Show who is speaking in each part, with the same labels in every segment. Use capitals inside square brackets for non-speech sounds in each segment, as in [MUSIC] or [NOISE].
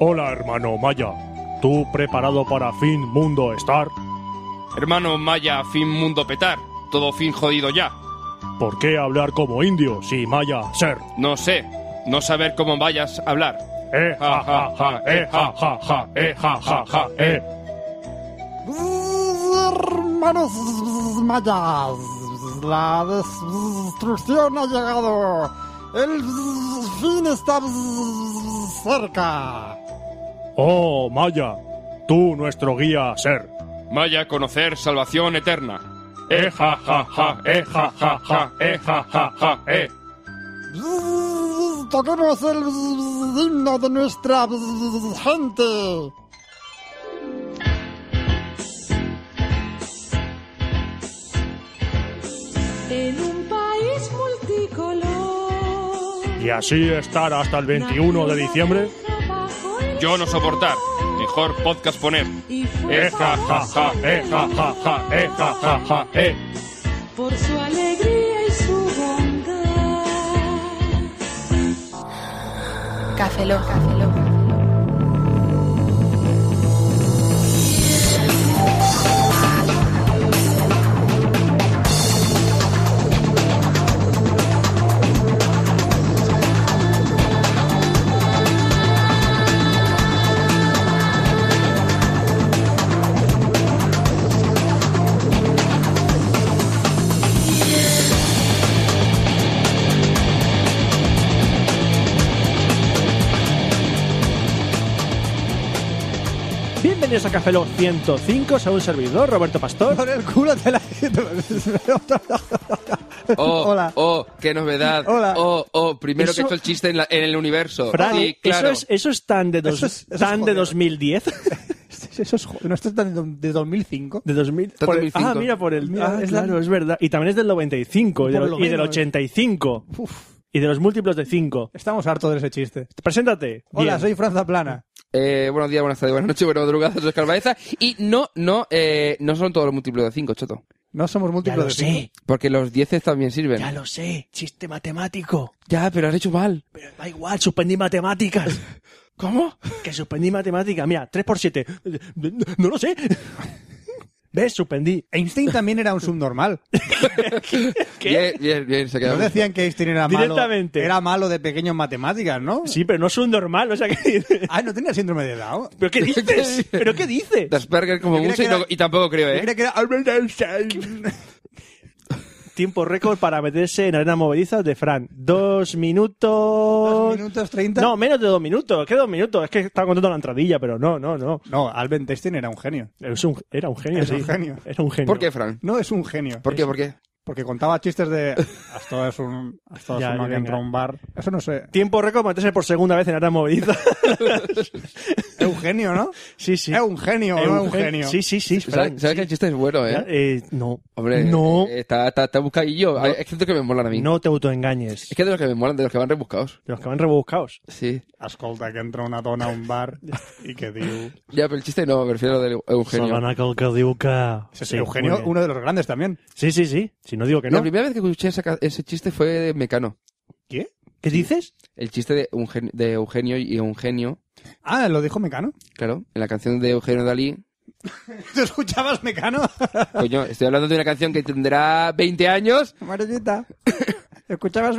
Speaker 1: Hola, hermano Maya. ¿Tú preparado para Fin Mundo Star?
Speaker 2: Hermano Maya, fin mundo petar. Todo fin jodido ya.
Speaker 1: ¿Por qué hablar como indio si Maya ser?
Speaker 2: No sé. No saber cómo vayas a hablar.
Speaker 1: Eh, ja, ja, ja, eh, ja, ja, ja, eh, ja, ja, ja, eh.
Speaker 3: Hermanos mayas, la destrucción ha llegado. El fin está cerca.
Speaker 1: Oh, Maya. Tú, nuestro guía ser.
Speaker 2: Maya, conocer salvación eterna.
Speaker 1: Eh, ja, ja, ja, eh, ja, ja, ja, eh, ja, ja, ja, eh.
Speaker 3: Toquemos el himno de nuestra gente.
Speaker 4: En un país multicolor.
Speaker 1: Y así estar hasta el 21 de diciembre.
Speaker 2: Yo no soportar. Mejor podcast poner.
Speaker 1: Eh, ja, ja, ja, eh, ja, ja, ja, eh, ja, ja, ja, eh.
Speaker 4: Por su alegría y su bondad.
Speaker 5: Café Lock. Café Lock.
Speaker 6: Bienvenidos a Café Lock 105, soy un servidor, Roberto
Speaker 7: [LAUGHS]
Speaker 6: Pastor.
Speaker 7: Por el culo de la
Speaker 8: Oh,
Speaker 7: Hola.
Speaker 8: oh, qué novedad.
Speaker 7: Hola.
Speaker 8: Oh, oh, primero
Speaker 6: Eso-
Speaker 8: que he hecho el chiste en, la- en el universo.
Speaker 6: Fran,
Speaker 8: sí, claro.
Speaker 6: eso, es, eso es tan de, dos-
Speaker 7: Eso es- eso es
Speaker 6: tan de
Speaker 7: jodido.
Speaker 6: 2010.
Speaker 7: [LAUGHS] Eso es joder. ¿No estás tan [LAUGHS] de 2005?
Speaker 6: De 2000,
Speaker 8: Está
Speaker 6: por el-
Speaker 8: 2005.
Speaker 6: ah, mira, por el.
Speaker 7: Mira,
Speaker 6: ah,
Speaker 7: es la-
Speaker 6: claro, es verdad. Y también es del 95 y,
Speaker 7: Por
Speaker 6: del-
Speaker 7: lo
Speaker 6: y del
Speaker 7: menos. eh.
Speaker 6: 85
Speaker 7: Uf,
Speaker 6: y de los múltiplos de 5.
Speaker 7: estamos hartos de ese chiste.
Speaker 6: Preséntate.
Speaker 7: Hola,
Speaker 6: Bien.
Speaker 7: soy Franza Plana.
Speaker 8: Eh, buenos días, buenas tardes, buenas noches, buenas madrugadas, soy Oscar Baeza. Y no, no, eh, no son todos los múltiplos de 5, choto.
Speaker 7: No somos
Speaker 6: Ya
Speaker 7: múltiplos
Speaker 6: lo
Speaker 7: de
Speaker 6: sé,
Speaker 8: Porque los 10 también sirven.
Speaker 6: ya lo sé. Chiste matemático.
Speaker 8: Ya, pero has hecho mal.
Speaker 6: Pero da igual, suspendí
Speaker 7: [LAUGHS]
Speaker 6: matemáticas. ¿Cómo? Que suspendí matemáticas. Mira, 3 por 7. No lo sé. [LAUGHS] ¿Ves? Suspendí.
Speaker 7: cinco. Einstein también era un
Speaker 3: [LAUGHS]
Speaker 7: subnormal.
Speaker 6: ¿Qué?
Speaker 8: Bien, bien, bien, se ha
Speaker 7: No
Speaker 8: quedado.
Speaker 7: decían que Einstein era malo.
Speaker 6: Directamente.
Speaker 7: Era malo de pequeño en matemáticas, ¿no?
Speaker 6: Sí, pero no es un normal, o sea que...
Speaker 7: Ah, no tenía síndrome de Down.
Speaker 6: ¿Pero
Speaker 7: [LAUGHS]
Speaker 6: qué dices? ¿Pero qué dices?
Speaker 8: De Asperger como
Speaker 7: Yo creía
Speaker 8: mucho y,
Speaker 7: que era-
Speaker 8: no- y tampoco creo,
Speaker 7: Yo
Speaker 8: ¿eh?
Speaker 7: creía que era Albert Einstein.
Speaker 6: Tiempo récord para meterse en arena movediza de Fran. Dos minutos...
Speaker 7: Dos minutos treinta.
Speaker 6: No, menos de dos minutos. ¿Qué dos minutos? Es que estaba contando la entradilla, pero no, no, no.
Speaker 7: No, Albert Einstein era un genio.
Speaker 6: Es un- Era un genio,
Speaker 7: Es un
Speaker 6: sí.
Speaker 7: genio.
Speaker 6: Era un genio.
Speaker 8: ¿Por qué, Fran?
Speaker 7: No es un genio.
Speaker 8: ¿Por qué, por qué?
Speaker 7: Porque contaba chistes de. Hasta es un. Hasta
Speaker 6: Ya,
Speaker 7: es
Speaker 6: ya,
Speaker 7: uno que
Speaker 6: venga.
Speaker 7: entra a un bar. Eso no sé.
Speaker 6: Tiempo récord para meterse por segunda vez en arena movediza.
Speaker 7: Es un genio, ¿no?
Speaker 6: sí, sí.
Speaker 7: Es un genio, no es un genio.
Speaker 6: Sí, sí, sí. Fran,
Speaker 8: ¿Sabes, sabes que el chiste es bueno,
Speaker 6: sí.
Speaker 8: eh?
Speaker 6: Eh, no.
Speaker 8: Hombre,
Speaker 6: no.
Speaker 8: eh, está, está, está buscadillo. Ay, Es que es lo que me molan a mí.
Speaker 6: no te autoengañes.
Speaker 8: Es que es de los que me molan, de los que van rebuscados.
Speaker 6: De los que van rebuscados.
Speaker 8: Sí.
Speaker 7: Escolta, que entra una dona a un bar y que diu...
Speaker 8: Ya, pero el chiste no, me refiero del Eugenio.
Speaker 6: Sabana Calcadiuca.
Speaker 7: Sí,
Speaker 6: Ah, Sí, muy
Speaker 7: Eugenio,
Speaker 6: bien.
Speaker 7: uno de los grandes también.
Speaker 6: Sí, sí, sí. Si no digo que no.
Speaker 8: La primera vez que escuché esa ca- ese chiste fue de Mecano.
Speaker 7: ¿Qué?
Speaker 6: ¿Qué dices?
Speaker 8: El chiste de, Eugen- de Eugenio y Eugenio,
Speaker 7: Ah, lo
Speaker 3: [LAUGHS]
Speaker 7: dijo Mecano.
Speaker 8: claro, en la canción de Eugenio Dalí.
Speaker 7: ¿Tú escuchabas [LAUGHS] Mecano?
Speaker 8: Coño, estoy hablando de una canción que tendrá 20 años.
Speaker 7: Mariquita, escuchabas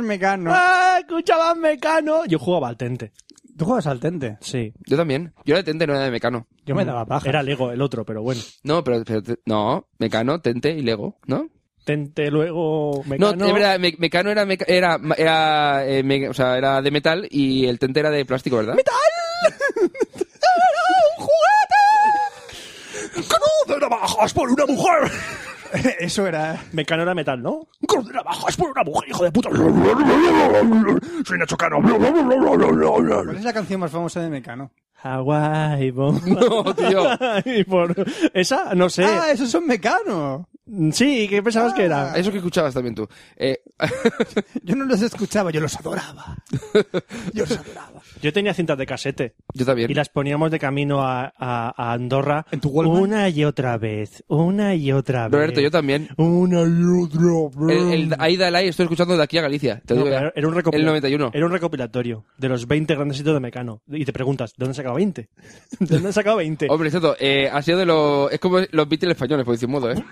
Speaker 3: [LAUGHS]
Speaker 7: Mecano.
Speaker 6: ¡Ah! Escuchabas Mecano. Yo jugaba al Tente.
Speaker 7: Tú jugabas al
Speaker 3: [LAUGHS]
Speaker 7: Tente.
Speaker 6: Sí.
Speaker 8: Yo también. Yo la tente no era de Mecano.
Speaker 7: Yo me daba paja.
Speaker 6: Era Lego el otro, pero bueno.
Speaker 8: No, pero, pero te- no, Mecano, Tente y Lego, ¿no?
Speaker 6: Tente, luego Mecano.
Speaker 8: No, es verdad, Me- Mecano era, meca- era, era, eh, me- o sea, era de metal y el Tente era de plástico, ¿verdad? ¡Metal!
Speaker 1: ¡Cruz de navajas por una mujer!
Speaker 7: Eso era...
Speaker 6: Mecano era metal, ¿no?
Speaker 1: ¡Cruz de navajas por una mujer, hijo de puta! Soy Nacho Cano.
Speaker 7: ¿Cuál es la canción más famosa de Mecano?
Speaker 6: Hawaii, bomba.
Speaker 8: [LAUGHS]
Speaker 6: [LAUGHS]
Speaker 8: No, tío.
Speaker 6: Y por... Esa, no sé.
Speaker 3: Eh.
Speaker 7: ¡Ah, esos son Mecano!
Speaker 6: Mm, Sí, ¿qué pensabas que era?
Speaker 8: Ah. Eso que escuchabas también tú. Eh,
Speaker 3: Yo no los escuchaba, yo los adoraba. Yo los adoraba.
Speaker 6: Yo tenía cintas de casete
Speaker 8: Yo también.
Speaker 6: y las poníamos de camino a, a- a Andorra
Speaker 3: ¿En tu Walkman?
Speaker 6: una y otra vez, una y otra vez.
Speaker 8: Roberto, yo también.
Speaker 6: Una y otra vez.
Speaker 8: El, el Aida Lai estoy escuchando de aquí a Galicia. Te
Speaker 6: No,
Speaker 8: digo
Speaker 6: pero
Speaker 8: ya.
Speaker 6: era- era un
Speaker 8: El
Speaker 6: recopilatorio.
Speaker 8: 91.
Speaker 6: Era un recopilatorio de los 20 grandes hitos de Mecano. Y te preguntas, ¿de dónde sacaba 20? [LAUGHS] ¿De dónde sacaba 20?
Speaker 8: Hombre, exacto. eh, ha sido de los... Es como los Beatles españoles, por decir
Speaker 7: [LAUGHS]
Speaker 8: modo, ¿eh?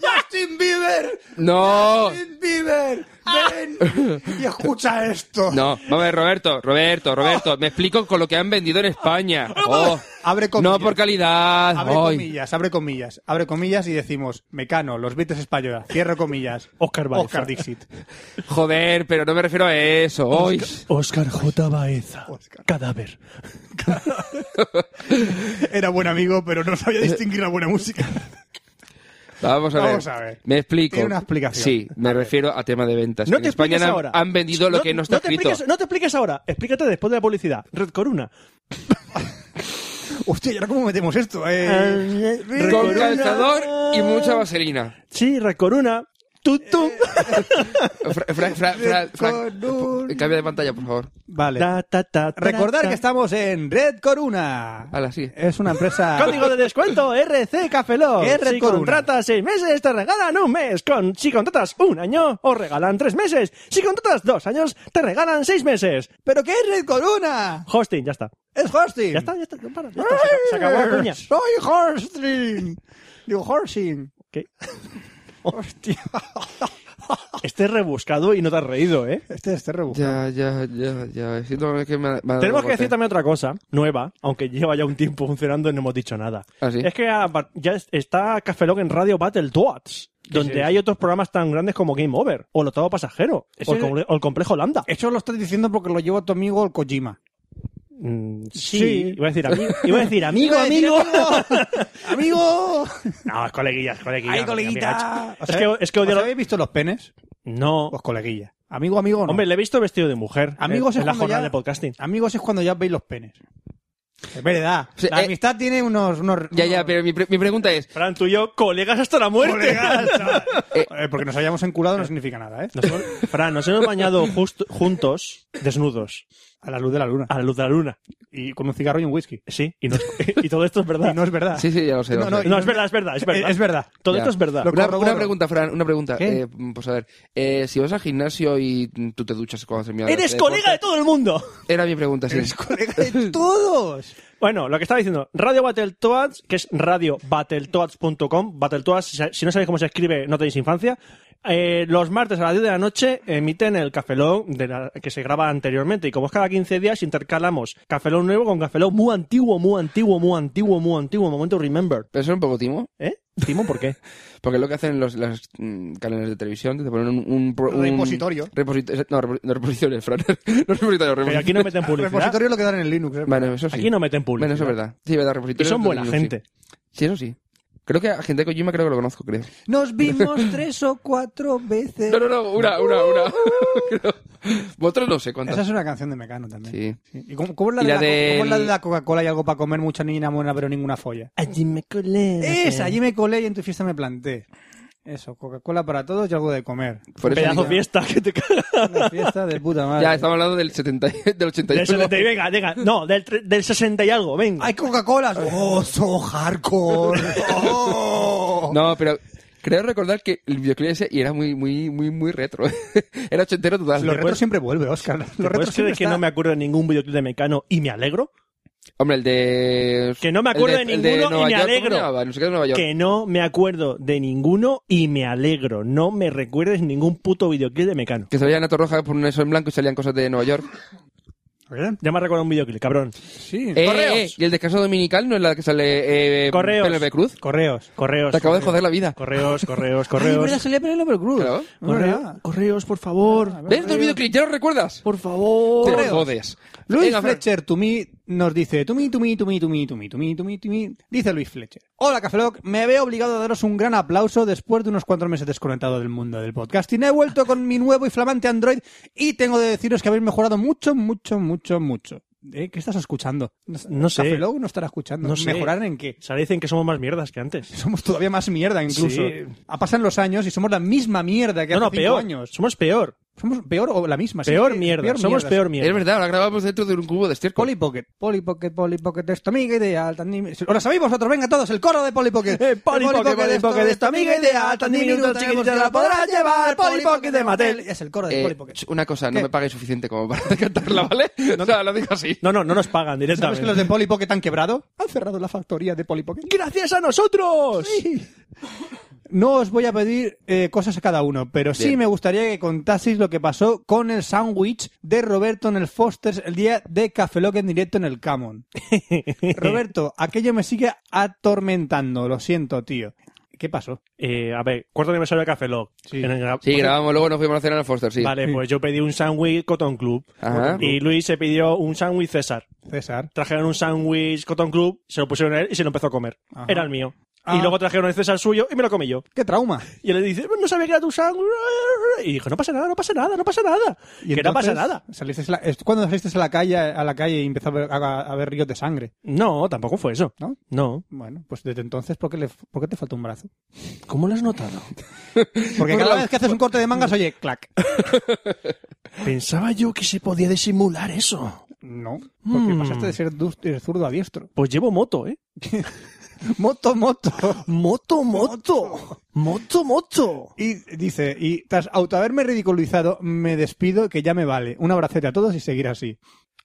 Speaker 3: ¡Justin Bieber!
Speaker 8: ¡No!
Speaker 3: ¡Justin Bieber! ¡Ven! Y escucha esto.
Speaker 8: No, vamos a ver, Roberto, Roberto, Roberto, me explico con lo que han vendido en España. Oh,
Speaker 7: Abre comillas.
Speaker 8: no por calidad.
Speaker 7: Abre
Speaker 8: Ay.
Speaker 7: comillas, abre comillas, abre comillas y decimos, Mecano, los Beatles española, cierro comillas.
Speaker 6: Óscar Baeza.
Speaker 7: Oscar Dixit.
Speaker 8: Joder, pero no me refiero a eso. Ay.
Speaker 6: Oscar J. Baeza. Cadáver.
Speaker 7: [LAUGHS] Era buen amigo, pero no sabía distinguir la buena música.
Speaker 8: Vamos a ver.
Speaker 7: Vamos a ver.
Speaker 8: Me explico.
Speaker 7: Tiene una explicacación.
Speaker 8: Sí, me refiero a tema de ventas. en España
Speaker 6: expliques
Speaker 8: han, han vendido lo que no está
Speaker 6: te
Speaker 8: escrito.
Speaker 6: expliques- no te expliques ahora. Explícate después de la publicidad. Red Corona.
Speaker 7: [LAUGHS] Hostia, ¿y ahora cómo metemos esto? Eh,
Speaker 6: Red Ah,
Speaker 8: Con
Speaker 6: Corona.
Speaker 8: calzador y mucha vaselina.
Speaker 6: Sí, Red Corona. Tú,
Speaker 7: Eh,
Speaker 6: tú.
Speaker 8: Fra- Ah, fra- fra- fra- fra-
Speaker 7: Con un-
Speaker 8: eh, Cambia de pantalla, por favor. [LAUGHS]
Speaker 6: [LAUGHS]
Speaker 7: Vale.
Speaker 6: Ta, ta, ta, ta,
Speaker 7: Recordar
Speaker 6: ta.
Speaker 7: que estamos en Red Corona.
Speaker 8: Hala, sí.
Speaker 7: Es una empresa...
Speaker 6: Código de descuento RC Cafeló.
Speaker 7: ¿Qué Red
Speaker 6: Si
Speaker 7: Corona?
Speaker 6: contratas seis meses, te regalan un mes. Con, si contratas un año, os regalan tres meses. Si contratas dos años, te regalan seis meses.
Speaker 7: ¿Pero qué es Red Corona?
Speaker 6: Hosting, ya está.
Speaker 7: Es hosting.
Speaker 6: Ya está, ya está. no para, ya está, se, se acabó la cuña.
Speaker 7: Soy hosting. Digo, horsing.
Speaker 6: ¿Qué?
Speaker 7: Hostia.
Speaker 6: Este es rebuscado y no te has reído, ¿eh?
Speaker 7: Este es este rebusco.
Speaker 8: Ya, ya, ya, ya. Siento que me ha- me ha dado
Speaker 6: Tenemos que
Speaker 8: golpe.
Speaker 6: decir también otra cosa nueva, aunque lleva ya un tiempo funcionando y no hemos dicho nada.
Speaker 8: Ah, ¿sí?
Speaker 6: Es que ah, pa- ya es- está Café Lock en Radio Battle Toads, donde hay otros programas tan grandes como Game Over, o Lotado Pasajero, o el, com- o el Complejo Lambda.
Speaker 7: Eso lo estás diciendo porque lo lleva tu amigo el Kojima.
Speaker 6: Mm, sí.
Speaker 7: sí.
Speaker 6: iba a decir amigo,
Speaker 7: [LAUGHS]
Speaker 6: iba a decir amigo,
Speaker 7: Iba a decir,
Speaker 6: amigo.
Speaker 7: ¡Amigo!
Speaker 6: No, es coleguilla, es coleguilla.
Speaker 7: ¡Ay,
Speaker 6: amiga,
Speaker 7: coleguita!
Speaker 6: amiga.
Speaker 7: ¿Os
Speaker 6: Es que, es que odio
Speaker 7: habéis- os
Speaker 6: la-
Speaker 7: habéis visto los penes?
Speaker 6: No.
Speaker 7: Pues coleguilla. Amigo, amigo, no.
Speaker 6: Hombre, le he visto vestido de mujer eh,
Speaker 7: Amigos
Speaker 6: en, en
Speaker 7: es
Speaker 6: Eh, la
Speaker 7: cuando
Speaker 6: jornada
Speaker 7: ya-
Speaker 6: de podcasting.
Speaker 7: Amigos es cuando ya veis los penes. Es verdad.
Speaker 8: Sí,
Speaker 7: la
Speaker 8: eh.
Speaker 7: amistad tiene unos... unos-
Speaker 8: Ya, ya, pero mi, pre- mi pregunta es...
Speaker 6: Fran, tú y yo, colegas hasta la muerte.
Speaker 7: Colegas, chaval. Eh, porque nos hayamos enculado no significa nada, ¿eh?
Speaker 6: [LAUGHS] Nos hemos- Fran, nos hemos bañado justo- juntos, desnudos,
Speaker 7: A la luz de la luna.
Speaker 6: a la luz de la luna.
Speaker 7: Y con un cigarro y un whisky.
Speaker 6: Sí, y, nos- y todo esto es [LAUGHS] verdad.
Speaker 7: Y no es verdad.
Speaker 8: Sí, sí, ya lo sé. lo
Speaker 7: No, no,
Speaker 8: sé.
Speaker 6: No, es verdad, es verdad, es verdad.
Speaker 7: Eh, es verdad.
Speaker 6: Todo
Speaker 8: Ya.
Speaker 6: esto es verdad.
Speaker 7: Lo-
Speaker 8: Una,
Speaker 7: corroboro.
Speaker 8: una
Speaker 7: [LAUGHS]
Speaker 8: pregunta, Fran, una pregunta.
Speaker 7: ¿Qué?
Speaker 8: Eh, pues a ver, eh, si vas al gimnasio y mm, tú te duchas cuando terminas... de
Speaker 6: ¡Eres
Speaker 8: hacer
Speaker 6: colega de
Speaker 8: deporte-
Speaker 6: todo el mundo!
Speaker 8: Era mi pregunta, sí.
Speaker 7: Eres colega de todos.
Speaker 6: Bueno, lo que estaba diciendo, Radio Battletoads, que es radiobattletoads.com, Battletoads, si- si no sabéis cómo se escribe, no tenéis infancia. Eh, los martes a las 10 de la noche emiten el cafelón de la- que se graba anteriormente y como es cada 15 días intercalamos cafelón nuevo con cafelón muy antiguo, muy antiguo, muy antiguo, muy antiguo, momento remember.
Speaker 8: Pero eso es un poco timo,
Speaker 6: ¿Eh? Timo, ¿por
Speaker 8: [LAUGHS]
Speaker 6: qué?
Speaker 8: porque es lo que hacen los, las mm, canales de televisión, que te ponen un... un, pro- un-
Speaker 7: Repositorio.
Speaker 8: reposit- no, repo- no, repositorio, Fran. [LAUGHS] no repositorio,
Speaker 6: Pero
Speaker 8: repositorio.
Speaker 6: aquí no meten
Speaker 7: El
Speaker 6: publicidad.
Speaker 7: repositorio lo que dan en el Linux. ¿eh?
Speaker 8: Bueno, eso sí.
Speaker 6: Aquí no meten
Speaker 8: Bueno, eso es
Speaker 6: publicidad.
Speaker 8: verdad. Sí, verdad,
Speaker 6: Y
Speaker 8: repositorio
Speaker 6: son
Speaker 8: de
Speaker 6: buena
Speaker 8: Linux, sí.
Speaker 6: gente.
Speaker 8: Sí, eso sí. Creo que a gente de Kojima creo que lo conozco, creo.
Speaker 7: Nos [LAUGHS] vimos tres o cuatro veces.
Speaker 8: No, no, no, una, una, una. [LAUGHS] Creo. Vosotros no sé
Speaker 7: Esa
Speaker 8: cuántas.
Speaker 7: es una canción de Mecano también.
Speaker 8: Sí.
Speaker 7: Sí. ¿Y cómo, cómo es la
Speaker 8: Y
Speaker 7: de
Speaker 8: la
Speaker 7: la, co-
Speaker 8: del-
Speaker 7: cómo es la de la Coca-Cola y algo para comer? Mucha niña buena, pero ninguna folla.
Speaker 6: Allí me colé.
Speaker 7: Esa, allí me colé y en tu fiesta me planté. Eso, Coca-Cola para todos y algo de comer.
Speaker 8: Por eso
Speaker 6: Pedazo
Speaker 8: digo-
Speaker 6: fiesta que te cagas.
Speaker 7: [LAUGHS] Una fiesta de puta madre.
Speaker 8: Ya, estamos hablando del 70, y- [LAUGHS] del 81.
Speaker 6: Del 70 y venga, venga. No, del, tre- del 60 y algo, venga.
Speaker 7: ¡Hay Coca-Cola! [LAUGHS] ¡Oh,
Speaker 3: [LAUGHS]
Speaker 7: so hardcore! ¡Oh!
Speaker 8: No, pero creo recordar que el videoclip ese y era muy, muy, muy, muy retro. [LAUGHS] era ochentero total.
Speaker 7: Los retos siempre vuelve, Oscar. Los
Speaker 6: ¿Puedes
Speaker 7: retos siempre
Speaker 6: creer que
Speaker 7: está-
Speaker 6: no me acuerdo de ningún videoclip de Mecano y me alegro?
Speaker 8: Hombre, el de...
Speaker 6: Que no me acuerdo
Speaker 8: el
Speaker 6: de
Speaker 8: el
Speaker 6: ninguno y
Speaker 8: Nueva
Speaker 6: me
Speaker 8: York, ¿cómo
Speaker 6: alegro.
Speaker 8: se llamaba? No sé qué de Nueva York.
Speaker 6: Que no me acuerdo de ninguno y me alegro. No me recuerdes ningún puto videoclip de Mecano.
Speaker 8: Que salía Nato Roja por un eso en blanco y salían cosas de
Speaker 6: [LAUGHS]
Speaker 8: Nueva York.
Speaker 7: ¿Verdad?
Speaker 6: Ya me ha recordado un videoclip, cabrón.
Speaker 7: [LAUGHS] Sí.
Speaker 8: Eh, eh, y el descanso dominical no es la que sale eh,
Speaker 6: Correos.
Speaker 8: PNB Cruz.
Speaker 7: Correos.
Speaker 6: Correos.
Speaker 8: Te acabo de joder la vida.
Speaker 6: Correos, correos,
Speaker 7: Ay,
Speaker 6: correos.
Speaker 7: verdad, salía Penélope Cruz.
Speaker 8: Claro.
Speaker 7: No,
Speaker 6: Correo-
Speaker 7: verdad.
Speaker 6: correos, por
Speaker 7: Ah,
Speaker 6: favor.
Speaker 8: ¿Ves los videoclips? ¿Ya los recuerdas?
Speaker 6: Por favor.
Speaker 8: Te
Speaker 7: Correos.
Speaker 8: jodes.
Speaker 7: Luis
Speaker 8: Venga, Fran.
Speaker 7: Fletcher to me nos dice to me, to me, to me, to me, to me, to me, to me, to me. Dice Luis Fletcher. Hola, Cafeloc. Me veo obligado a daros un gran aplauso después de unos cuantos meses desconectado del mundo del podcasting. He vuelto con mi nuevo y flamante Android y tengo de deciros que habéis mejorado mucho, mucho, mucho, mucho. ¿Eh? ¿Qué estás escuchando?
Speaker 6: No sé.
Speaker 7: Café Lock no estará escuchando.
Speaker 6: No sé.
Speaker 7: ¿Mejorar en qué?
Speaker 6: Se dicen que somos más mierdas que antes.
Speaker 7: Somos todavía más mierda incluso.
Speaker 6: Sí.
Speaker 7: Ah, Pasan los años y somos la misma mierda que
Speaker 6: No, no,
Speaker 7: hace cinco
Speaker 6: peor.
Speaker 7: años.
Speaker 6: Somos peor.
Speaker 7: Somos peor o la misma. sí,
Speaker 6: Peor
Speaker 7: eh,
Speaker 6: mierda. somos
Speaker 7: mierda,
Speaker 6: peor
Speaker 7: sí.
Speaker 6: mierda.
Speaker 8: Es verdad, ahora grabamos dentro de un cubo de estiércol.
Speaker 7: Polly Pocket, Polly Pocket, Polly Pocket, de esta amiga ideal, tan dimi- Ahora sabéis vosotros, venga todos, el coro de Polly Pocket.
Speaker 6: Eh, Polly
Speaker 7: El
Speaker 6: Pocket, Polly Pocket, de esta amiga ideal, tan diminuta, chiquitita, la podrás llevar, Polly Pocket de Mattel.
Speaker 7: Es el coro de
Speaker 8: Eh,
Speaker 7: Polly Pocket.
Speaker 8: ch- una cosa, no
Speaker 7: ¿Qué?
Speaker 8: me pagues suficiente como para cantarla, ¿vale? No, o sea, lo digo así.
Speaker 6: No, no, no nos pagan
Speaker 7: ¿Sabes
Speaker 6: directamente.
Speaker 7: que los de Polly Pocket han quebrado? Han cerrado la factoría de Polly Pocket.
Speaker 6: ¡Gracias a nosotros!
Speaker 7: No os voy a pedir eh, cosas a cada uno, pero sí
Speaker 8: Bien.
Speaker 7: me gustaría que contaseis lo que pasó con el sándwich de Roberto en el Foster's el día de Café Lock en directo en el [LAUGHS] Camon. Roberto, aquello me sigue atormentando, lo siento, tío. ¿Qué pasó?
Speaker 6: Eh, a ver, cuarto aniversario de Café Lock.
Speaker 7: Sí.
Speaker 6: En el gra-
Speaker 8: Sí, grabamos, luego nos fuimos a cenar al Foster, sí.
Speaker 6: Vale, pues yo pedí un sándwich Cotton Club.
Speaker 8: Ajá.
Speaker 6: Y Luis se pidió un sándwich César.
Speaker 7: César.
Speaker 6: Trajeron un sándwich Cotton Club, se lo pusieron a él y se lo empezó a comer.
Speaker 7: Ajá.
Speaker 6: Era el mío.
Speaker 7: Ah.
Speaker 6: Y luego trajeron el César suyo y me lo comí yo. [LAUGHS]
Speaker 7: ¡Qué trauma!
Speaker 6: Y él le dice, no sabía que era tu sándwich. Y dijo, no pasa nada, no pasa nada, no pasa nada.
Speaker 7: Y
Speaker 6: que no pasa
Speaker 7: entonces,
Speaker 6: nada.
Speaker 7: saliste a la- es cuando saliste a la calle, a la calle y empezó a ver, a- a ver ríos de sangre,
Speaker 6: No, tampoco fue eso.
Speaker 7: ¿no?
Speaker 6: No.
Speaker 7: Bueno, pues desde entonces, ¿por qué, le- por qué te falta un brazo?
Speaker 6: ¿Cómo lo has [LAUGHS] notado?
Speaker 7: Porque
Speaker 8: Por
Speaker 7: cada
Speaker 8: la-
Speaker 7: vez que haces un corte
Speaker 6: [LAUGHS]
Speaker 7: de mangas, oye, clac.
Speaker 6: Pensaba yo que se podía disimular eso.
Speaker 7: No, porque
Speaker 6: Mm.
Speaker 7: pasaste de ser dus- de zurdo a diestro.
Speaker 6: Pues llevo moto, ¿eh? [LAUGHS]
Speaker 7: Moto, moto.
Speaker 6: Moto, moto. Moto, moto.
Speaker 7: Y dice, y tras auto haberme ridiculizado, me despido que ya me vale. Un abracete a todos y seguir así.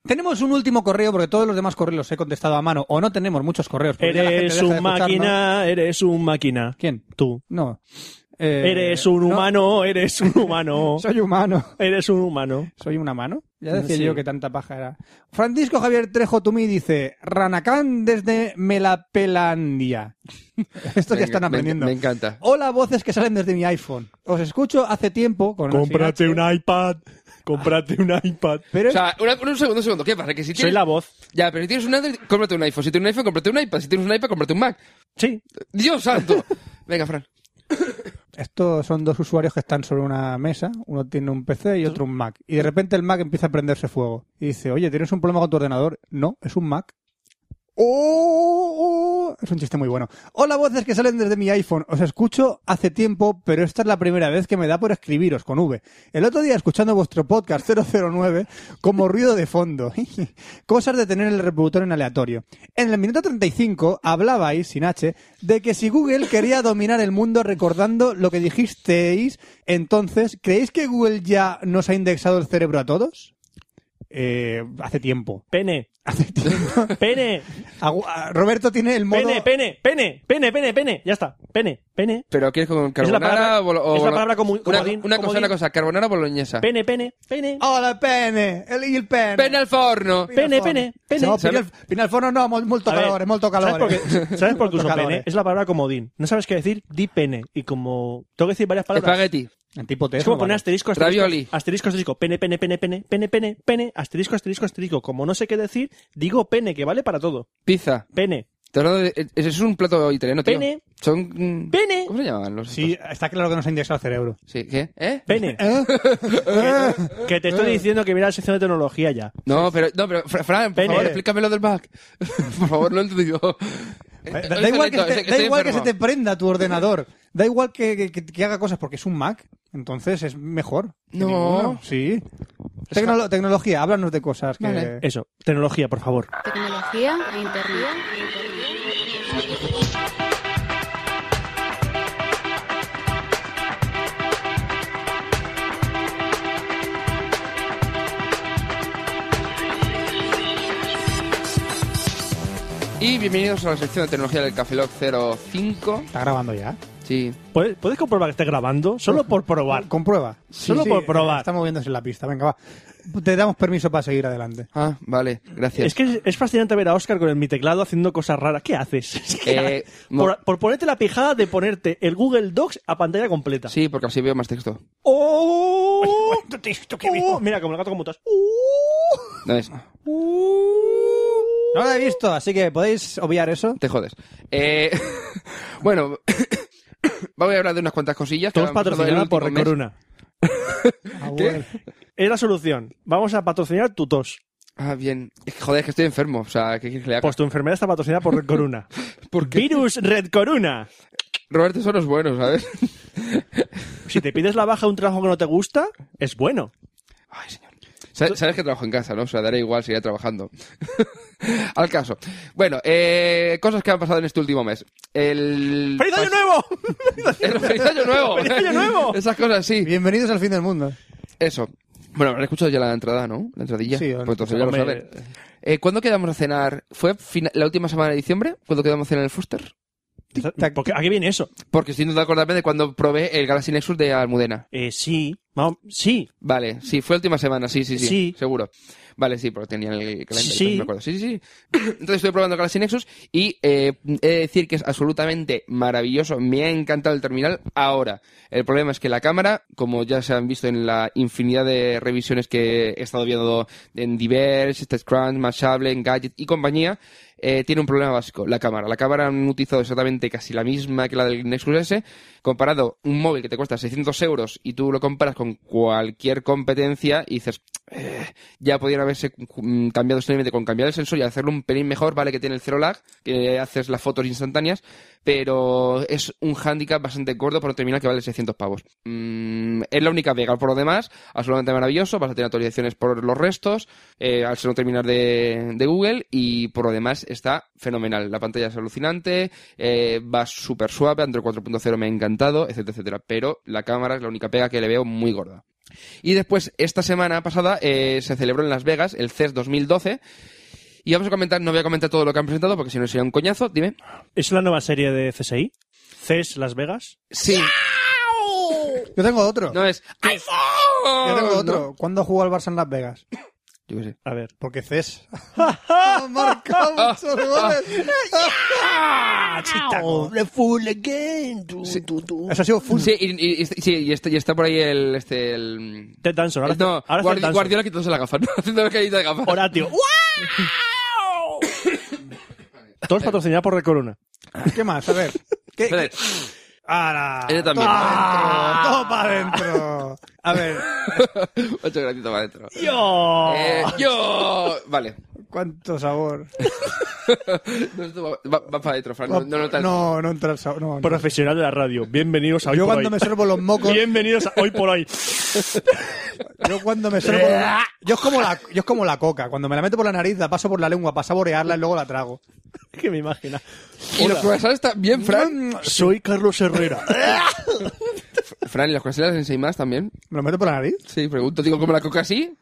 Speaker 7: Tenemos un último correo porque todos los demás correos los he contestado a mano. O no tenemos muchos correos. porque ya la gente
Speaker 6: Eres
Speaker 7: deja de
Speaker 6: un
Speaker 7: escucharnos.
Speaker 6: máquina, eres un máquina.
Speaker 7: ¿Quién?
Speaker 6: Tú.
Speaker 7: No. Eh,
Speaker 6: Eres un
Speaker 7: no.
Speaker 6: humano, eres un
Speaker 7: [LAUGHS]
Speaker 6: humano.
Speaker 7: Soy humano.
Speaker 6: Eres un humano.
Speaker 7: ¿Soy una mano? Ya decía
Speaker 6: Sí.
Speaker 7: yo que tanta paja era. Francisco Javier Trejo Tumí dice, Ranacán desde Melapelandia. [LAUGHS] Esto ya
Speaker 8: Me-
Speaker 7: están
Speaker 8: me-
Speaker 7: aprendiendo.
Speaker 8: Me, encanta.
Speaker 7: Hola, voces que salen desde mi iPhone. Os escucho hace tiempo con
Speaker 6: Cómprate
Speaker 7: ansiedad,
Speaker 6: un iPad. Cómprate un iPad.
Speaker 8: O
Speaker 7: Pero es-
Speaker 8: sea, una- un segundo, un segundo. ¿Qué pasa? Que si
Speaker 6: Soy
Speaker 8: tienes...
Speaker 6: la voz.
Speaker 8: Ya, pero si tienes un Android, cómprate un iPhone. Si tienes un iPhone, cómprate un iPad. Si tienes un iPad, cómprate un Mac.
Speaker 6: Sí.
Speaker 8: ¡Dios santo! Venga, Fran.
Speaker 7: estos son dos usuarios que están sobre una mesa. Uno tiene un PC y otro un Mac. Y de repente el Mac empieza a prenderse fuego. Y dice, oye, ¿tienes un problema con tu ordenador? No, es un Mac. ¡Oh! Es un chiste muy bueno. Hola, voces que salen desde mi iPhone. Os escucho hace tiempo, pero esta es la primera vez que me da por escribiros con V. El otro día, escuchando vuestro podcast 009, como ruido de fondo. [LAUGHS] Cosas de tener el reproductor en aleatorio. En el minuto 35 hablabais, sin H, de que si Google quería dominar el mundo recordando lo que dijisteis, entonces, ¿creéis que Google ya nos ha indexado el cerebro a todos? Eh, hace tiempo. [LAUGHS]
Speaker 6: Pene.
Speaker 7: Hace tiempo.
Speaker 6: Pene.
Speaker 7: Agu- a- Roberto tiene el [LAUGHS] modo.
Speaker 6: Pene, pene, pene, pene, pene, pene. Ya está. Pene, pene.
Speaker 8: ¿Pero quieres con
Speaker 6: Es la
Speaker 8: carbonara
Speaker 6: palabra-
Speaker 8: o bolo- o
Speaker 6: es la
Speaker 8: bolo-
Speaker 6: palabra comu-
Speaker 8: una,
Speaker 6: comodín-
Speaker 8: una cosa,
Speaker 6: comodín.
Speaker 8: una cosa. ¿Carbonara o
Speaker 7: Ah.
Speaker 8: boloñesa?
Speaker 6: Pene, pene, pene.
Speaker 7: ¡Hola, pene! El, y el pene!
Speaker 8: ¡Pene al forno!
Speaker 6: Pene, pene, pene.
Speaker 7: No,
Speaker 8: ¿Sabe-
Speaker 7: pene al- pene al forno no, mol- molto
Speaker 6: A ver,
Speaker 7: calore, molto calore.
Speaker 6: ¿Sabes por
Speaker 7: [LAUGHS]
Speaker 6: qué, ¿sabes por qué uso
Speaker 7: Molto eh.
Speaker 6: pene?
Speaker 7: calore.
Speaker 6: Es la palabra comodín. No sabes qué decir, di pene. Y como tengo que decir varias palabras.
Speaker 8: Espagueti.
Speaker 7: Antípote,
Speaker 6: Es
Speaker 7: eso
Speaker 6: como
Speaker 7: no
Speaker 6: poner
Speaker 7: vale.
Speaker 6: asterisco, asterisco,
Speaker 8: Ravioli.
Speaker 6: asterisco, asterisco, pene, pene, pene, pene, pene, pene, pene, asterisco, asterisco, asterisco. Como no sé qué decir, digo pene, que vale para todo.
Speaker 8: Pizza.
Speaker 6: Pene,
Speaker 8: Te hablo de- eh, Ese es un plato italiano, tío.
Speaker 6: Pene.
Speaker 8: Son... mm,
Speaker 6: Pene.
Speaker 8: ¿Cómo se llamaban los
Speaker 7: Sí, está claro que nos ha indexado el cerebro.
Speaker 8: estos? Sí, ¿qué? ¿Eh?
Speaker 6: pene. Que- Que te estoy diciendo que viera la sección de tecnología ya.
Speaker 8: No, pero, no, pero Fra- Fran, por
Speaker 6: Pene.
Speaker 8: favor, explícame lo del Mac. [LAUGHS] por favor, no entendido.
Speaker 6: Eh,
Speaker 8: Eh,
Speaker 7: Da, da igual, que se, te, da igual que se te prenda tu ordenador. Da igual que, que- que- que haga cosas porque es un Mac. Entonces es mejor. que
Speaker 8: No.
Speaker 7: ninguno. Sí. Tecnolo- tecnología, háblanos de cosas que...
Speaker 8: Vale.
Speaker 6: Eso, tecnología, por favor.
Speaker 5: Tecnología e internet.
Speaker 8: Y bienvenidos a la sección de tecnología del Café Lock 05.
Speaker 7: Está grabando ya.
Speaker 8: Sí.
Speaker 6: ¿Puedes, puedes comprobar que esté grabando? Solo por probar.
Speaker 7: Comprueba.
Speaker 6: Solo por probar.
Speaker 7: Está moviéndose en la pista. Venga, va. Te damos permiso para seguir adelante.
Speaker 8: Ah, vale, gracias.
Speaker 6: Es que es, es fascinante ver a Oscar con el, mi teclado haciendo cosas raras. ¿Qué haces? Es que-
Speaker 8: Eh, no.
Speaker 6: [LAUGHS] por, por ponerte la pijada de ponerte el Google Docs a pantalla completa.
Speaker 8: Sí, porque así veo más texto.
Speaker 6: ¡Oh! ¡Oh! Mira, como el gato con mutas.
Speaker 8: No es.
Speaker 7: No lo he visto, así que podéis obviar eso.
Speaker 8: Te jodes. Eh, [LAUGHS] bueno, [COUGHS] vamos a hablar de unas cuantas cosillas. que
Speaker 6: Todos
Speaker 8: han pasado el
Speaker 6: patrocinados por
Speaker 8: último mes.
Speaker 6: Recoruna.
Speaker 7: Ah, bueno.
Speaker 6: Es la solución. Vamos a patrocinar tu tos.
Speaker 8: Ah, bien. Es que, joder, es que estoy enfermo. O sea, ¿qué quieres que le haga?
Speaker 6: Pues tu enfermedad está patrocinada por Red
Speaker 1: [LAUGHS]
Speaker 6: Corona.
Speaker 8: ¿Por qué?
Speaker 6: Virus Red Corona.
Speaker 8: Roberto son los buenos, ¿sabes?
Speaker 6: [LAUGHS] Si te pides la baja de un trabajo que no te gusta, es bueno.
Speaker 8: Sa- Sabes que trabajo en casa, ¿no? O sea, dará igual, seguiré trabajando. [LAUGHS] Al caso. Bueno, eh, cosas que han pasado en este último mes. El...
Speaker 6: ¡Feliz año nuevo!
Speaker 8: [LAUGHS] El ¡Feliz año
Speaker 6: [LAUGHS]
Speaker 8: nuevo!
Speaker 6: ¡Feliz año nuevo!
Speaker 8: [LAUGHS] Esas cosas, sí.
Speaker 7: Bienvenidos al fin del mundo.
Speaker 8: Eso. Bueno, habrán escuchado ya la entrada, ¿no? La entradilla.
Speaker 7: Sí,
Speaker 8: pues entonces ya lo
Speaker 6: Hombre.
Speaker 8: saben. Eh, ¿Cuándo quedamos a cenar? ¿Fue fina- la última semana de diciembre? ¿Cuándo quedamos a cenar en el Foster?
Speaker 6: ¿Por qué- ¿A qué viene eso?
Speaker 8: Porque estoy intentando acordarme de cuando probé el Galaxy Nexus de Almudena.
Speaker 6: Eh, sí. Vamos, sí.
Speaker 8: Vale, sí, fue la última semana, sí, sí, sí,
Speaker 6: Sí.
Speaker 8: seguro. Vale, sí, porque tenía el calendario,
Speaker 6: Sí.
Speaker 8: sí. me acuerdo. Sí, sí, sí. [CLEARS THROAT] Entonces estoy probando el Galaxy Nexus y eh, he de decir que es absolutamente maravilloso. Me ha encantado el terminal ahora. El problema es que la cámara, como ya se han visto en la infinidad de revisiones que he estado viendo en Diverse, TechCrunch, Mashable, en Gadget y compañía, eh, tiene un problema básico, la cámara. La cámara han utilizado exactamente casi la misma que la del Nexus S. Comparado un móvil que te cuesta 600 euros y tú lo comparas con cualquier competencia y dices, "Eh, ya podrían haberse mm, cambiado simplemente con cambiar el sensor y hacerlo un pelín mejor, vale que tiene el cero lag, que haces las fotos instantáneas, pero es un hándicap bastante gordo por un terminal que vale 600 pavos. Mm, es la única vega, por lo demás, absolutamente maravilloso, vas a tener actualizaciones por los restos, eh, al ser un terminal de, de Google y por lo demás está fenomenal. La pantalla es alucinante, eh, va súper suave, Android 4.0 me ha encantado, etcétera, etcétera, pero la cámara es la única pega que le veo muy gorda. Y después, esta semana pasada, eh, se celebró en Las Vegas el E CES 2012. Y vamos a comentar, no voy a comentar todo lo que han presentado porque si no sería un coñazo. Dime.
Speaker 6: ¿Es la nueva serie de CSI? ¿CES Las Vegas?
Speaker 8: Sí.
Speaker 7: Yo tengo otro.
Speaker 8: No es.
Speaker 7: Yo tengo
Speaker 8: iPhone.
Speaker 7: otro. ¿Cuándo jugó el Barça en Las Vegas?
Speaker 8: Yo qué sé.
Speaker 6: A ver.
Speaker 8: [LAUGHS]
Speaker 7: Porque Cés. ha marcado muchos goles. Ah,
Speaker 8: Sí.
Speaker 7: Eso ha sido full.
Speaker 8: Uh, Sí, y, y- y- sí, y está, y está por ahí el. Este, el
Speaker 6: Ted Danson. Ahora,
Speaker 8: Eh, no,
Speaker 6: ahora
Speaker 8: Guardi-
Speaker 6: Ted Danson.
Speaker 8: Guardiola quitándose la gafa, [LAUGHS] ¿no? haciendo la caída de gafas.
Speaker 6: Horatio. Todos patrocinados por Red Corona.
Speaker 7: ¿Qué más? A ver. ¿Qué?
Speaker 8: Espera,
Speaker 7: ¡Hala!
Speaker 8: Ese también.
Speaker 7: ¡Ah! ¡Todo para adentro! A ver,
Speaker 8: Ocho gratitos para adentro.
Speaker 1: Oh. Ah.
Speaker 6: ¡Yo!
Speaker 8: Eh, yo. Vale.
Speaker 7: cuánto sabor.
Speaker 8: No, esto va, va- va para adentro, Fran. No, no, notas-
Speaker 7: no, no entra el sabor. No, no.
Speaker 6: Profesional de la radio. Bienvenidos a Hoy
Speaker 7: Yo
Speaker 6: por
Speaker 7: cuando
Speaker 6: Hoy.
Speaker 7: me sorbo los mocos,
Speaker 6: Bienvenidos a Hoy por Hoy.
Speaker 7: yo cuando me sorbo los... yo es como la yo es como la coca, cuando me la meto por la nariz, la paso por la lengua para saborearla y luego la trago.
Speaker 6: [LAUGHS] que me imagina.
Speaker 8: Y los croissants están bien, Fran.
Speaker 6: Soy Carlos Herrera.
Speaker 8: [LAUGHS] Fran, ¿y los croissants en 6 más también?
Speaker 7: ¿Me lo meto por la nariz? [LAUGHS]
Speaker 8: Sí, pregunto. Digo, ¿cómo la coca así?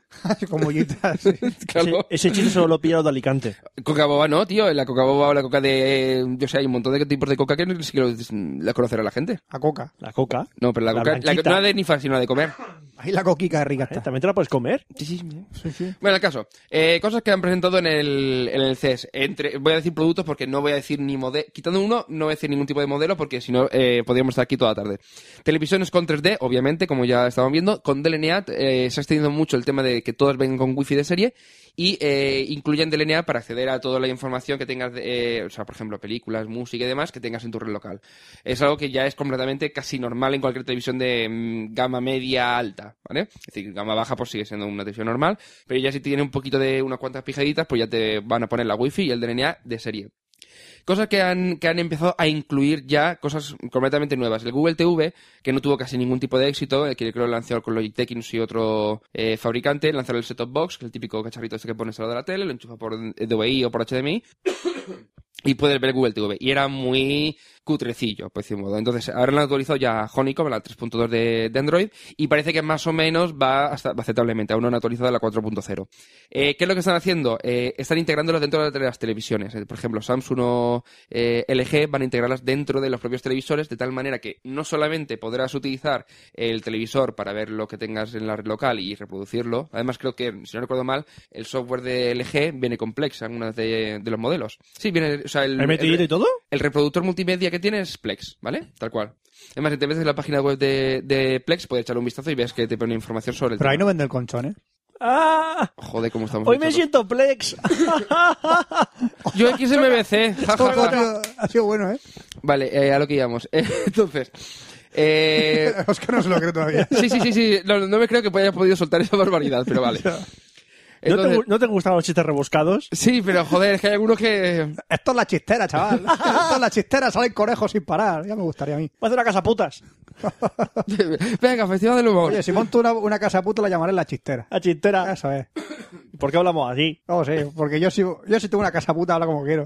Speaker 7: como ollitas. sí.
Speaker 6: Ese,
Speaker 8: Claro.
Speaker 6: ese chiste solo lo he pillado de Alicante.
Speaker 8: Coca boba no, tío. La coca boba o la coca de... Yo sé, hay un montón de tipos de coca que no sé que los- la conocerá la gente.
Speaker 7: A coca.
Speaker 6: La coca. eh,
Speaker 8: No, pero la, coca... La,
Speaker 6: blanquita.
Speaker 8: no la de nifar, sino la de comer.
Speaker 7: Ahí la coquica rica
Speaker 6: ¿Eh?
Speaker 7: está.
Speaker 6: ¿También te la puedes comer?
Speaker 8: Sí, sí, Bueno, el caso. Eh, cosas que han presentado en el, en el CES. Entre, voy a decir productos porque no voy a decir ni modelo. Quitando uno, no voy a decir ningún tipo de modelo porque si no, eh, podríamos estar aquí toda la tarde. Televisiones con 3D, obviamente, como ya estaban viendo. Con DLNA eh, se ha extendido mucho el tema de que todas vengan con wifi de serie y eh, incluyen DLNA para acceder a toda la información que tengas, de, eh, o sea, por ejemplo, películas, música y demás que tengas en tu red local. Es algo que ya es completamente casi normal en cualquier televisión de mm, gama media alta, ¿vale? Es decir, gama baja pues sigue siendo una televisión normal, pero ya si tiene un poquito de unas cuantas pijaditas, pues ya te van a poner la wifi y el DLNA de serie. Cosas que han, que han empezado a incluir ya cosas completamente nuevas. El Google TV, que no tuvo casi ningún tipo de éxito, el que creo que lanzó con Logitech y no sé otro eh, fabricante, lanzaron el set-top box, que es el típico cacharrito este que pones al lado de la tele, lo enchufa por DVI o por HDMI, [COUGHS] y puedes ver Google TV. Y era muy cutrecillo, por decir un modo. Entonces, ahora lo han actualizado ya a Honeycomb, a la 3.2 de, de Android, y parece que más o menos va hasta, va aceptablemente. Aún no han actualizado la 4.0. Eh, ¿Qué es lo que están haciendo? Eh, están integrándolo dentro de las televisiones. Eh, por ejemplo, Samsung o eh, LG van a integrarlas dentro de los propios televisores, de tal manera que no solamente podrás utilizar el televisor para ver lo que tengas en la red local y reproducirlo. Además, creo que, si no recuerdo mal, el software de LG Eh, viene complexa en uno de, de los modelos. Sí, viene, o sea, el,
Speaker 6: ¿Hay metidito
Speaker 8: el-
Speaker 6: y todo?
Speaker 8: el reproductor multimedia que tiene es Plex, ¿vale? Tal cual. Además, si te metes en la página web de, de Plex, puedes echarle un vistazo y ves que te pone información sobre el
Speaker 7: Pero ahí
Speaker 8: tema.
Speaker 7: no vende el conchón, ¿eh?
Speaker 6: ¡Ah!
Speaker 8: Joder, cómo estamos.
Speaker 6: Hoy me
Speaker 8: luchando.
Speaker 6: siento
Speaker 8: [LAUGHS]
Speaker 6: plex.
Speaker 8: Yo XMBC. ja, ja,
Speaker 7: Coco,
Speaker 8: ja.
Speaker 7: tío, ha sido bueno, [LAUGHS] ¿eh?
Speaker 8: Vale, eh, a lo que íbamos. [LAUGHS] Eh, Entonces, eh,
Speaker 7: Oscar no se lo cree todavía.
Speaker 8: sí, sí, sí, sí. No, no me creo que haya podido soltar esa barbaridad, pero vale.
Speaker 6: ¿No, te,
Speaker 8: Entonces-
Speaker 6: gu- no te gustan los chistes rebuscados?
Speaker 8: Sí, pero joder, es que hay algunos que.
Speaker 7: [LAUGHS]
Speaker 8: [LAUGHS]
Speaker 7: Esto es la chistera, [LAUGHS] chaval. Esto es la chistera, salen conejos sin parar. Ya me gustaría a mí.
Speaker 6: Va a hacer una casa putas.
Speaker 8: Venga, festival del humor.
Speaker 7: Oye, si monto una, una casa puta la llamaré la chistera.
Speaker 6: La chistera.
Speaker 7: Eso es.
Speaker 6: ¿Por qué hablamos así?
Speaker 7: No sé, porque yo si, yo si tengo una casa puta, habla como quiero.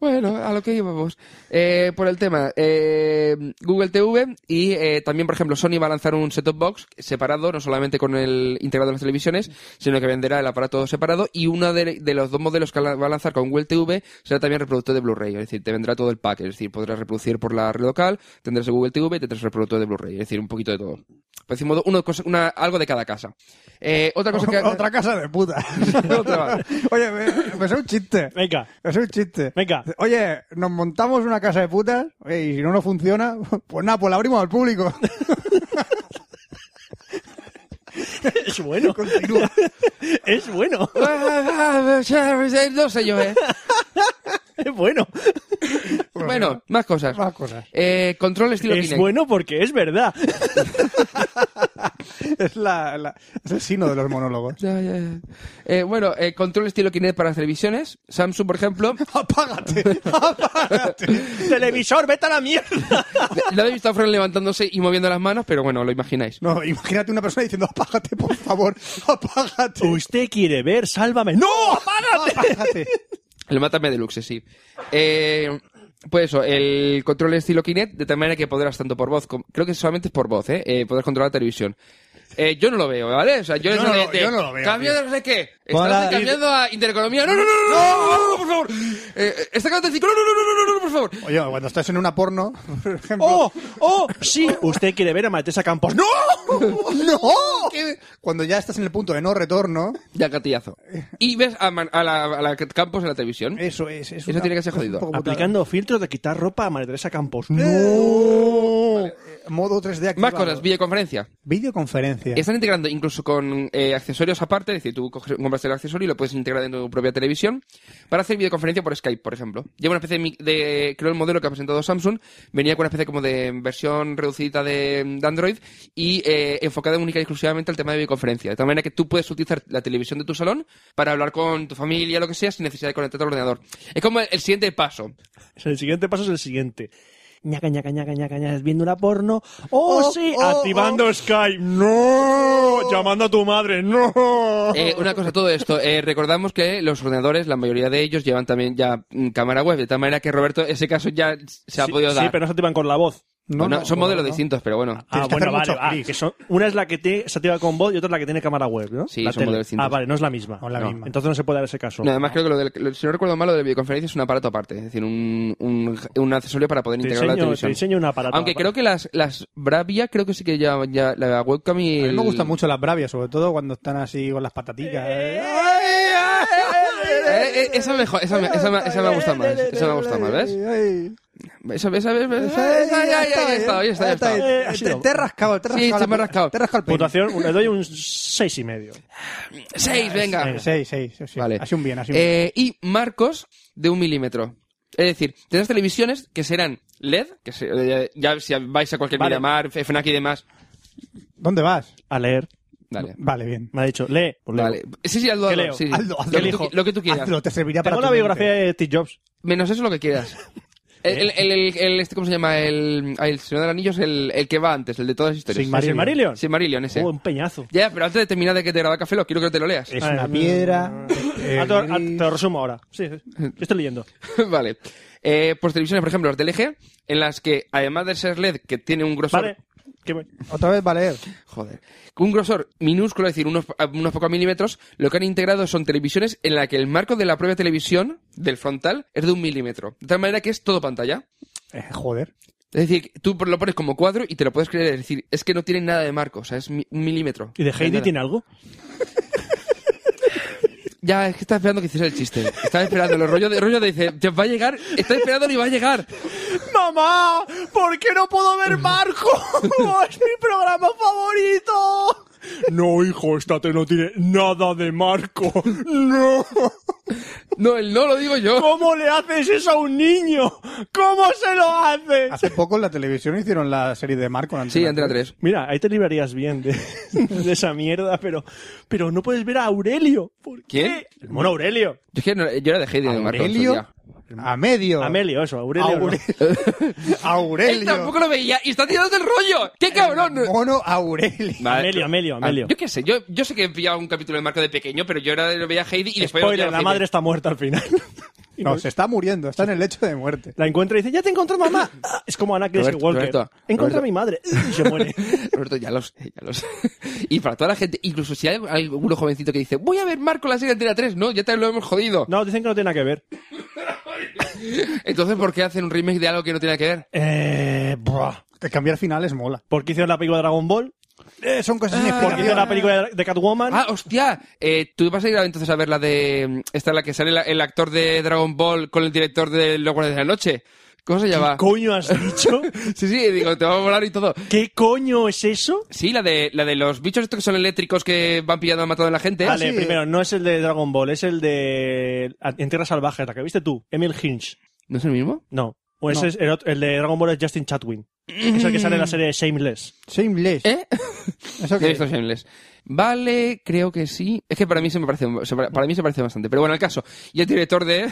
Speaker 8: Bueno, a lo que íbamos. Eh, por el tema, eh, Google TV y eh, también, por ejemplo, Sony va a lanzar un set-top box separado, no solamente con el integrado en las televisiones, sino que venderá el aparato separado y uno de, de los dos modelos que la- va a lanzar con Google TV será también reproductor de Blu-ray, es decir, te vendrá todo el pack, es decir, podrás reproducir por la red local, tendrás el Google TV y tendrás el reproductor de Blu-ray, es decir, un poquito de todo. Por decir modo, uno, cosa- una- algo de cada casa. Eh, otra cosa que... [LAUGHS]
Speaker 7: Otra casa de [LAUGHS] puta.
Speaker 8: Otra vez.
Speaker 7: Oye, me, me suena un chiste.
Speaker 6: Venga.
Speaker 7: Me suena un chiste.
Speaker 6: Venga.
Speaker 7: Oye, nos montamos una casa de putas oye, y si no nos funciona, [LAUGHS] pues nada, pues la abrimos al público. [LAUGHS]
Speaker 6: Es bueno.
Speaker 7: Continúa.
Speaker 6: Es bueno.
Speaker 8: Ah, no sé yo, eh.
Speaker 6: Es bueno.
Speaker 8: Bueno, más cosas.
Speaker 7: Más cosas.
Speaker 8: Eh, control estilo
Speaker 6: Es
Speaker 8: Kinect.
Speaker 6: bueno porque es verdad.
Speaker 7: Es, la, la- es el sino de los monólogos.
Speaker 8: Ya, ya, ya. Eh, bueno, eh, control estilo Kinect para las televisiones. Samsung, por ejemplo. [LAUGHS]
Speaker 7: ¡Apágate! ¡Apágate!
Speaker 6: Televisor, vete a la mierda.
Speaker 8: no habéis visto a Fran levantándose y moviendo las manos, pero bueno, lo imagináis.
Speaker 7: No, imagínate una persona diciendo, apágate, por favor, apágate.
Speaker 6: Usted quiere ver, sálvame. ¡No!
Speaker 7: apágate.
Speaker 8: El Mátame Deluxe, sí. Eh, pues eso, el control estilo Kinect, de tal manera que podrás tanto por voz, como- creo que solamente es por voz, ¿eh? Eh, podrás controlar la televisión. Eh, yo no lo veo, ¿vale? O sea, yo,
Speaker 7: Yo
Speaker 8: eso
Speaker 7: no
Speaker 8: de-
Speaker 7: lo-
Speaker 8: de-
Speaker 7: yo no lo veo,
Speaker 8: Cambio de
Speaker 7: tío.
Speaker 8: no sé qué.
Speaker 7: Pon
Speaker 8: Estás
Speaker 7: la-
Speaker 8: cambiando a Intereconomía. ¡No, no, no, no! no, por favor! Eh, está cambiando el ciclo. ¡No, no, no, no, no, no, por favor!
Speaker 7: Oye, cuando estás en una porno, [LAUGHS] por ejemplo...
Speaker 6: ¡Oh! ¡Oh! Sí, usted quiere ver a Matesa Campos. ¡No!
Speaker 8: ¡Oh!
Speaker 7: [LAUGHS] ¡No! Cuando ya estás en el punto de no retorno,
Speaker 8: Ya, gatillazo. Y ves a, Man- a la, a la Campos en la televisión.
Speaker 7: eso es. es
Speaker 8: Eso tiene que ser jodido.
Speaker 7: un poco putada.
Speaker 6: Aplicando filtros de quitar ropa a María Teresa Campos.
Speaker 7: Eh. ¡No! eh, Modo 3D activado.
Speaker 8: Más cosas, videoconferencia.
Speaker 7: Videoconferencia.
Speaker 8: Están integrando incluso con eh, accesorios aparte, es decir, tú coges- compras el accesorio y lo puedes integrar en tu propia televisión para hacer videoconferencia por Skype, por ejemplo. Lleva una especie de, mi- de- creo el modelo que ha presentado Samsung, venía con una especie como de versión reducida de, de Android y eh, enfocada única y exclusivamente al tema de videoconferencia. De tal manera que tú puedes utilizar la televisión de tu salón para hablar con tu familia, lo que sea, sin necesidad de conectarte al ordenador. Es como el, el siguiente paso.
Speaker 6: El siguiente paso es el siguiente. Ñaca, ñaca, ñaca, ñaca, ñaca, viendo una porno. ¡Oh,
Speaker 7: Oh,
Speaker 6: sí!
Speaker 7: oh,
Speaker 6: Activando Skype. ¡No! Llamando a tu madre. ¡No!
Speaker 8: Eh, una cosa, todo esto. eh, recordamos que los ordenadores, la mayoría de ellos, llevan también ya mm, cámara web, de tal manera que Roberto, ese caso ya se ha
Speaker 6: sí,
Speaker 8: podido
Speaker 6: sí,
Speaker 8: dar.
Speaker 6: pero no se activan con la voz.
Speaker 7: No,
Speaker 8: Bueno,
Speaker 7: no,
Speaker 8: son
Speaker 7: no,
Speaker 8: modelos
Speaker 7: no.
Speaker 8: distintos, pero bueno.
Speaker 6: Ah,
Speaker 7: Tienes que
Speaker 6: bueno,
Speaker 7: hacer
Speaker 6: vale.
Speaker 7: muchos
Speaker 6: ah,
Speaker 7: clics.
Speaker 6: que son, una es la que te- se activa con voz y otra es la que tiene cámara web, ¿no?
Speaker 8: Sí,
Speaker 6: La
Speaker 8: son
Speaker 6: tele.
Speaker 8: modelos distintos.
Speaker 6: Ah, vale, no es la misma.
Speaker 7: No es la
Speaker 6: No.
Speaker 7: misma.
Speaker 6: Entonces no se puede dar ese caso.
Speaker 8: No, además creo que lo del, lo- si no recuerdo mal, lo de la videoconferencia es un aparato aparte, es decir, un, un, un accesorio para poder
Speaker 6: Te
Speaker 8: integrar la
Speaker 6: enseño-
Speaker 8: televisión.
Speaker 6: te enseño un aparato.
Speaker 8: Aunque creo que las, las Bravia, creo que sí que ya, ya la webcam y...
Speaker 7: A mí me
Speaker 8: el-
Speaker 7: gustan mucho las bravias, sobre todo cuando están así con las pataticas.
Speaker 8: Eh, eh, esa, me, jo- esa, me, esa, me, esa me ha gustado más, esa me ha gustado más, ¿ves?
Speaker 7: Ay,
Speaker 8: Esa, esa, esa, esa- esa- ya, ya, ya está, ya está, ya está.
Speaker 6: Eh, ha
Speaker 7: Te-
Speaker 6: sido-
Speaker 7: Te he rascado, te he
Speaker 8: Sí,
Speaker 7: rascado.
Speaker 8: se
Speaker 7: la
Speaker 8: me ha
Speaker 7: pu-
Speaker 8: rascado.
Speaker 7: Te he rascado el pene.
Speaker 6: Puntuación, le doy un seis y medio.
Speaker 8: Seis, venga.
Speaker 7: Sí, sí, sí, sí.
Speaker 8: Vale.
Speaker 7: Así un bien, así un bien.
Speaker 8: Eh, y marcos de un milímetro. Es decir, tendrás televisiones que serán LED, que se- eh, ya, ya si vais a cualquier
Speaker 6: Vale.
Speaker 8: Miramar, FNAC y demás.
Speaker 7: ¿Dónde vas?
Speaker 6: A leer.
Speaker 8: Dale.
Speaker 7: Vale, bien.
Speaker 6: Me ha dicho, lee. Pues leo.
Speaker 8: Vale. Sí, sí, hazlo.
Speaker 6: ¿Qué
Speaker 8: hazlo,
Speaker 6: leo?
Speaker 8: sí, sí.
Speaker 7: Hazlo,
Speaker 8: Lo, que
Speaker 7: hazlo.
Speaker 8: tú,
Speaker 6: Elijo.
Speaker 8: qui- lo que tú quieras.
Speaker 7: Hazlo, te servirá para
Speaker 6: Tengo
Speaker 7: tu
Speaker 6: la biografía
Speaker 7: mente.
Speaker 6: de Steve Jobs.
Speaker 8: Menos eso, lo que quieras. El, el, el, el- el- este, ¿Cómo se llama? El, ay, el Señor del Anillo es el, el que va antes, el de todas las historias.
Speaker 6: ¿Es el Marillion?
Speaker 8: Silmarillion, ese.
Speaker 6: Oh, un peñazo.
Speaker 8: Ya, pero antes de terminar de que te graba café, lo quiero que te lo leas.
Speaker 7: Es
Speaker 6: Ah,
Speaker 7: una
Speaker 6: eh,
Speaker 7: piedra. eh,
Speaker 6: Ah, te, ah,
Speaker 7: gris.
Speaker 6: te lo resumo ahora. Sí, sí. estoy leyendo.
Speaker 8: [LAUGHS] vale. Eh, pues televisiones, por ejemplo, las de LG, en las que además de ser LED, que tiene un grosor
Speaker 6: Vale. que me-
Speaker 7: Otra vez va a leer.
Speaker 8: Joder. Con un grosor minúsculo, es decir, unos, a- unos pocos milímetros, lo que han integrado son televisiones en la que el marco de la propia televisión, del frontal, es de un milímetro. De tal manera que es todo pantalla.
Speaker 7: Eh, joder.
Speaker 8: Es decir, tú lo pones como cuadro y te lo puedes creer. Es decir, es que no tiene nada de marco, o sea, es mi- un milímetro.
Speaker 6: ¿Y de
Speaker 8: No hay
Speaker 6: Heidi
Speaker 8: nada.
Speaker 6: tiene algo?
Speaker 8: Ya, es que estaba esperando que hiciese el chiste. Estaba esperando, el rollo de, rollo de dice, "Te va a llegar, está esperando y va a llegar.
Speaker 6: ¡Mamá! ¿Por qué no puedo ver Marco? [LAUGHS] ¡Es mi programa favorito!
Speaker 1: No, hijo, esta te no tiene nada de marco. No.
Speaker 2: No, el no lo digo yo.
Speaker 6: ¿Cómo le haces eso a un niño? ¿Cómo se lo haces?
Speaker 7: Hace poco en la televisión hicieron la serie de Marco. en
Speaker 2: Sí,
Speaker 7: Antena
Speaker 2: Antena
Speaker 7: tres.
Speaker 2: 3.
Speaker 6: Mira, ahí te librarías bien de, de esa mierda, pero, pero no puedes ver a Aurelio. ¿Por
Speaker 2: ¿Quién?
Speaker 6: qué? El mono Aurelio.
Speaker 2: Yo, es que no- yo era de Heidi de Marco. en su
Speaker 7: Aurelio.
Speaker 2: día.
Speaker 7: A medio.
Speaker 6: Amelio, eso, Aurelio. ¿no?
Speaker 2: Él
Speaker 7: [LAUGHS] Aurelio.
Speaker 2: tampoco lo veía y está tirando del rollo. ¡Qué cabrón!
Speaker 7: Mono Aurelio.
Speaker 2: Vale.
Speaker 6: Amelio, Amelio, Amelio.
Speaker 2: Eh, Yo qué sé, yo, yo sé que pillaba un capítulo de Marco de pequeño, pero yo era, lo veía a Heidi y después...
Speaker 6: Spoiler,
Speaker 2: lo
Speaker 6: la madre está muerta al final. Y
Speaker 7: No,
Speaker 6: no-
Speaker 7: se está muriendo, está en el lecho de muerte.
Speaker 6: La encuentra y dice, ya te encontré mamá.
Speaker 2: [LAUGHS]
Speaker 6: Ah, Es como Ana Walker.
Speaker 2: Roberto, Roberto, Roberto.
Speaker 6: encuentra a mi madre. Y se muere.
Speaker 2: [LAUGHS] Roberto, ya los, ya los. [LAUGHS] Y para toda la gente, incluso si hay alguno jovencito que dice, voy a ver Marco la serie de Antena 3, no, ya te lo hemos jodido.
Speaker 6: No, dicen que no tiene nada que ver.
Speaker 2: Entonces, ¿por qué hacen un remake de algo que no tiene que ver?
Speaker 6: Eh, buah.
Speaker 7: Que cambiar finales mola.
Speaker 6: ¿Por qué hicieron la película de Dragon Ball?
Speaker 7: Eh, son cosas
Speaker 6: ¿Por qué hicieron la
Speaker 7: inexplicables.
Speaker 6: película de- de Catwoman?
Speaker 2: Ah, hostia, eh, tú vas a ir a- entonces a ver la de... mm, Esta es la que sale la- el actor de Dragon Ball con el director de Los Guardias de la Noche. ¿Cómo se llama?
Speaker 6: ¿Qué coño has dicho?
Speaker 2: Sí, sí, digo, te va a volar y todo.
Speaker 6: ¿Qué coño es eso?
Speaker 2: Sí, la de, la de los bichos estos que son eléctricos que van pillando a matado a la gente.
Speaker 6: Vale,
Speaker 7: sí.
Speaker 6: primero, no es el de Dragon Ball, es el de En Tierra Salvaje, la que viste tú, Emil Hinch.
Speaker 2: ¿No es el mismo?
Speaker 6: No. O ese es el, otro- el de Dragon Ball es Justin Chatwin. Es el que sale en la serie Shameless.
Speaker 7: Shameless.
Speaker 2: ¿Eh?
Speaker 7: [LAUGHS] Eso
Speaker 2: No he
Speaker 7: que
Speaker 2: visto Shameless. Vale, creo que sí. Es que para mí se me parece, se- para mí se parece bastante. Pero bueno, el caso. Y el director de...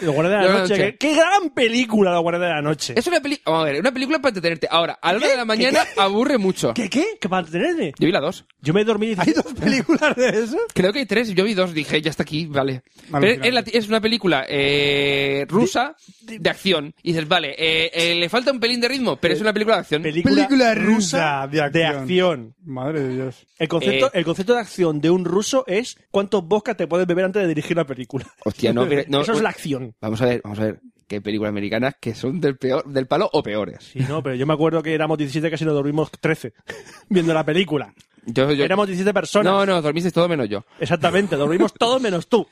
Speaker 6: El Guardia de la Noche. que- ¡Qué gran película, La Guardia de la Noche!
Speaker 2: Es una película... A ver, una película para entretenerte. Ahora, a la hora de [LAUGHS] la mañana aburre mucho.
Speaker 6: ¿Qué, qué? ¿Qué para tenerle?
Speaker 2: Yo vi la dos.
Speaker 6: Yo me dormí
Speaker 7: ¿Hay
Speaker 6: 17
Speaker 7: dos películas de eso?
Speaker 2: Creo que hay tres, yo vi dos, dije, ya está aquí, vale.
Speaker 7: Vale,
Speaker 2: Pero Eh, es,
Speaker 7: claro.
Speaker 2: la- es una película eh, rusa de, acción. Y dices, vale, eh, eh, le falta un pelín de ritmo, pero es una película de acción.
Speaker 6: película,
Speaker 7: Película rusa
Speaker 6: rusa
Speaker 7: de acción.
Speaker 6: acción.
Speaker 7: Madre de Dios.
Speaker 6: El concepto,
Speaker 2: Eh.
Speaker 6: el concepto de acción de un ruso es cuántos vodka te puedes beber antes de dirigir la película.
Speaker 2: Hostia, no, pero- no, [LAUGHS]
Speaker 6: Eso es
Speaker 2: bueno.
Speaker 6: la acción.
Speaker 2: Vamos a ver, vamos a ver. ¿Qué películas americanas que son del peor, del palo o peores?
Speaker 6: Sí, no, pero yo me acuerdo que éramos 17 casi nos dormimos 13 [LAUGHS] viendo la película.
Speaker 2: Yo, yo-
Speaker 6: Éramos 17 personas.
Speaker 2: no, no, dormiste todo menos yo.
Speaker 6: Exactamente, dormimos todos menos tú.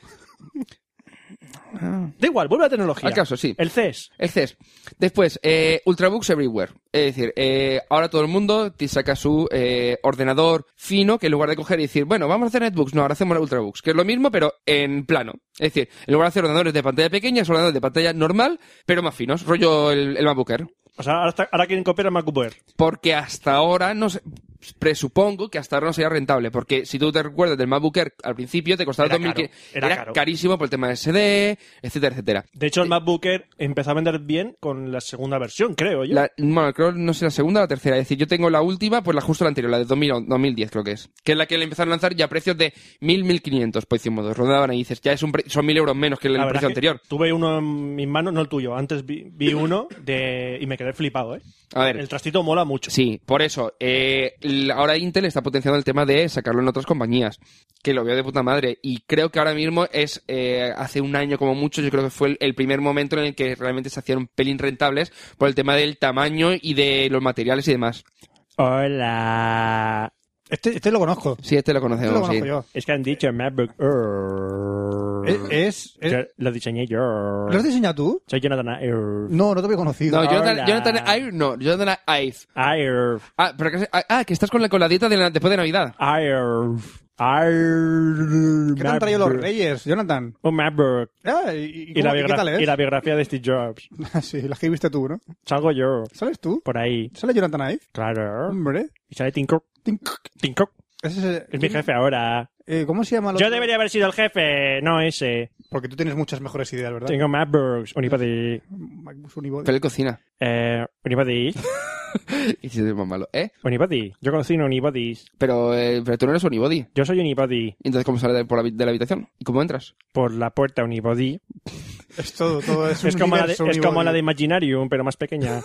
Speaker 7: Ah.
Speaker 6: Da igual, vuelve a la tecnología.
Speaker 2: Al caso, sí.
Speaker 6: El E CES.
Speaker 2: El CES. Después, eh, Ultrabooks Everywhere. Es decir, eh, ahora todo el mundo te saca su eh, ordenador fino que en lugar de coger y decir, bueno, vamos a hacer netbooks, no, ahora hacemos Ultrabooks, que es lo mismo, pero en plano. Es decir, en lugar de hacer ordenadores de pantalla pequeña, es ordenadores de pantalla normal, pero más finos, rollo el, el MacBook Air.
Speaker 6: O sea, ahora, está- ahora quieren copiar el MacBook Air.
Speaker 2: Porque hasta ahora no se- presupongo que hasta ahora no sería rentable, porque si tú te recuerdas del MacBook Air al principio te costaba
Speaker 6: Era
Speaker 2: 2000
Speaker 6: caro, era caro.
Speaker 2: carísimo por el tema de SD, etcétera, etcétera.
Speaker 6: De hecho, el MacBook Air empezó a vender bien con la segunda versión, creo yo.
Speaker 2: La, bueno, creo no sé la segunda o la tercera. Es decir, yo tengo la última, pues la justo la anterior, la de 2000, 2010 creo que es. Que es la que le empezaron a lanzar ya a precios de 1.000, 1.500, por decir modo. Rodaban y dices, ya es un pre- son 1.000 euros menos que el
Speaker 6: La verdad
Speaker 2: precio
Speaker 6: es que
Speaker 2: anterior.
Speaker 6: Tuve uno en mis manos, no el tuyo. Antes vi,
Speaker 2: [LAUGHS]
Speaker 6: vi uno de, y me quedé flipado, ¿eh?
Speaker 2: A ver.
Speaker 6: El trastito mola mucho.
Speaker 2: Sí, por eso. eh, la- ahora Intel está potenciando el tema de sacarlo en otras compañías, que lo veo de puta madre. Y creo que ahora mismo es, eh, hace un año como mucho, yo creo que fue el, el primer momento en el que realmente se hacían un pelín rentables por el tema del tamaño y de los materiales y demás.
Speaker 6: Hola.
Speaker 7: Este, este lo conozco.
Speaker 2: Sí, este lo
Speaker 7: Este lo
Speaker 2: conocemos.
Speaker 7: conozco
Speaker 2: sí.
Speaker 7: yo.
Speaker 6: Es que han dicho MacBook Air.
Speaker 7: Eh, Es, es-
Speaker 6: Yo Lo diseñé yo.
Speaker 7: ¿Lo has diseñado tú?
Speaker 6: Soy Jonathan Air.
Speaker 7: No, no te había conocido.
Speaker 2: No, Jonathan,
Speaker 6: Hola.
Speaker 2: Jonathan Ive, no, Jonathan Ive.
Speaker 6: Air.
Speaker 2: Ah, pero que, ah, ah, que estás con la, con la dieta de la- después de Navidad.
Speaker 6: Air. Air.
Speaker 7: ¿Qué te han traído los reyes, Jonathan?
Speaker 6: Un MacBook.
Speaker 7: Ah, ¿y, y
Speaker 6: Y la,
Speaker 7: cómo- y qué
Speaker 6: biogra-
Speaker 7: tal es?
Speaker 6: y la biografía de Steve Jobs.
Speaker 7: [LAUGHS] sí, las que viste tú, ¿no?
Speaker 6: Salgo yo.
Speaker 7: ¿Sales tú?
Speaker 6: Por ahí.
Speaker 7: ¿Sale Jonathan Ive?
Speaker 6: Claro.
Speaker 7: Hombre.
Speaker 6: Y sale Tim Cook.
Speaker 7: Tim Cook.
Speaker 6: Tim Cook
Speaker 7: Ese es, el-
Speaker 6: es mi jefe ahora.
Speaker 7: Eh, ¿Cómo se llama? el
Speaker 6: Yo
Speaker 7: otro?
Speaker 6: debería haber sido el jefe, no ese.
Speaker 7: Porque tú tienes muchas mejores ideas, ¿verdad?
Speaker 6: Tengo MacBooks, Unibody,
Speaker 7: MacBooks Unibody.
Speaker 2: Pero él cocina.
Speaker 6: eh, Unibody,
Speaker 2: Y se más malo. ¿Eh?
Speaker 6: Unibody. Yo conocí en Unibodies.
Speaker 2: Pero, eh, pero tú no eres unibody.
Speaker 6: Yo soy Unibody
Speaker 2: Entonces, ¿cómo sales de, por la, habi- de la habitación? ¿Y cómo entras?
Speaker 6: por la puerta Unibody.
Speaker 7: Es todo, todo es, un
Speaker 6: Es como, la de,
Speaker 7: universo
Speaker 6: es como
Speaker 7: Unibody.
Speaker 6: la de Imaginarium, pero
Speaker 2: [LAUGHS]
Speaker 6: más pequeña.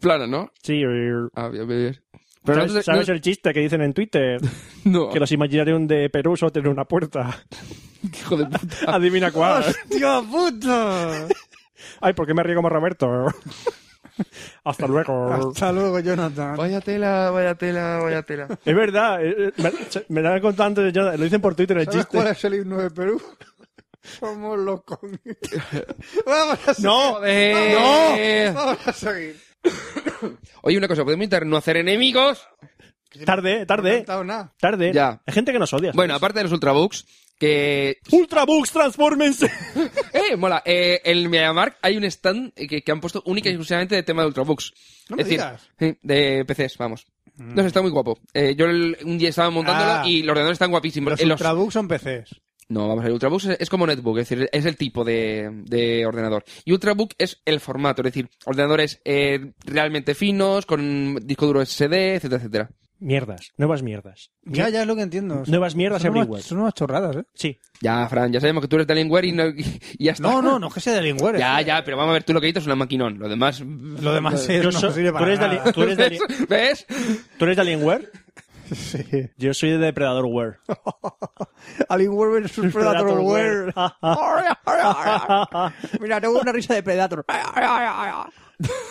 Speaker 2: Plano, ¿no?
Speaker 6: Sí. er.
Speaker 2: Ah, bien, bien, bien. Pero no
Speaker 6: ¿Sabes,
Speaker 2: te-
Speaker 6: sabes
Speaker 2: no-
Speaker 6: el chiste que dicen en Twitter?
Speaker 2: [LAUGHS] no,
Speaker 6: Que los Imaginarium de Perú solo tienen una puerta.
Speaker 2: hijo de puta.
Speaker 6: Adivina cuál.
Speaker 7: ¡Hostia puta!
Speaker 6: Ay, ¿por qué me río
Speaker 2: [LAUGHS]
Speaker 6: como Roberto? Hasta luego.
Speaker 7: Hasta luego, Jonathan.
Speaker 2: [LAUGHS] Vaya tela, vaya tela, vaya tela.
Speaker 6: Es verdad, eh, eh, me, se- me lo han contado antes, yo- lo dicen por Twitter el
Speaker 7: ¿Sabes
Speaker 6: chiste.
Speaker 7: cuál es el himno de [LAUGHS] Perú? Somos los [LAUGHS] con... Vamos a seguir.
Speaker 6: No,
Speaker 2: ¡Eh!
Speaker 7: Vamos a seguir.
Speaker 2: Oye, una cosa, ¿podemos intentar no hacer enemigos?
Speaker 6: Tarde,
Speaker 7: No he
Speaker 6: tarde,
Speaker 7: cantado nada.
Speaker 6: tarde.
Speaker 2: Ya.
Speaker 6: Hay gente que nos odia. ¿sabes?
Speaker 2: Bueno, aparte de los ultrabooks,
Speaker 8: que
Speaker 6: Ultrabooks, transformense.
Speaker 8: Eh, mola. Eh, en Mediamarkt hay un stand que, que han puesto única y exclusivamente de tema de Ultrabooks.
Speaker 7: No
Speaker 8: es
Speaker 7: me
Speaker 8: decir,
Speaker 7: digas.
Speaker 8: sí, de PCs, vamos. No
Speaker 2: Mm.
Speaker 8: sé, está muy guapo. Eh, yo el- [LAUGHS] un día estaba montándolo
Speaker 7: Ah.
Speaker 8: y los ordenadores están guapísimos.
Speaker 7: Los
Speaker 8: Eh, los-
Speaker 7: Ultrabooks son PCs.
Speaker 8: No, vamos a ver, Ultrabook es, es como netbook, es decir, es el tipo de, de ordenador. Y Ultrabook es el formato, es decir, ordenadores eh, realmente finos, con disco duro SD, etcétera, etcétera.
Speaker 6: Mierdas, nuevas mierdas.
Speaker 7: Ya, ya es lo que entiendo.
Speaker 6: Nuevas mierdas
Speaker 7: son unas,
Speaker 6: everywhere.
Speaker 7: son unas chorradas, ¿eh?
Speaker 8: [LAUGHS]
Speaker 6: Sí.
Speaker 8: Ya, Fran, ya sabemos que tú eres de Alienware y, no, [LAUGHS] y ya
Speaker 7: [LAUGHS]
Speaker 8: está.
Speaker 7: No, no, no es que sea de lingüeres.
Speaker 8: Ya, ya, pero vamos a ver, tú lo que dices es una maquinón. Lo demás...
Speaker 7: Lo demás es,
Speaker 6: Yo
Speaker 7: no
Speaker 6: so-
Speaker 7: sirve
Speaker 6: tú
Speaker 7: para
Speaker 6: eres de Ali-
Speaker 7: nada.
Speaker 6: tú eres de
Speaker 7: [LAUGHS]
Speaker 6: Ali-
Speaker 8: ¿Ves? [LAUGHS]
Speaker 6: ¿Tú eres de Alienware?
Speaker 7: Sí.
Speaker 6: Yo soy de Depredatorware.
Speaker 7: Alienware versus Predatorware. [LAUGHS]
Speaker 6: Predatorware.
Speaker 7: Mira, tengo una risa de Predator.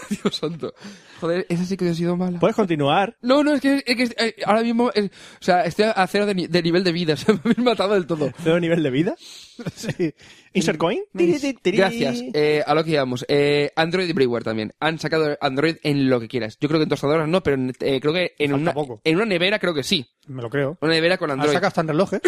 Speaker 8: Dios santo. Joder, esa sí que ha sido mala.
Speaker 6: Puedes continuar.
Speaker 8: No, no, es que, es que, eh, ahora mismo, eh, o sea, estoy a cero de, ni- de nivel de vida, [LAUGHS] o sea, me habéis matado del todo.
Speaker 6: ¿Cero nivel de vida?
Speaker 7: Sí.
Speaker 6: [LAUGHS] ¿Insert coin?
Speaker 8: Gracias. Eh, a lo que íbamos. Eh, Android Everywhere también. Han sacado Android en lo que quieras. Yo creo que en tostadoras no, pero en- eh, creo que en
Speaker 7: Falta
Speaker 8: una,
Speaker 7: poco.
Speaker 8: en una nevera creo que sí.
Speaker 7: Me lo creo.
Speaker 8: Una nevera con
Speaker 7: ¿Has
Speaker 8: Android.
Speaker 7: sacado hasta
Speaker 8: [COUGHS]
Speaker 7: en relojes?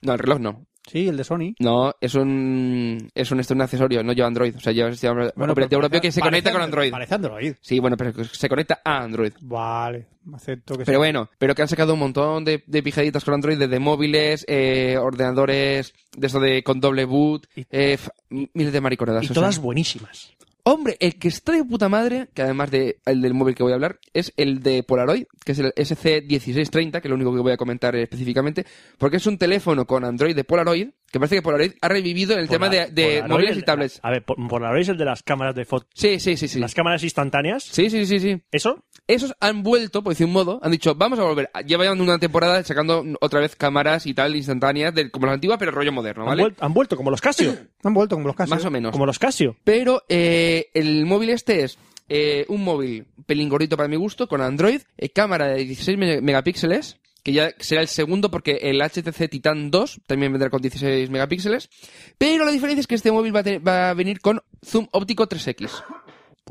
Speaker 8: No, el reloj no.
Speaker 7: Sí, el de Sony.
Speaker 8: No, es un, es un, esto, un accesorio, no lleva Android. O sea, lleva sistema operativo propio este que se conecta con Android.
Speaker 7: Parece Android.
Speaker 8: Sí, bueno, pero se conecta a Android.
Speaker 7: Vale, acepto que
Speaker 8: Pero
Speaker 7: sí.
Speaker 8: bueno, pero que han sacado un montón de, de pijaditas con Android, desde móviles, eh, ordenadores, de eso de con doble boot, eh, f- miles de mariconadas.
Speaker 6: Y
Speaker 8: o sea.
Speaker 6: todas buenísimas.
Speaker 8: Hombre, el que está de puta madre, que además de el del móvil que voy a hablar, es el de Polaroid, que es el SC1630, que es lo único que voy a comentar eh, específicamente, porque es un teléfono con Android de Polaroid, que parece que Polaroid ha revivido el tema de, de
Speaker 6: Polaroid
Speaker 8: móviles
Speaker 6: el-
Speaker 8: y tablets.
Speaker 6: A ver, por- Polaroid es el de las cámaras de fotos.
Speaker 8: Sí, sí, sí, sí.
Speaker 6: Las cámaras instantáneas.
Speaker 8: Sí, sí, sí, sí.
Speaker 6: ¿Eso?
Speaker 8: Esos han vuelto, por decir un modo, han dicho, vamos a volver. Llevan una temporada sacando otra vez cámaras y tal instantáneas, del- como las antiguas, pero rollo moderno,
Speaker 6: Han,
Speaker 8: ¿vale?
Speaker 6: vuel- han vuelto como los Casio.
Speaker 7: Han vuelto con los casos.
Speaker 8: Más o menos.
Speaker 6: como los Casio.
Speaker 8: Pero eh, el móvil este es eh, un móvil pelín gordito para mi gusto, con Android, eh, cámara de 16 me- megapíxeles, que ya será el segundo porque el HTC Titan 2 también vendrá con 16 megapíxeles. Pero la diferencia es que este móvil va a, tener- va a venir con zoom óptico 3X.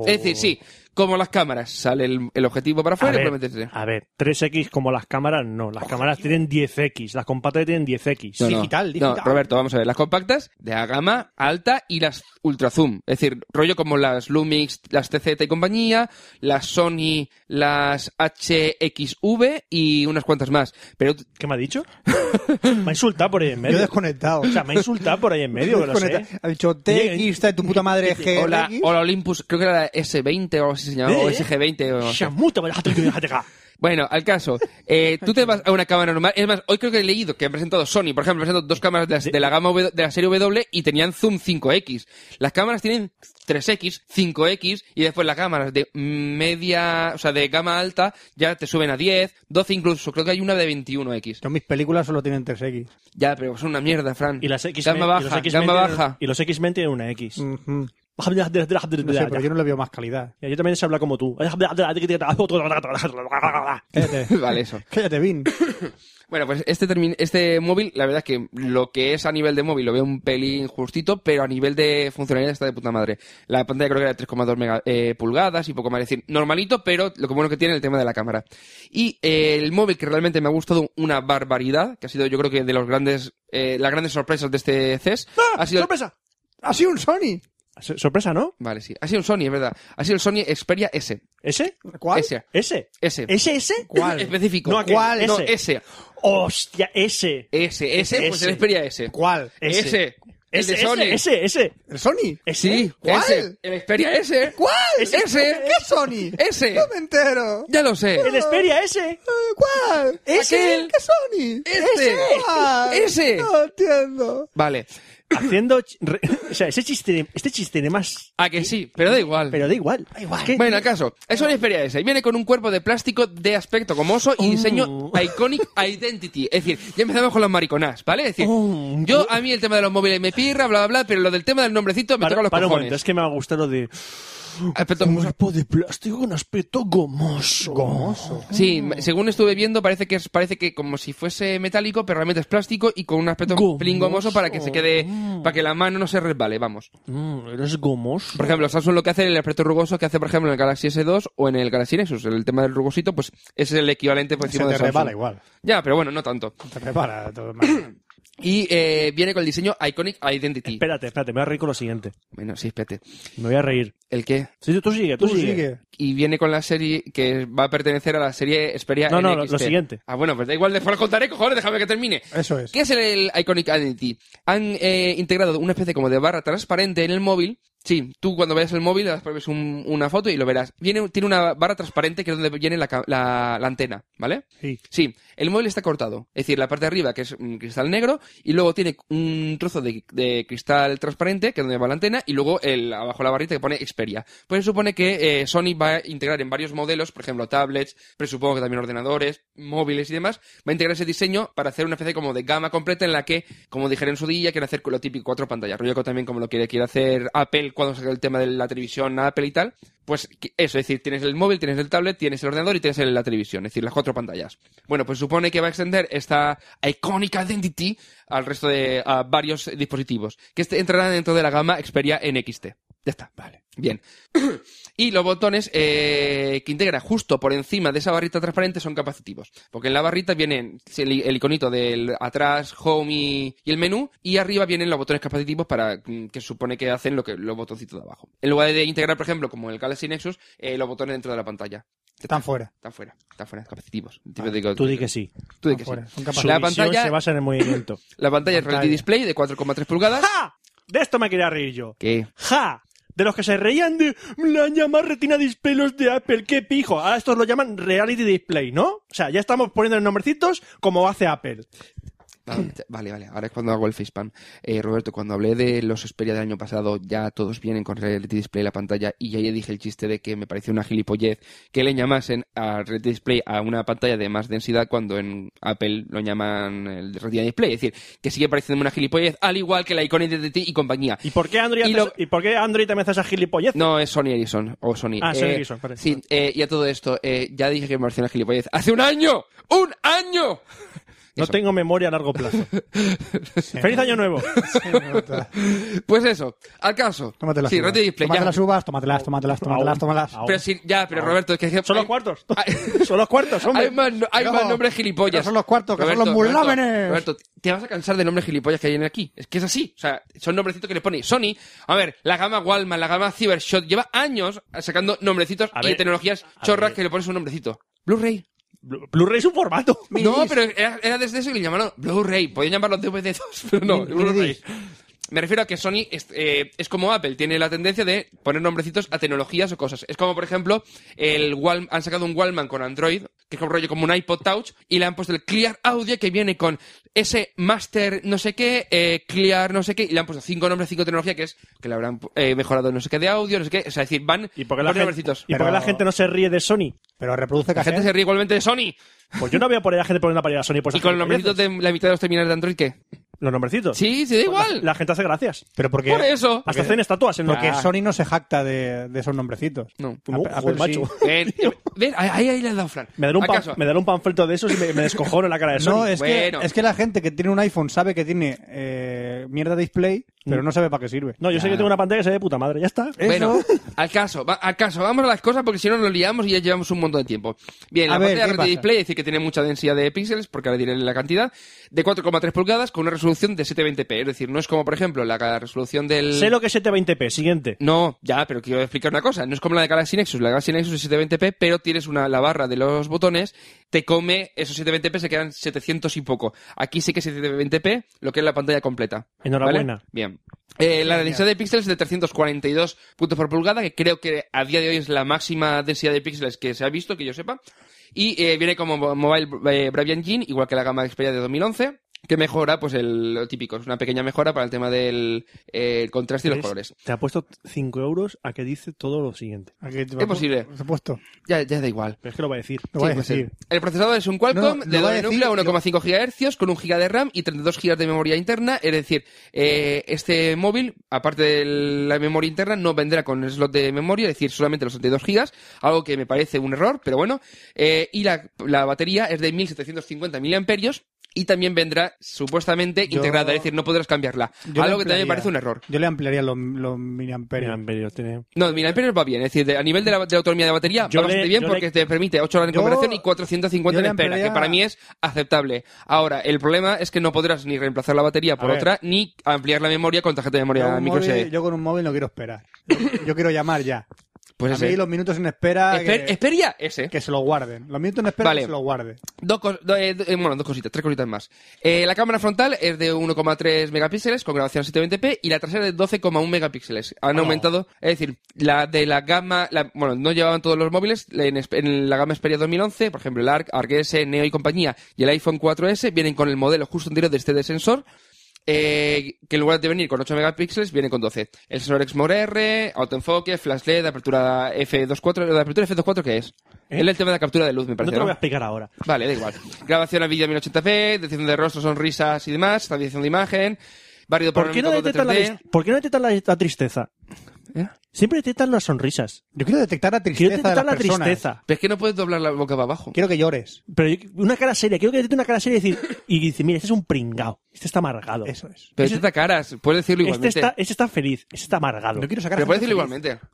Speaker 8: Es decir, sí, como las cámaras, sale el, el objetivo para
Speaker 6: A
Speaker 8: afuera y
Speaker 6: ver,
Speaker 8: probablemente se-
Speaker 6: a ver, 3X como las cámaras, no. Las cámaras tienen 10X. Las compactas tienen 10X.
Speaker 8: No, no.
Speaker 7: Digital,
Speaker 8: No,
Speaker 7: digital.
Speaker 8: Roberto, vamos a ver. Las compactas de a gama alta y las ultra zoom. Es decir, rollo como las Lumix, las TZ y compañía, las Sony, las HXV y unas cuantas más. Pero
Speaker 6: ¿Qué me ha dicho? me ha insultado por ahí en
Speaker 7: Yo
Speaker 6: medio.
Speaker 8: [LAUGHS]
Speaker 7: he desconectado.
Speaker 6: O sea, me ha insultado por ahí en medio, que lo sé.
Speaker 7: Desconecta- Ha dicho TX, está de tu puta
Speaker 8: [LAUGHS]
Speaker 7: madre GX.
Speaker 8: o la, o la Olympus, creo que era la S20 o algo así se llamaba, o
Speaker 6: ¿Eh?
Speaker 8: SG20. o-
Speaker 6: Shamuta, bajate, que bajate acá.
Speaker 8: [LAUGHS] Bueno, al caso, eh, tú te vas a una cámara normal. Es más, hoy creo que he leído que han presentado Sony, por ejemplo, han presentado dos cámaras de la, de la gama W- de la serie W y tenían zoom 5X. Las cámaras tienen 3X, 5X y después las cámaras de media, o sea, de gama alta ya te suben a 10, 12 incluso. Creo que hay una de 21X.
Speaker 7: Yo mis películas solo tienen 3X.
Speaker 8: Ya, pero son una mierda, Fran.
Speaker 6: Y las X
Speaker 8: Gama baja, gama baja.
Speaker 6: Y los X-Men tienen una X.
Speaker 7: Ujú. No sé, pero yo
Speaker 6: Yo
Speaker 7: no le veo más calidad. [LAUGHS]
Speaker 6: también se habla como tú.
Speaker 7: Cállate.
Speaker 8: [LAUGHS] vale, eso.
Speaker 7: Cállate, Vin.
Speaker 8: Bueno, pues este, termin- este móvil, la verdad es que lo que es a nivel de móvil lo veo un pelín justito, pero a nivel de funcionalidad está de puta madre. La pantalla creo que era de 3,2 mega- eh, pulgadas y poco más. Es decir, normalito, pero lo que bueno que tiene el tema de la cámara. Y eh, el móvil que realmente me ha gustado una barbaridad, que ha sido yo creo que de los grandes, eh, las grandes sorpresas de este CES, ha sido...
Speaker 6: ¡Ah! ¡Sorpresa!
Speaker 7: ¡Ha sido un Sony!
Speaker 6: S- Sorpresa, ¿no?
Speaker 8: Vale, sí. Ha sido un Sony, es verdad. Ha sido el Sony Xperia S.
Speaker 6: ¿Ese?
Speaker 7: ¿Cuál?
Speaker 8: S.
Speaker 6: ¿Ese?
Speaker 8: S.
Speaker 6: ¿Ese, ese?
Speaker 8: Específico.
Speaker 6: No, aquel.
Speaker 8: ¿Cuál? No,
Speaker 6: Ese.
Speaker 8: S.
Speaker 6: [LAUGHS] ¡Hostia, ese!
Speaker 8: S. S. Pues
Speaker 6: S.
Speaker 8: el Xperia S.
Speaker 7: ¿Cuál?
Speaker 6: S.
Speaker 8: S. El de
Speaker 6: Ese,
Speaker 8: Sony.
Speaker 6: ese, ese, ese.
Speaker 7: ¿El Sony?
Speaker 6: ¿Ese?
Speaker 8: Sí,
Speaker 7: ¿Cuál?
Speaker 8: ¿Eh? ese. El Xperia S.
Speaker 7: ¿Cuál?
Speaker 8: Ese.
Speaker 7: ¿Qué Sony?
Speaker 8: Ese.
Speaker 7: No me entero.
Speaker 8: Ya lo sé.
Speaker 6: El Xperia, ese.
Speaker 7: Eh, ¿Cuál?
Speaker 8: Aquel.
Speaker 7: ¿Qué Sony?
Speaker 8: Este.
Speaker 7: ¿Cuál?
Speaker 8: Ese.
Speaker 7: No entiendo.
Speaker 8: Vale.
Speaker 6: Haciendo. ch- re- O sea, ese chiste, este chiste de más.
Speaker 8: A Ah, que sí, pero da igual.
Speaker 6: Pero da igual. Da igual. ¿Qué?
Speaker 8: Bueno, acaso, es una Xperia S. y Viene con un cuerpo de plástico de aspecto como oso y diseño
Speaker 6: Oh.
Speaker 8: Iconic Identity. Es decir, ya empezamos con los mariconás, ¿vale? Es decir,
Speaker 6: Oh.
Speaker 8: yo a mí el tema de los móviles me pirra, bla, bla, bla, pero lo del tema del nombrecito me toca
Speaker 6: Para,
Speaker 8: los
Speaker 6: para un
Speaker 8: cojones. Ah,
Speaker 6: momento, es que me ha gustado lo de.
Speaker 8: Aspecto como oso.
Speaker 6: Cuerpo de plástico con aspecto gomoso. Gomoso.
Speaker 8: pues, Sí, me- según estuve viendo, parece que es, parece que como si fuese metálico, pero realmente es plástico y con un aspecto
Speaker 6: Gomoso.
Speaker 8: pelín gomoso para que se quede, para que la mano no se resbale, vamos.
Speaker 6: Mm, eres gomoso.
Speaker 8: Por ejemplo, Samsung lo que hace, el aspecto rugoso que hace, por ejemplo, en el Galaxy S2 o en el Galaxy Nexus. El tema del rugosito, pues ese es el equivalente por
Speaker 7: Se
Speaker 8: encima
Speaker 7: te
Speaker 8: de Samsung.
Speaker 7: repara igual.
Speaker 8: Ya, pero bueno, no tanto.
Speaker 7: Te repara. de todas maneras.
Speaker 8: [CLEARS THROAT] Y eh, viene con el diseño Iconic Identity.
Speaker 6: Espérate, espérate, me voy a reír con lo siguiente.
Speaker 8: Bueno, sí, espérate.
Speaker 6: Me voy a reír.
Speaker 8: ¿El qué?
Speaker 6: Sí, tú sigue, tú,
Speaker 7: Tú
Speaker 6: sigue.
Speaker 7: sigue.
Speaker 8: Y viene con la serie que va a pertenecer a la serie Xperia
Speaker 6: No, no, lo-
Speaker 8: NXT.
Speaker 6: lo siguiente.
Speaker 8: Ah, bueno, pues da igual, después lo contaré, cojones, déjame que termine.
Speaker 7: Eso es.
Speaker 8: ¿Qué es el, el Iconic Identity? Han eh, integrado una especie como de barra transparente en el móvil. Sí, tú cuando veas el móvil, después ves un- una foto y lo verás. Viene, tiene una barra transparente que es donde viene la, ca- la- la antena, ¿vale?
Speaker 6: Sí.
Speaker 8: Sí, el móvil está cortado. Es decir, la parte de arriba que es un cristal negro y luego tiene un trozo de, de cristal transparente que es donde va la antena y luego el, abajo la barrita que pone Xperia. Pues se supone que eh, Sony va a integrar en varios modelos, por ejemplo tablets, presupongo que también ordenadores, móviles y demás, va a integrar ese diseño para hacer una especie como de gama completa en la que, como dijeron en su día, quieren hacer lo típico cuatro pantallas, rollo que también como lo quiere, quiere hacer Apple cuando saca el tema de la televisión Apple y tal, pues que- eso, es decir, tienes el móvil, tienes el tablet, tienes el ordenador y tienes el- la televisión, es decir, las cuatro pantallas. Bueno, pues supone que va a extender esta icónica identity al resto de a varios dispositivos, que este entrarán dentro de la gama Xperia NXT. Ya está, vale. Bien. Y los botones eh, que integra justo por encima de esa barrita transparente son capacitivos. Porque en la barrita vienen el, el iconito del atrás, home y, y el menú. Y arriba vienen los botones capacitivos para mm, que supone que hacen lo que los botoncitos de abajo. En lugar de integrar, por ejemplo, como el Galaxy Nexus, eh, los botones dentro de la pantalla.
Speaker 7: Están fuera.
Speaker 8: Están fuera, están fuera, capacitivos. Tipo de-
Speaker 6: Tú di que sí.
Speaker 8: tú di
Speaker 7: Están
Speaker 8: que sí.
Speaker 7: Ah, fuera. Son
Speaker 6: Su
Speaker 7: capaces.
Speaker 8: La
Speaker 6: visión
Speaker 8: pantalla-
Speaker 6: se basa en el movimiento.
Speaker 8: La pantalla es Reality Display de 4,3 pulgadas.
Speaker 6: [LAUGHS] ¡Ja! De esto me quería reír yo.
Speaker 8: ¿Qué?
Speaker 6: ¡Ja! De los que se reían de la llamada retina display los de Apple, qué pijo. Ahora estos lo llaman reality display, ¿no? O sea, ya estamos poniendo los nombrecitos como hace Apple.
Speaker 8: Vale, vale, vale. ahora es cuando hago el facepalm. Eh, Roberto, cuando hablé de los Xperia del año pasado, ya todos vienen con Reality Display en la pantalla y ya, ya dije el chiste de que me pareció una gilipollez que le llamasen a Reality Display a una pantalla de más densidad cuando en Apple lo llaman el Retina Display. Es decir, que sigue pareciéndome una gilipollez, al igual que la Iconic Identity y compañía.
Speaker 6: ¿Y por qué Android,
Speaker 8: Y
Speaker 6: hace-
Speaker 8: lo-
Speaker 6: ¿y por qué Android también hace esa gilipollez?
Speaker 8: No, es Sony Ericsson o Sony.
Speaker 6: Ah, Sony Ericsson, vale.
Speaker 8: Sí, eh, y a todo esto, eh, ya dije que me pareció una gilipollez. ¡Hace un año! ¡Un año!
Speaker 6: No
Speaker 8: Eso.
Speaker 6: tengo memoria a largo plazo. ¡Feliz año nuevo!
Speaker 8: Pues eso, al caso.
Speaker 7: Tómate las
Speaker 8: sí,
Speaker 7: uvas.
Speaker 8: Retina Display.
Speaker 7: Tómate
Speaker 8: ya.
Speaker 7: las uvas, tómatelas, tómatelas, tómatelas, tómatelas.
Speaker 6: Au.
Speaker 8: Pero sí, ya, pero Roberto, es que...
Speaker 6: Son los
Speaker 8: hay-
Speaker 6: cuartos.
Speaker 7: [LAUGHS]
Speaker 8: hay-
Speaker 6: Son los cuartos, hombre.
Speaker 8: Hay más, no- hay
Speaker 7: No,
Speaker 8: más nombres gilipollas.
Speaker 7: que son los cuartos, que son los
Speaker 8: Roberto,
Speaker 7: mulámenes.
Speaker 8: Roberto, te vas a cansar de nombres gilipollas que hay en aquí. Es que es así. O sea, son nombrecitos que le pone Sony. A ver, la gama Walmart, la gama Cybershot. Lleva años sacando nombrecitos
Speaker 6: A
Speaker 8: y
Speaker 6: ver,
Speaker 8: tecnologías
Speaker 6: a
Speaker 8: chorras
Speaker 6: ver.
Speaker 8: que le pones un nombrecito. Blu-ray.
Speaker 6: Blu- Blu-ray es un formato.
Speaker 8: No, pero era, era desde eso que le llamaron Blu-ray. Podían llamarlo DVD2, pero no, Blu-ray. Me refiero a que Sony es, eh, es como Apple, tiene la tendencia de poner nombrecitos a tecnologías o cosas. Es como, por ejemplo, el Wal- han sacado un Wallman con Android, que es un rollo como un iPod Touch, y le han puesto el Clear Audio que viene con ese Master no sé qué, eh, Clear no sé qué, y le han puesto cinco nombres, cinco tecnologías, que es que le habrán eh, mejorado no sé qué de audio, no sé qué. O sea, es decir, van
Speaker 6: ¿Y por qué la,
Speaker 8: poniendo
Speaker 6: gente,
Speaker 8: nombrecitos.
Speaker 6: ¿y por qué la
Speaker 7: Pero-
Speaker 6: gente no se ríe de Sony?
Speaker 7: Pero reproduce
Speaker 8: La gente
Speaker 7: cassette.
Speaker 8: se ríe igualmente de Sony.
Speaker 6: Pues yo no voy a poner a la gente poniendo a parir a Sony. Pues
Speaker 8: Y con los nombrecitos de la mitad de los terminales de Android, ¿qué?
Speaker 6: Los nombrecitos.
Speaker 8: Sí, sí, da igual.
Speaker 6: Pues La gente hace gracias.
Speaker 7: Pero porque,
Speaker 8: Por
Speaker 6: [LAUGHS]
Speaker 8: eso.
Speaker 6: Hasta hacen estatuas en lo
Speaker 7: porque
Speaker 6: que
Speaker 7: Sony no se jacta de, de esos nombrecitos.
Speaker 8: Ah. No.
Speaker 6: No,
Speaker 7: Apple-
Speaker 6: joder,
Speaker 7: Apple ah, sí.
Speaker 6: macho.
Speaker 8: Ven, Eh, ven, ahí, ahí le has dado Fran.
Speaker 6: Me daré, un pan-
Speaker 8: ¿Acaso?
Speaker 6: me daré un panfleto de esos y me, me descojono en la cara de Sony.
Speaker 7: No, eh, es,
Speaker 8: Bueno.
Speaker 7: que, es que la gente que tiene un iPhone sabe que tiene eh, mierda de display,
Speaker 8: Mm.
Speaker 7: pero no sabe para qué sirve.
Speaker 6: No, yo sé que tengo una pantalla que se ve de puta madre, ya está.
Speaker 8: Bueno, al caso, va- al caso, vamos a las cosas porque si no nos liamos y ya llevamos un montón de tiempo. Bien,
Speaker 7: A
Speaker 8: la
Speaker 7: ver,
Speaker 8: pantalla
Speaker 7: ¿qué
Speaker 8: Retina
Speaker 7: pasa?
Speaker 8: Display dice que tiene mucha densidad de píxeles, porque ahora diré la cantidad, de 4,3 pulgadas con una resolución de 720p. Es decir, no es como, por ejemplo, la ca- resolución del...
Speaker 6: Sé lo que es 720p, siguiente.
Speaker 8: No, ya, pero quiero explicar una cosa. No es como la de Galaxy Nexus. La Galaxy Nexus es 720p, pero tienes una, la barra de los botones, te come esos 720p, se quedan 700 y poco. Aquí sí que es 720p, lo que es la pantalla completa.
Speaker 6: Enhorabuena.
Speaker 8: ¿Vale? Bien. Eh, la densidad de píxeles es de 342 puntos por pulgada, que creo que a día de hoy es la máxima densidad de píxeles que se ha visto, que yo sepa. Y eh, viene como mo- Mobile eh, Bravia Engine, igual que la gama Xperia de 2011, que mejora, pues, el, lo típico. Es una pequeña mejora para el tema del eh, el contraste y los
Speaker 6: Es-
Speaker 8: colores.
Speaker 6: Te ha puesto 5 euros a que dice todo lo siguiente.
Speaker 7: Aquí te-
Speaker 8: Es posible.
Speaker 7: Por supuesto.
Speaker 8: Ya, ya da igual.
Speaker 6: Pero es que lo va a decir.
Speaker 7: Lo voy
Speaker 8: Sí,
Speaker 7: a
Speaker 8: pues
Speaker 7: decir.
Speaker 8: sí. El procesador es un Qualcomm
Speaker 7: No, no,
Speaker 8: de
Speaker 7: lo va
Speaker 8: 2
Speaker 7: a decir,
Speaker 8: núcleo, 1,5 GHz, con 1 GB de RAM y 32 GB de memoria interna. Es decir, eh, este móvil, aparte de la memoria interna, no vendrá con el slot de memoria, es decir, solamente los 32 GB, algo que me parece un error, pero bueno. Eh, y la, la batería es de 1750 mAh y también vendrá
Speaker 2: supuestamente integrada, es decir, no podrás cambiarla.
Speaker 7: Yo le
Speaker 2: Algo que también me
Speaker 7: ampliaría.
Speaker 2: parece un error.
Speaker 7: Yo le ampliaría los, los miliamperios.
Speaker 6: Mira, pero tiene-
Speaker 2: No, mira, Imperial va bien, es decir, de- a nivel de la, de la autonomía de batería
Speaker 6: Yo
Speaker 2: va bastante
Speaker 6: le-
Speaker 2: bien
Speaker 6: yo
Speaker 2: porque
Speaker 6: le-
Speaker 2: te permite 8 horas de
Speaker 7: Yo-
Speaker 2: recuperación y 450
Speaker 7: yo
Speaker 2: en
Speaker 7: le
Speaker 2: espera, que
Speaker 7: ampliaría-
Speaker 2: para mí es aceptable. Ahora, el problema es que no podrás ni reemplazar la batería por
Speaker 6: ver.
Speaker 2: otra ni ampliar la memoria con tarjeta de
Speaker 7: Yo,
Speaker 2: memoria
Speaker 7: un
Speaker 2: micro
Speaker 7: móvil-
Speaker 2: SD.
Speaker 7: yo con un móvil no quiero esperar. Yo quiero llamar ya.
Speaker 2: Pues
Speaker 7: a mí
Speaker 2: ese.
Speaker 7: los minutos en espera
Speaker 2: Esper-
Speaker 7: que,
Speaker 2: Esperia, ese.
Speaker 7: que se los guarden. Los minutos en espera
Speaker 2: Vale.
Speaker 7: que se los guarden.
Speaker 2: Dos, cos- do- eh, do- eh, bueno, dos cositas, tres cositas más. Eh, la cámara frontal es de 1,3 megapíxeles con grabación a 720p y la trasera de 12,1 megapíxeles. Han aumentado, es decir, la de la gama, la- bueno, no llevaban todos los móviles, la- en, es- en la gama Xperia 2011, por ejemplo, el ARC, ARC S, Neo y compañía y el iPhone 4S vienen con el modelo justo anterior de este de sensor. eh, que en lugar de venir con 8 megapíxeles, viene con 12. El sensor Exmor R, autoenfoque, flash LED, apertura F24. ¿La apertura F24 qué es?
Speaker 6: ¿Eh?
Speaker 2: Es el tema de captura de luz, me
Speaker 6: No
Speaker 2: parece.
Speaker 6: te lo voy
Speaker 2: ¿no?
Speaker 6: a explicar ahora.
Speaker 8: Pues
Speaker 2: Vale, da igual. Grabación a vídeo 1080p, detección de rostro, sonrisas y demás, estabilización de imagen, válido
Speaker 6: ¿Por qué no
Speaker 2: de
Speaker 6: detectan la, dis- ¿por qué no detectan la, la tristeza?
Speaker 2: ¿Eh?
Speaker 6: Siempre detectan las sonrisas.
Speaker 7: Yo quiero detectar la
Speaker 6: Quiero
Speaker 7: tristeza de
Speaker 6: detectar
Speaker 7: las
Speaker 6: la
Speaker 7: personas.
Speaker 6: tristeza.
Speaker 2: Pero es que no puedes doblar la boca para abajo.
Speaker 7: Quiero que llores.
Speaker 6: Pero yo- una cara seria. Quiero que detecte una cara seria y decir, y dice, mira, este es un pringao. Este está amargado.
Speaker 7: Eso es.
Speaker 2: Pero te caras, puedes decirlo
Speaker 6: Este
Speaker 2: igualmente.
Speaker 6: está, este está feliz. Este está amargado.
Speaker 7: Yo quiero sacar a
Speaker 2: Pero puedes
Speaker 7: gente
Speaker 2: decirlo
Speaker 7: feliz.
Speaker 2: igualmente.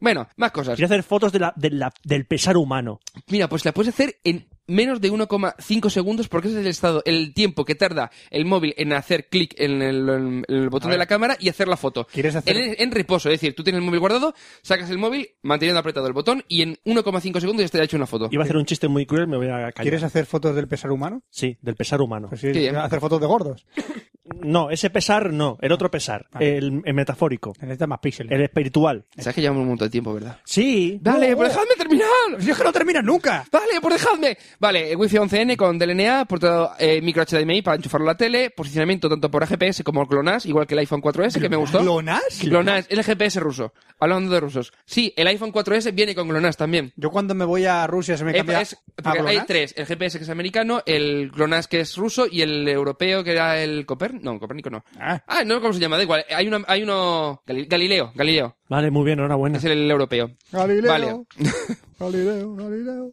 Speaker 2: Bueno, más cosas.
Speaker 6: Quiero hacer fotos de la- de la- del pesar humano.
Speaker 2: Mira, pues la puedes hacer en menos de 1,5 segundos porque ese es el estado, el tiempo que tarda el móvil en hacer clic en el, en el botón de la cámara y hacer la foto.
Speaker 7: ¿Quieres hacer-
Speaker 2: En, en reposo, es decir, tú tienes el móvil guardado, sacas el móvil manteniendo apretado el botón y en 1,5 segundos ya te ha hecho una foto.
Speaker 6: Iba a hacer un chiste muy cruel, me voy a callar.
Speaker 7: ¿Quieres hacer fotos del pesar humano?
Speaker 6: Sí, del pesar humano.
Speaker 7: Pues sí,
Speaker 2: Qué bien.
Speaker 8: ¿eh?
Speaker 7: hacer fotos de gordos.
Speaker 6: No, ese pesar no, el otro pesar,
Speaker 7: Ah,
Speaker 6: el, el metafórico,
Speaker 7: Necesitas más píxeles.
Speaker 6: el espiritual.
Speaker 2: Sabes que llevamos un montón de tiempo, ¿verdad?
Speaker 6: Sí.
Speaker 2: Vale, pues dejadme terminar.
Speaker 7: Si es que no terminas nunca.
Speaker 2: Vale, pues dejadme. Vale, Wi-Fi 11N con DLNA, portado eh, micro HDMI para enchufarlo a la tele, posicionamiento tanto por GPS como por GLONASS, igual que el iPhone 4S, que me gustó.
Speaker 7: ¿Clonas?
Speaker 2: GLONASS, el GPS ruso. Hablando de rusos. Sí, el iPhone 4S viene con GLONASS también.
Speaker 7: Yo cuando me voy a Rusia se me
Speaker 2: Eh,
Speaker 7: cambia
Speaker 2: es-
Speaker 7: a
Speaker 2: porque hay
Speaker 7: clonas.
Speaker 2: tres, el GPS que es americano, el GLONASS que es ruso y el europeo que era el Copernico. No, Copérnico no.
Speaker 7: Ah.
Speaker 2: Ah, no sé cómo se llama, da igual. Hay, una, hay uno... Gali- Galileo, Galileo.
Speaker 6: Vale, muy bien, enhorabuena.
Speaker 2: Es el europeo.
Speaker 7: Galileo.
Speaker 2: Vale.
Speaker 7: Galileo, Galileo.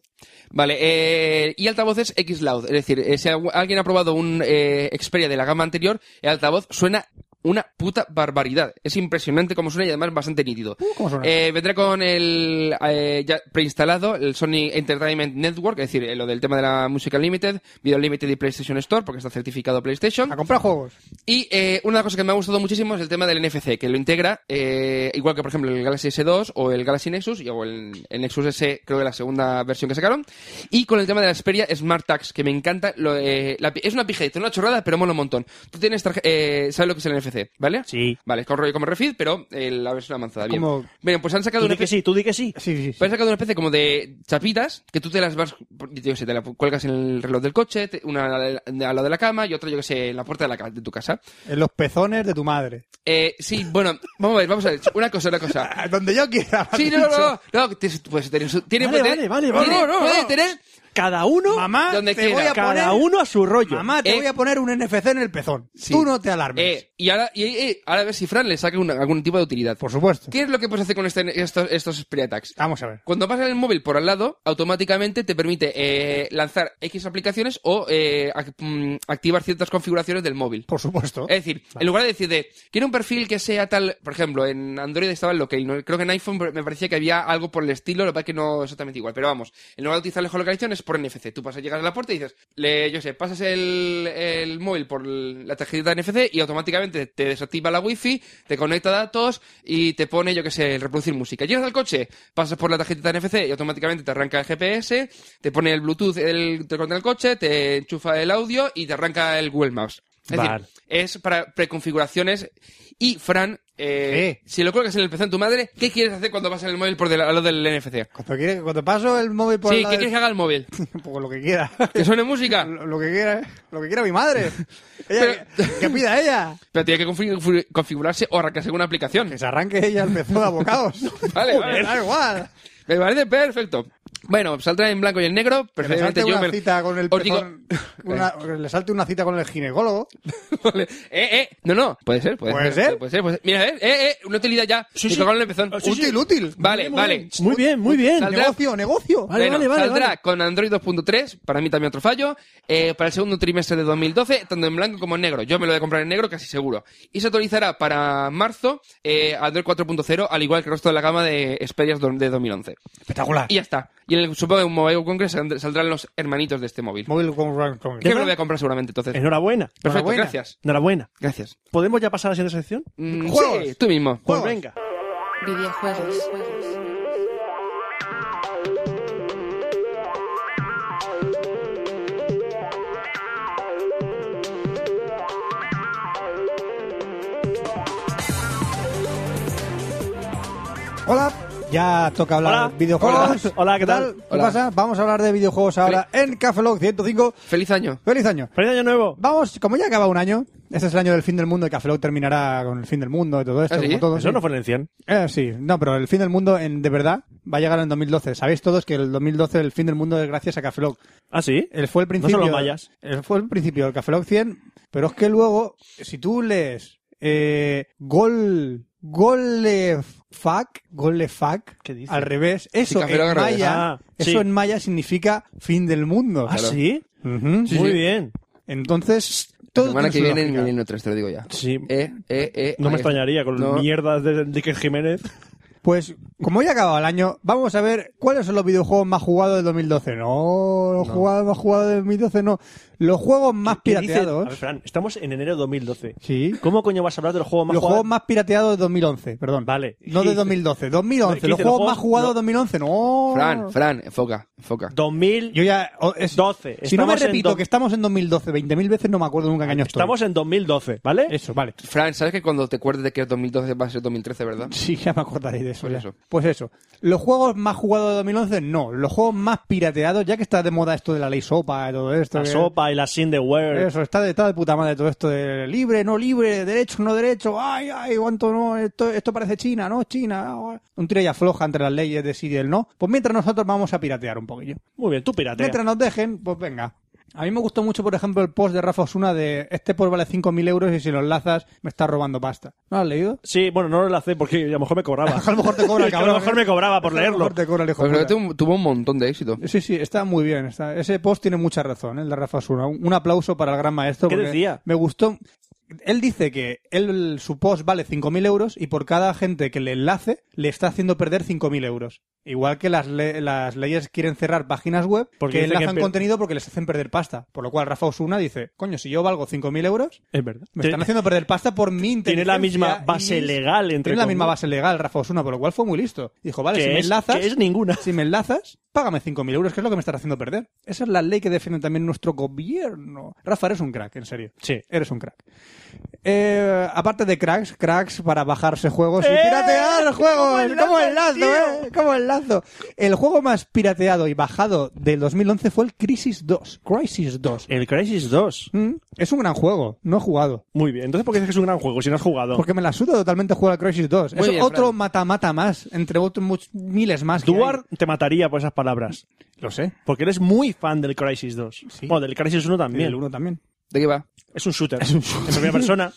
Speaker 2: Vale, eh, y altavoces X-Loud. Es decir, eh, si algu- alguien ha probado un eh, Xperia de la gama anterior, el altavoz suena una puta barbaridad. Es impresionante cómo suena y además bastante nítido.
Speaker 7: Uh, ¿Cómo suena?
Speaker 2: Eh, vendrá con el eh, ya preinstalado, el Sony Entertainment Network, es decir, eh, lo del tema de la música Limited, Video Limited y PlayStation Store, porque está certificado PlayStation.
Speaker 7: A comprar juegos.
Speaker 2: Y eh, una cosa que me ha gustado muchísimo es el tema del NFC, que lo integra, eh, igual que por ejemplo el Galaxy S2 o el Galaxy Nexus, y- o el, el Nexus S, creo que la segunda versión que sacaron. Y con el tema de la Xperia Smart Tags, que me encanta. lo, eh, la pi- es una pijeta, una chorrada, pero mola un montón. Tú tienes, tarje- eh, ¿sabes lo que es el NFC? ¿Vale?
Speaker 6: Sí.
Speaker 2: Vale, es con rollo como refit, pero eh, la versión avanzada. Bien.
Speaker 7: Como-
Speaker 2: Bien, pues han sacado
Speaker 6: Tú
Speaker 2: un
Speaker 6: di que sí, tú di que sí.
Speaker 7: Sí, sí, sí.
Speaker 2: pero han sacado una especie como de chapitas que tú te las vas, yo qué sé, te la cuelgas en el reloj del coche, te- una al al lado de la cama y otra, yo que sé, en la puerta de, la, ca- de tu casa.
Speaker 7: En los pezones de tu madre.
Speaker 2: Eh, sí, bueno, vamos a ver, vamos a ver. Una cosa, una
Speaker 7: [LAUGHS]
Speaker 2: cosa.
Speaker 7: Ah, Donde yo quiera.
Speaker 2: Sí, no, no, no. no, no, te- pues tiene su- tiene-
Speaker 6: Vale,
Speaker 2: puede
Speaker 6: vale,
Speaker 2: tener-
Speaker 6: vale, vale.
Speaker 2: tiene-
Speaker 6: No, no,
Speaker 2: puede
Speaker 6: no.
Speaker 2: tener-
Speaker 6: Cada uno,
Speaker 7: Mamá,
Speaker 2: Donde
Speaker 7: Ah, te
Speaker 2: quiera.
Speaker 7: voy a poner...
Speaker 6: cada uno a su rollo.
Speaker 7: Mamá, te
Speaker 2: Eh.
Speaker 7: voy a poner un NFC en el pezón.
Speaker 2: Sí.
Speaker 7: Tú no te alarmes.
Speaker 2: Eh, y ahora, y, eh, ahora a ver si Fran le saca una- algún tipo de utilidad.
Speaker 7: Por supuesto.
Speaker 2: ¿Qué es lo que puedes hacer con este- estos, estos spray attacks?
Speaker 7: Vamos a ver.
Speaker 2: Cuando pasas el móvil por al lado, automáticamente te permite eh, lanzar X aplicaciones o eh, ac- mm, activar ciertas configuraciones del móvil.
Speaker 7: Por supuesto.
Speaker 2: Es decir, en lugar de decir de, quiero un perfil que sea tal, por ejemplo, en Android estaba el locale, ¿no? creo que en iPhone me parecía que había algo por el estilo, lo que pasa es que no exactamente igual, pero vamos, en lugar de utilizar la geolocalización es por NFC, tú pasas, llegas a la puerta y dices, le, yo sé, pasas el, el móvil por el- la tarjeta NFC y automáticamente te desactiva la wifi, te conecta datos y te pone, yo que sé, el reproducir música. Llegas al coche, pasas por la tarjeta NFC y automáticamente te arranca el GPS, te pone el Bluetooth, el, te conecta el coche, te enchufa el audio y te arranca el Google Maps. Es
Speaker 6: Vale.
Speaker 2: decir, es para preconfiguraciones. Y, Fran, eh, si lo colocas en el PC de tu madre, ¿qué quieres hacer cuando vas en el móvil por del- al lado del NFC?
Speaker 7: Cuando, quiere- cuando paso el móvil por
Speaker 2: Sí,
Speaker 7: al
Speaker 2: ¿qué
Speaker 7: lado
Speaker 2: quieres que haga el móvil?
Speaker 7: del- Pues lo que quiera.
Speaker 2: ¿Que suene música?
Speaker 7: lo, lo que quiera, eh. lo que quiera
Speaker 2: [LAUGHS]
Speaker 7: mi madre. Ella,
Speaker 2: Pero-
Speaker 7: Que pida ella.
Speaker 2: [LAUGHS] Pero tiene que config- configurarse o arrancarse alguna aplicación. [LAUGHS]
Speaker 7: Que se arranque ella el pezón a bocados.
Speaker 2: Vale, vale.
Speaker 7: Da igual.
Speaker 2: Me parece perfecto.
Speaker 8: Bueno, saldrá en blanco y en negro.
Speaker 7: Que le
Speaker 8: Perfectamente
Speaker 7: salte
Speaker 8: yo
Speaker 7: una
Speaker 8: me...
Speaker 7: cita con el
Speaker 8: Os digo-
Speaker 7: pezón- una- que le salte una cita con el ginecólogo.
Speaker 8: Vale. Eh, eh. No, no. Puede ser, puede,
Speaker 7: ¿Puede ser?
Speaker 8: Puede ser, puede ser. Mira, eh, eh, eh. Una utilidad ya.
Speaker 6: Sí,
Speaker 8: Me
Speaker 6: sí.
Speaker 8: cago en el pezón.
Speaker 6: Ah, sí, sí.
Speaker 7: útil, útil.
Speaker 8: Vale,
Speaker 6: Muy
Speaker 8: vale.
Speaker 6: bien, Muy bien, muy bien.
Speaker 8: Saldrá-
Speaker 7: Negocio, negocio.
Speaker 6: Vale,
Speaker 8: Bueno,
Speaker 6: vale, vale,
Speaker 8: saldrá
Speaker 6: vale.
Speaker 8: con Android 2.3, para mí también otro fallo, eh, para el segundo trimestre de 2012, tanto en blanco como en negro. Yo me lo voy a comprar en negro, casi seguro. Y se actualizará para marzo eh, Android 4.0, al igual que el resto de la gama de Xperia de 2011.
Speaker 7: Espectacular.
Speaker 8: Y ya está. Y en el supongo que en Mobile Congress saldr- saldrán los hermanitos de este móvil.
Speaker 7: Móvil con Run- con-
Speaker 8: Que me lo voy a comprar seguramente, entonces.
Speaker 6: Enhorabuena.
Speaker 8: Perfecto,
Speaker 7: enhorabuena.
Speaker 8: gracias.
Speaker 6: Enhorabuena.
Speaker 8: Gracias.
Speaker 6: ¿Podemos ya pasar a la siguiente sección?
Speaker 8: Mm,
Speaker 7: Juegos.
Speaker 8: sí, tú mismo.
Speaker 6: Pues
Speaker 7: Juegos.
Speaker 6: venga.
Speaker 5: videojuegos,
Speaker 7: Hola. Ya toca hablar
Speaker 6: Hola.
Speaker 7: de videojuegos.
Speaker 6: Hola. Hola, ¿qué tal?
Speaker 7: ¿Qué
Speaker 8: Hola.
Speaker 7: pasa? Vamos a hablar de videojuegos ahora en Café Lock 105.
Speaker 8: Feliz año.
Speaker 7: ¡Feliz año!
Speaker 6: ¡Feliz año nuevo!
Speaker 7: Vamos, como ya acaba un año, este es el año del fin del mundo y Café Lock terminará con el fin del mundo y todo esto.
Speaker 8: ¿Ah, sí?
Speaker 7: como todo,
Speaker 6: Eso
Speaker 7: sí.
Speaker 6: no fue en el 100.
Speaker 7: Eh, sí, no, pero el fin del mundo en, de verdad va a llegar en 2012. Sabéis todos que el 2012 el fin del mundo es gracias a Café Lock.
Speaker 6: ¿Ah, sí?
Speaker 7: Él fue el principio.
Speaker 6: los mayas.
Speaker 7: Él eh, fue el principio del Café Lock 100, pero es que luego, si tú lees eh, Gol. Golefac, Golefac,
Speaker 6: ¿Qué dice?
Speaker 7: al revés,
Speaker 8: Sí,
Speaker 7: eso
Speaker 8: Café Lock
Speaker 7: en
Speaker 8: al revés.
Speaker 7: maya,
Speaker 6: Ah,
Speaker 7: eso
Speaker 6: sí.
Speaker 7: en maya significa fin del mundo.
Speaker 6: ¿Ah, sí?
Speaker 7: Ujú.
Speaker 6: Muy bien.
Speaker 7: Entonces,
Speaker 8: La
Speaker 7: todo
Speaker 8: semana que
Speaker 7: tiene su
Speaker 8: viene en
Speaker 7: lógica.
Speaker 8: Milenio 3, te lo digo ya.
Speaker 6: Sí.
Speaker 8: Eh, eh, eh.
Speaker 6: No me
Speaker 8: ahí.
Speaker 6: extrañaría con
Speaker 8: No.
Speaker 6: las mierdas de Enrique
Speaker 7: [LAUGHS]
Speaker 6: Jiménez.
Speaker 7: Pues, como ya ha acabado el año, vamos a ver cuáles son los videojuegos más jugados del 2012. No, los jugados más jugados del 2012 no. Los juegos más
Speaker 6: ¿Qué dices?
Speaker 7: Ah, pirateados.
Speaker 6: A ver, Fran, estamos en enero de 2012.
Speaker 7: Sí.
Speaker 6: ¿Cómo coño vas a hablar de los juegos más
Speaker 7: Los
Speaker 6: jugados?
Speaker 7: juegos más pirateados de 2011, perdón.
Speaker 6: Vale.
Speaker 7: No
Speaker 6: ¿Qué
Speaker 7: de
Speaker 6: dices?
Speaker 7: 2012,
Speaker 6: ¿Qué
Speaker 7: 2011.
Speaker 6: dices?
Speaker 7: Los
Speaker 6: Los
Speaker 7: juegos más
Speaker 6: juegos-
Speaker 7: jugados
Speaker 6: no.
Speaker 7: de 2011, no.
Speaker 8: Fran, Fran, enfoca, enfoca.
Speaker 6: 2000.
Speaker 7: Yo ya. o- es-
Speaker 6: 12.
Speaker 7: Si no me
Speaker 6: Estamos en
Speaker 7: repito
Speaker 6: do-
Speaker 7: que este estamos en 2012 20.000 veces, no me acuerdo nunca en años
Speaker 6: Estamos en 2012, ¿vale?
Speaker 7: Eso, vale. [LAUGHS]
Speaker 8: Fran, ¿sabes que cuando te acuerdes de que es 2012 va a ser 2013, verdad?
Speaker 7: Sí, ya me acordaré de eso.
Speaker 8: Pues
Speaker 7: ya.
Speaker 8: eso.
Speaker 7: Pues eso. Los juegos más jugados de 2011, no. Los juegos más pirateados, ya que está de moda esto de la ley sopa y todo esto.
Speaker 6: La
Speaker 7: que-
Speaker 6: sopa y la sin de wear.
Speaker 7: Eso, está de, está de puta madre todo esto de libre, no libre, derecho, no derecho, ay, ay, cuánto no, esto, esto parece China, no, China. ah, Un tiro y afloja entre las leyes de sí y el no. Pues mientras nosotros vamos a piratear un poquillo.
Speaker 6: Muy bien, tú piratea.
Speaker 7: Mientras nos dejen, pues venga. A mí me gustó mucho, por ejemplo, el post de Rafa Osuna de este post vale 5.000 euros y si lo enlazas me está robando pasta. ¿No lo has leído?
Speaker 6: Sí, bueno, no lo enlacé porque a lo mejor me cobraba.
Speaker 7: A lo mejor te cobra [LAUGHS] el
Speaker 6: Que a
Speaker 7: cabrón,
Speaker 6: lo mejor
Speaker 7: ¿eh?
Speaker 6: me cobraba por
Speaker 7: A lo
Speaker 6: leerlo.
Speaker 7: mejor te cobra el hijo
Speaker 8: Pues
Speaker 7: de
Speaker 8: creo que
Speaker 7: puta.
Speaker 8: tuvo, tuvo un montón de éxito.
Speaker 7: Sí, sí, está muy bien. Está. Ese post tiene mucha razón, el de Rafa Osuna. Un, un aplauso para el gran maestro.
Speaker 6: ¿Qué
Speaker 7: porque
Speaker 6: decía?
Speaker 7: Me gustó. Él dice que él, su post vale 5.000 euros y por cada gente que le enlace le está haciendo perder 5.000 euros. Igual que las, le- las leyes quieren cerrar páginas web
Speaker 6: Porque
Speaker 7: que
Speaker 6: dicen que
Speaker 7: enlazan
Speaker 6: per-
Speaker 7: contenido porque les hacen perder pasta. Por lo cual Rafa Osuna dice, coño, si yo valgo 5.000 euros,
Speaker 6: Es verdad.
Speaker 7: me están haciendo perder pasta por mi
Speaker 6: Tiene
Speaker 7: inteligencia.
Speaker 6: la misma
Speaker 7: y
Speaker 6: base
Speaker 7: mis-
Speaker 6: legal entre
Speaker 7: Tiene la
Speaker 6: comillas.
Speaker 7: misma base legal Rafa Osuna, por lo cual fue muy listo. Dijo, vale,
Speaker 6: Que
Speaker 7: si me
Speaker 6: es-
Speaker 7: enlazas...
Speaker 6: que es ninguna.
Speaker 7: Si me enlazas, págame 5.000 euros, que es lo que me estás haciendo perder. Esa es la ley que defiende también nuestro gobierno. Rafa, eres un crack, en serio.
Speaker 6: Sí.
Speaker 7: Eres un crack. Eh, aparte de cracks, cracks para bajarse juegos
Speaker 6: ¡Eh!
Speaker 7: y piratear juegos. ¿Cómo enlazo, eh? ¿Cómo enlazo? El juego más pirateado y bajado del 2011 fue el Crisis 2. Crisis 2.
Speaker 6: El Crisis 2.
Speaker 7: Mm, es un gran juego, no he jugado.
Speaker 6: Muy bien. Entonces, ¿por qué dices que es un gran juego si no has jugado?
Speaker 7: Porque me la suda totalmente jugar al Crisis 2.
Speaker 8: Muy
Speaker 7: es
Speaker 8: bien,
Speaker 7: otro
Speaker 8: Fran.
Speaker 7: mata-mata más, entre otros much- miles más. que
Speaker 6: Duar te mataría por esas palabras.
Speaker 7: hay. Lo sé.
Speaker 6: Porque eres muy fan del Crisis 2.
Speaker 7: Sí.
Speaker 6: Bueno, del Crisis 1
Speaker 7: Y
Speaker 6: también.
Speaker 7: el 1 también.
Speaker 8: ¿De qué va?
Speaker 6: Es un
Speaker 7: [LAUGHS]
Speaker 6: shooter. En primera persona.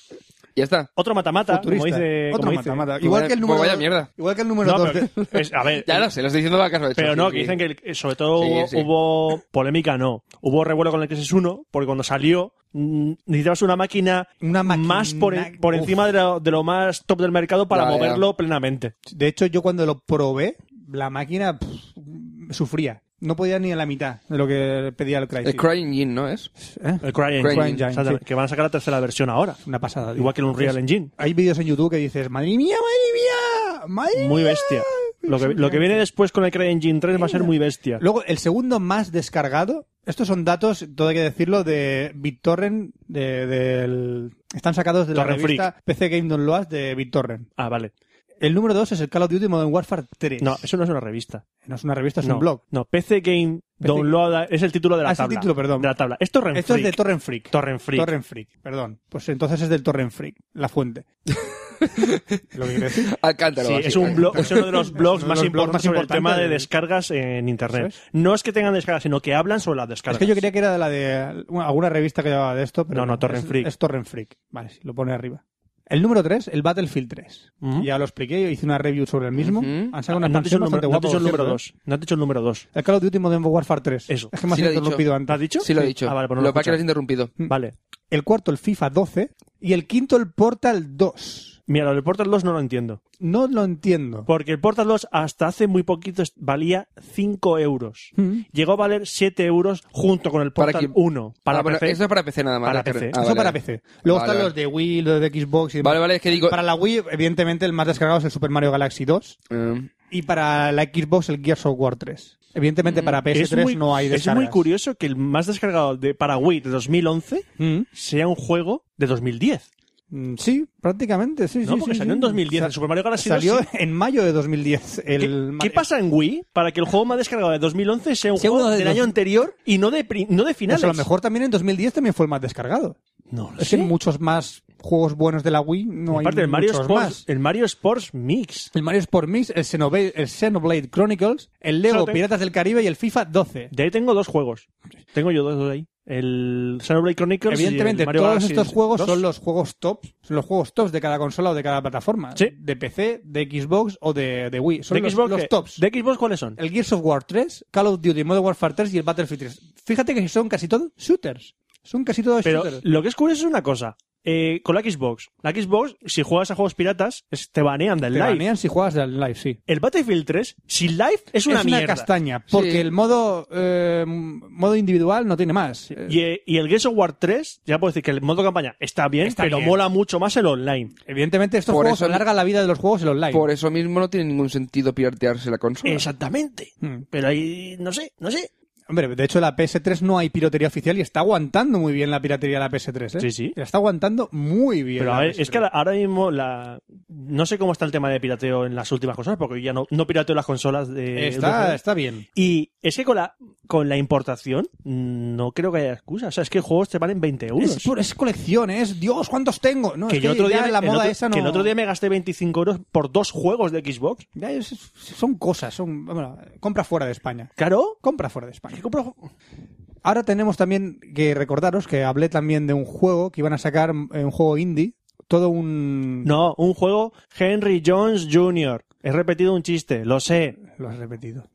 Speaker 8: Ya está.
Speaker 6: Otro matamata, como
Speaker 7: Turista.
Speaker 6: dice.
Speaker 7: Otro
Speaker 6: como dice.
Speaker 7: mata, mata.
Speaker 8: Pues
Speaker 7: Igual
Speaker 8: vaya-
Speaker 7: que el número
Speaker 8: pues vaya
Speaker 7: dos-
Speaker 8: mierda.
Speaker 7: Igual que el número
Speaker 6: No,
Speaker 7: 2.
Speaker 6: pero, es- a ver,
Speaker 8: [LAUGHS] Ya lo sé, lo estoy diciendo a caso de hecho,
Speaker 6: Pero no,
Speaker 8: sí,
Speaker 6: que
Speaker 8: sí.
Speaker 6: dicen que el- sobre todo
Speaker 8: Sí,
Speaker 6: hubo,
Speaker 8: sí.
Speaker 6: hubo polémica, no. Hubo revuelo con el Crisis 1, porque cuando salió mm, necesitabas una máquina
Speaker 7: Una máquina-
Speaker 6: más por, en- por
Speaker 7: Uf.
Speaker 6: encima de lo, de lo más top del mercado para
Speaker 8: Ya, ya.
Speaker 6: moverlo plenamente.
Speaker 7: De hecho, yo cuando lo probé, la máquina pff, sufría. No podía ni a la mitad de lo que pedía el Crysis.
Speaker 8: El Crying Engine, ¿no es?
Speaker 7: ¿Eh?
Speaker 6: El CryEngine.
Speaker 8: CryEngine,
Speaker 6: Exactamente,
Speaker 7: sí.
Speaker 6: Que van a sacar la tercera versión ahora.
Speaker 7: Una pasada. tío.
Speaker 6: Igual que el Unreal
Speaker 7: Entonces,
Speaker 6: Engine.
Speaker 7: Hay vídeos en YouTube que dices, madre mía, madre mía, madre
Speaker 6: Muy
Speaker 7: mía".
Speaker 6: bestia. Lo que, lo que viene después con el CryEngine 3 va a ser muy bestia.
Speaker 7: Luego, el segundo más descargado, estos son datos, todo hay que decirlo, de BitTorrent, de, del- están sacados de la
Speaker 6: Torrent
Speaker 7: revista PC Game Downloads de BitTorrent.
Speaker 6: Ah, vale.
Speaker 7: El número 2 es el Call of Duty Modern Warfare 3.
Speaker 6: No, eso no es una revista.
Speaker 7: No es una revista, es
Speaker 6: no,
Speaker 7: un blog.
Speaker 6: No, PC Game
Speaker 7: PC
Speaker 6: Download es el título de la
Speaker 7: Ah, es el
Speaker 6: tabla.
Speaker 7: título, perdón.
Speaker 6: De la tabla. Esto es Torrent
Speaker 7: Esto es de
Speaker 6: Freak.
Speaker 7: Torrent Freak.
Speaker 6: Torrent Freak.
Speaker 7: Torrent Freak, perdón. Pues entonces es del Torrent Freak, la fuente. ¿Lo que quieres decir?
Speaker 8: Al cántaro.
Speaker 6: Sí,
Speaker 8: así,
Speaker 6: es, un
Speaker 8: al-
Speaker 6: blog, es uno
Speaker 7: [LAUGHS]
Speaker 6: de los blogs
Speaker 7: Uno de
Speaker 6: más
Speaker 7: los blogs
Speaker 6: importantes
Speaker 7: más
Speaker 6: sobre el tema
Speaker 7: importantes
Speaker 6: de
Speaker 7: de-
Speaker 6: descargas en Internet. No es que tengan descargas, sino que hablan sobre las
Speaker 7: Es
Speaker 6: descargas.
Speaker 7: que yo creía que era de la de bueno, alguna revista que llevaba de esto, pero
Speaker 6: No, no, Torrent
Speaker 7: es,
Speaker 6: Freak.
Speaker 7: es Torrent Freak. Vale, sí, lo pone arriba. El número 3, el Battlefield 3.
Speaker 6: Ujú.
Speaker 7: Ya lo expliqué, hice una review sobre el mismo.
Speaker 8: Ujú.
Speaker 7: Han sacado
Speaker 6: Ah,
Speaker 7: una
Speaker 6: No has dicho el
Speaker 7: expansión
Speaker 6: número- no
Speaker 7: bastante
Speaker 6: has
Speaker 7: guapa,
Speaker 6: dicho el
Speaker 7: por
Speaker 6: número 2.
Speaker 7: cierto,
Speaker 6: No has dicho el número 2.
Speaker 7: ¿eh? El Call of Duty Modern Warfare 3.
Speaker 6: Eso.
Speaker 7: Es que me
Speaker 8: Sí
Speaker 7: has
Speaker 8: lo he
Speaker 7: interrumpido
Speaker 6: ¿Te
Speaker 7: antes.
Speaker 6: has dicho?
Speaker 8: Sí, lo he dicho.
Speaker 6: Ah, vale, pues no
Speaker 8: lo
Speaker 6: lo
Speaker 8: que pasa es que lo has
Speaker 6: escuchas.
Speaker 8: interrumpido.
Speaker 6: Vale.
Speaker 7: El cuarto, el FIFA 12. Y el quinto, el Portal 2.
Speaker 6: Mira, lo del Portal 2 no lo entiendo.
Speaker 7: No lo entiendo.
Speaker 6: Porque el Portal 2 hasta hace muy poquito est- valía 5 euros.
Speaker 7: Mm.
Speaker 6: Llegó a valer 7 euros junto con el
Speaker 8: ¿Para
Speaker 6: Portal
Speaker 8: quién?
Speaker 6: 1. Para
Speaker 8: Ah, bueno,
Speaker 6: PC.
Speaker 8: Eso es para PC nada más.
Speaker 6: Para
Speaker 8: la carga-
Speaker 6: PC.
Speaker 8: Ah,
Speaker 7: Eso
Speaker 8: vale,
Speaker 7: para
Speaker 8: vale.
Speaker 7: PC. Luego
Speaker 8: Vale,
Speaker 7: están
Speaker 8: vale.
Speaker 7: los de Wii, los de Xbox y demás.
Speaker 8: Vale, vale, es que digo...
Speaker 7: Para la Wii, evidentemente, el más descargado es el Super Mario Galaxy 2.
Speaker 8: Mm.
Speaker 7: Y para la Xbox, el Gears of War 3.
Speaker 8: Mm.
Speaker 7: Evidentemente, para
Speaker 6: Es
Speaker 7: PS3
Speaker 6: muy-
Speaker 7: no hay
Speaker 6: es
Speaker 7: descargas.
Speaker 6: muy curioso que el más descargado de Paraguay de 2011
Speaker 7: Mm.
Speaker 6: sea un juego de 2010.
Speaker 7: Mm, Sí, prácticamente, sí,
Speaker 6: ¿no?
Speaker 7: sí,
Speaker 6: Porque
Speaker 7: sí,
Speaker 6: salió
Speaker 7: sí.
Speaker 6: en 2010.
Speaker 7: Sa-
Speaker 6: el Super Mario Galaxy 2
Speaker 7: Salió
Speaker 6: sí.
Speaker 7: en mayo de 2010. El
Speaker 6: ¿Qué,
Speaker 7: Mario-
Speaker 6: qué pasa en Wii para que el juego más descargado de 2011 sea un
Speaker 7: Segundo
Speaker 6: juego
Speaker 7: de
Speaker 6: del
Speaker 7: dos-
Speaker 6: año anterior y no de, pri- no de
Speaker 7: Pues
Speaker 6: finales?
Speaker 7: a lo mejor también en 2010 también fue el más descargado.
Speaker 6: No lo
Speaker 7: Es
Speaker 6: sé.
Speaker 7: que muchos más juegos buenos de la Wii no hay
Speaker 6: Aparte, el Mario,
Speaker 7: muchos
Speaker 6: Sports,
Speaker 7: más.
Speaker 6: el Mario Sports Mix.
Speaker 7: El Mario Sport Mix, el Xenoblade, el Xenoblade Chronicles, el Lego
Speaker 6: Solo te-
Speaker 7: Piratas del Caribe y el FIFA 12.
Speaker 6: De ahí tengo dos juegos. Tengo yo dos de ahí. El Xenoblade Chronicles y
Speaker 7: Evidentemente,
Speaker 6: el Mario
Speaker 7: todos
Speaker 6: Galaxy
Speaker 7: estos juegos
Speaker 6: 2.
Speaker 7: son los juegos tops, son los juegos tops de cada consola o de cada plataforma.
Speaker 6: Sí.
Speaker 7: De PC, de Xbox o de, de Wii. Son
Speaker 6: ¿De
Speaker 7: los,
Speaker 6: Xbox,
Speaker 7: los
Speaker 6: qué?
Speaker 7: tops.
Speaker 6: ¿De Xbox cuáles son?
Speaker 7: El Gears of War 3, Call of Duty, Modern Warfare 3 y el Battlefield 3. Fíjate que son casi todos shooters. Son casi todos
Speaker 6: Pero
Speaker 7: shooters.
Speaker 6: lo que es curioso es una cosa. Eh, con la Xbox. La Xbox, si juegas a juegos piratas, es- te banean del
Speaker 7: Te
Speaker 6: live.
Speaker 7: banean si juegas al live, sí.
Speaker 6: El Battlefield 3, sin live, es una
Speaker 7: es una
Speaker 6: mierda.
Speaker 7: castaña, porque
Speaker 8: Sí.
Speaker 7: el modo eh, modo individual no tiene más. Eh,
Speaker 6: Y, eh, y el Gears of War 3, ya puedo decir que el modo campaña está bien,
Speaker 7: Está
Speaker 6: pero
Speaker 7: bien.
Speaker 6: mola mucho más el online.
Speaker 7: Evidentemente estos
Speaker 8: por
Speaker 7: juegos
Speaker 8: eso-
Speaker 7: alargan la vida de los juegos en online.
Speaker 8: Por eso mismo no tiene ningún sentido piratearse la
Speaker 7: Ah.
Speaker 8: consola.
Speaker 6: Exactamente.
Speaker 7: Hmm.
Speaker 6: Pero ahí, no sé, no sé.
Speaker 7: Hombre, de hecho la PS3 no hay piratería oficial y está aguantando muy bien la piratería de la PS3. ¿eh?
Speaker 6: Sí, sí.
Speaker 7: La está aguantando muy bien.
Speaker 6: Pero
Speaker 7: la
Speaker 6: a ver,
Speaker 7: PS3.
Speaker 6: es que la- ahora mismo la... no sé cómo está el tema de pirateo en las últimas consolas, porque yo ya no, no pirateo las consolas de...
Speaker 7: está,
Speaker 6: de-
Speaker 7: está bien.
Speaker 6: Y es que con la, con la importación mm, no creo que haya excusa. O sea, es que juegos te valen 20 euros.
Speaker 7: Es, por- es colección, ¿eh? es Dios, ¿cuántos tengo? No,
Speaker 6: que
Speaker 7: es
Speaker 6: yo otro
Speaker 7: ya
Speaker 6: día, me-
Speaker 7: la
Speaker 6: el
Speaker 7: moda
Speaker 6: otro-
Speaker 7: esa no...
Speaker 6: que el otro día me gasté 25 euros por dos juegos de Xbox.
Speaker 7: Ya es- son cosas, son bueno, compra fuera de España.
Speaker 6: Claro.
Speaker 7: Compra fuera de España.
Speaker 6: ¿Qué compro?
Speaker 7: Ahora tenemos también que recordaros que hablé también de un juego que iban a sacar, eh, un juego indie, todo un...
Speaker 6: No, un juego Henry Jones Jr. He repetido un chiste, lo sé.
Speaker 7: Lo has repetido.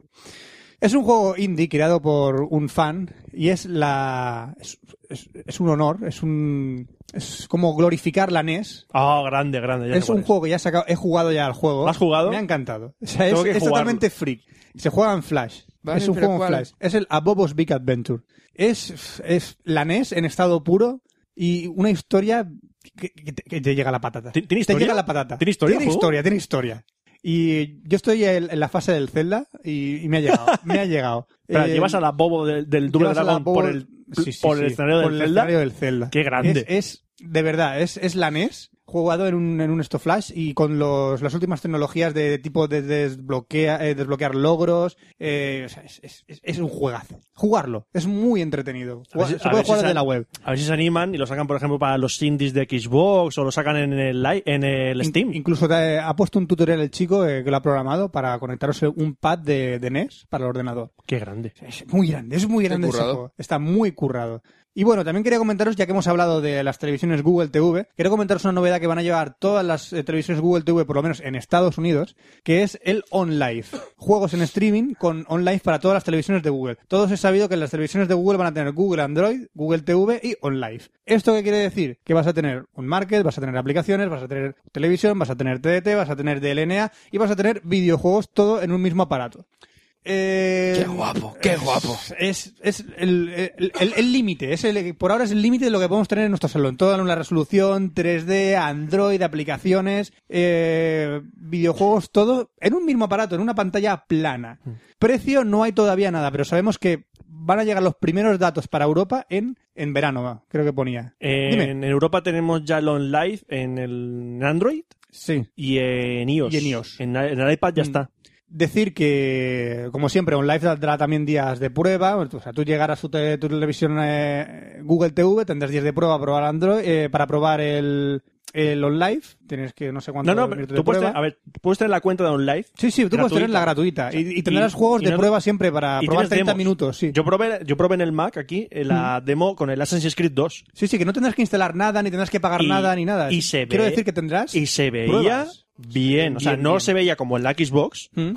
Speaker 7: Es un juego indie creado por un fan y es la... Es, es- es un honor, es un... Es como glorificar la E NES.
Speaker 6: Ah, grande, grande. ya sé
Speaker 7: Es
Speaker 6: cuál
Speaker 7: un juego que ya he sacado, he jugado ya al juego.
Speaker 6: ¿Lo has jugado?
Speaker 7: Me ha encantado. O sea, es,
Speaker 6: Tengo que
Speaker 7: es
Speaker 6: jugarlo.
Speaker 7: totalmente freak. Se juega en Flash.
Speaker 8: Vale,
Speaker 7: es un
Speaker 8: pero
Speaker 7: juego
Speaker 8: ¿cuál?
Speaker 7: en Flash. Es el Abobos Big Adventure. Es, es la NES en estado puro y una historia que, que te, que te llega a la patata.
Speaker 6: ¿Ti- tiene
Speaker 7: Te
Speaker 6: historia?
Speaker 7: llega a la patata.
Speaker 6: ¿Tiene historia el
Speaker 7: Tiene
Speaker 6: juego?
Speaker 7: historia, tiene historia. Y yo estoy en, en la fase del Zelda y, y me
Speaker 6: [LAUGHS]
Speaker 7: ha llegado. me ha llegado.
Speaker 6: Pero
Speaker 7: Eh,
Speaker 6: llevas a la bobo del, del Double
Speaker 7: llevas a la
Speaker 6: Dragon
Speaker 7: Bobo-
Speaker 6: por el,
Speaker 7: Sí, sí,
Speaker 6: por
Speaker 7: sí,
Speaker 6: el escenario del
Speaker 7: por el
Speaker 6: Zelda.
Speaker 7: escenario del Zelda.
Speaker 6: Qué grande.
Speaker 7: Es, es- de verdad, es, es la NES jugado en un, en un esto flash y con los, las últimas tecnologías de tipo de desbloquea, eh, desbloquear logros. eh, o sea, es, es- es- es un juegazo. Jugarlo. Es muy entretenido.
Speaker 6: A ver
Speaker 7: Jugar-
Speaker 6: si-
Speaker 7: se
Speaker 6: a
Speaker 7: puede
Speaker 6: ver si
Speaker 7: jugar
Speaker 6: sa-
Speaker 7: desde la web.
Speaker 6: A ver si se animan y lo sacan, por ejemplo, para los indies de Xbox o lo sacan en el, li- en el
Speaker 7: In-
Speaker 6: Steam.
Speaker 7: incluso te ha puesto un tutorial el chico eh, que lo ha programado para conectaros un pad de, de NES para el ordenador.
Speaker 6: Qué grande.
Speaker 7: Es muy grande, es muy grande ese
Speaker 8: currado.
Speaker 7: juego. Está muy currado. Y bueno, también quería comentaros, ya que hemos hablado de las televisiones Google TV, quería comentaros una novedad que van a llevar todas las eh, televisiones Google TV, por lo menos en Estados Unidos, que es el OnLive. Juegos en streaming con OnLive para todas las televisiones de Google. Todos he sabido que las televisiones de Google van a tener Google Android, Google TV y OnLive. ¿Esto qué quiere decir? Que vas a tener un market, vas a tener aplicaciones, vas a tener televisión, vas a tener TDT, vas a tener DLNA y vas a tener videojuegos todo en un mismo aparato. Eh,
Speaker 8: Qué guapo, qué guapo.
Speaker 7: Es, es el el- el- el límite, es el- por ahora es el límite de lo que podemos tener en nuestro salón. Toda una resolución, 3D, Android, aplicaciones, eh, videojuegos, todo en un mismo aparato, en una pantalla plana.
Speaker 8: Mm.
Speaker 7: Precio no hay todavía nada, pero sabemos que van a llegar los primeros datos para Europa en, en verano, va, creo que ponía. Dime.
Speaker 6: En Europa tenemos ya el OnLive en el en Android
Speaker 7: Sí.
Speaker 6: y en iOS.
Speaker 7: Y en iOS.
Speaker 6: En, en el iPad ya
Speaker 7: Mm.
Speaker 6: está.
Speaker 7: Decir que, como siempre, OnLive dará también días de prueba. O sea, tú llegarás a su te- tu televisión eh, Google TV, tendrás días de prueba para probar Android, eh, para probar el, el OnLive, tienes que no sé cuánto
Speaker 6: No, no, pero tú puedes tener, a ver, puedes tener la cuenta de un live.
Speaker 7: Sí, sí, tú puedes tener la gratuita y, y tendrás juegos de prueba siempre para Ah, probar 30 minutos, sí. Mm.
Speaker 6: Yo probé, yo probé en el Mac aquí eh, la demo con el Assassin's Creed 2.
Speaker 7: Sí, sí, que no tendrás que instalar nada, ni tendrás que pagar
Speaker 6: Y-
Speaker 7: nada, ni nada.
Speaker 6: y se
Speaker 7: Quiero
Speaker 6: ve-
Speaker 7: decir que tendrás.
Speaker 6: Y se veía
Speaker 7: pruebas.
Speaker 6: bien. O sea,
Speaker 7: Bien,
Speaker 6: no
Speaker 7: bien.
Speaker 6: se veía como en la Xbox,
Speaker 7: Mm.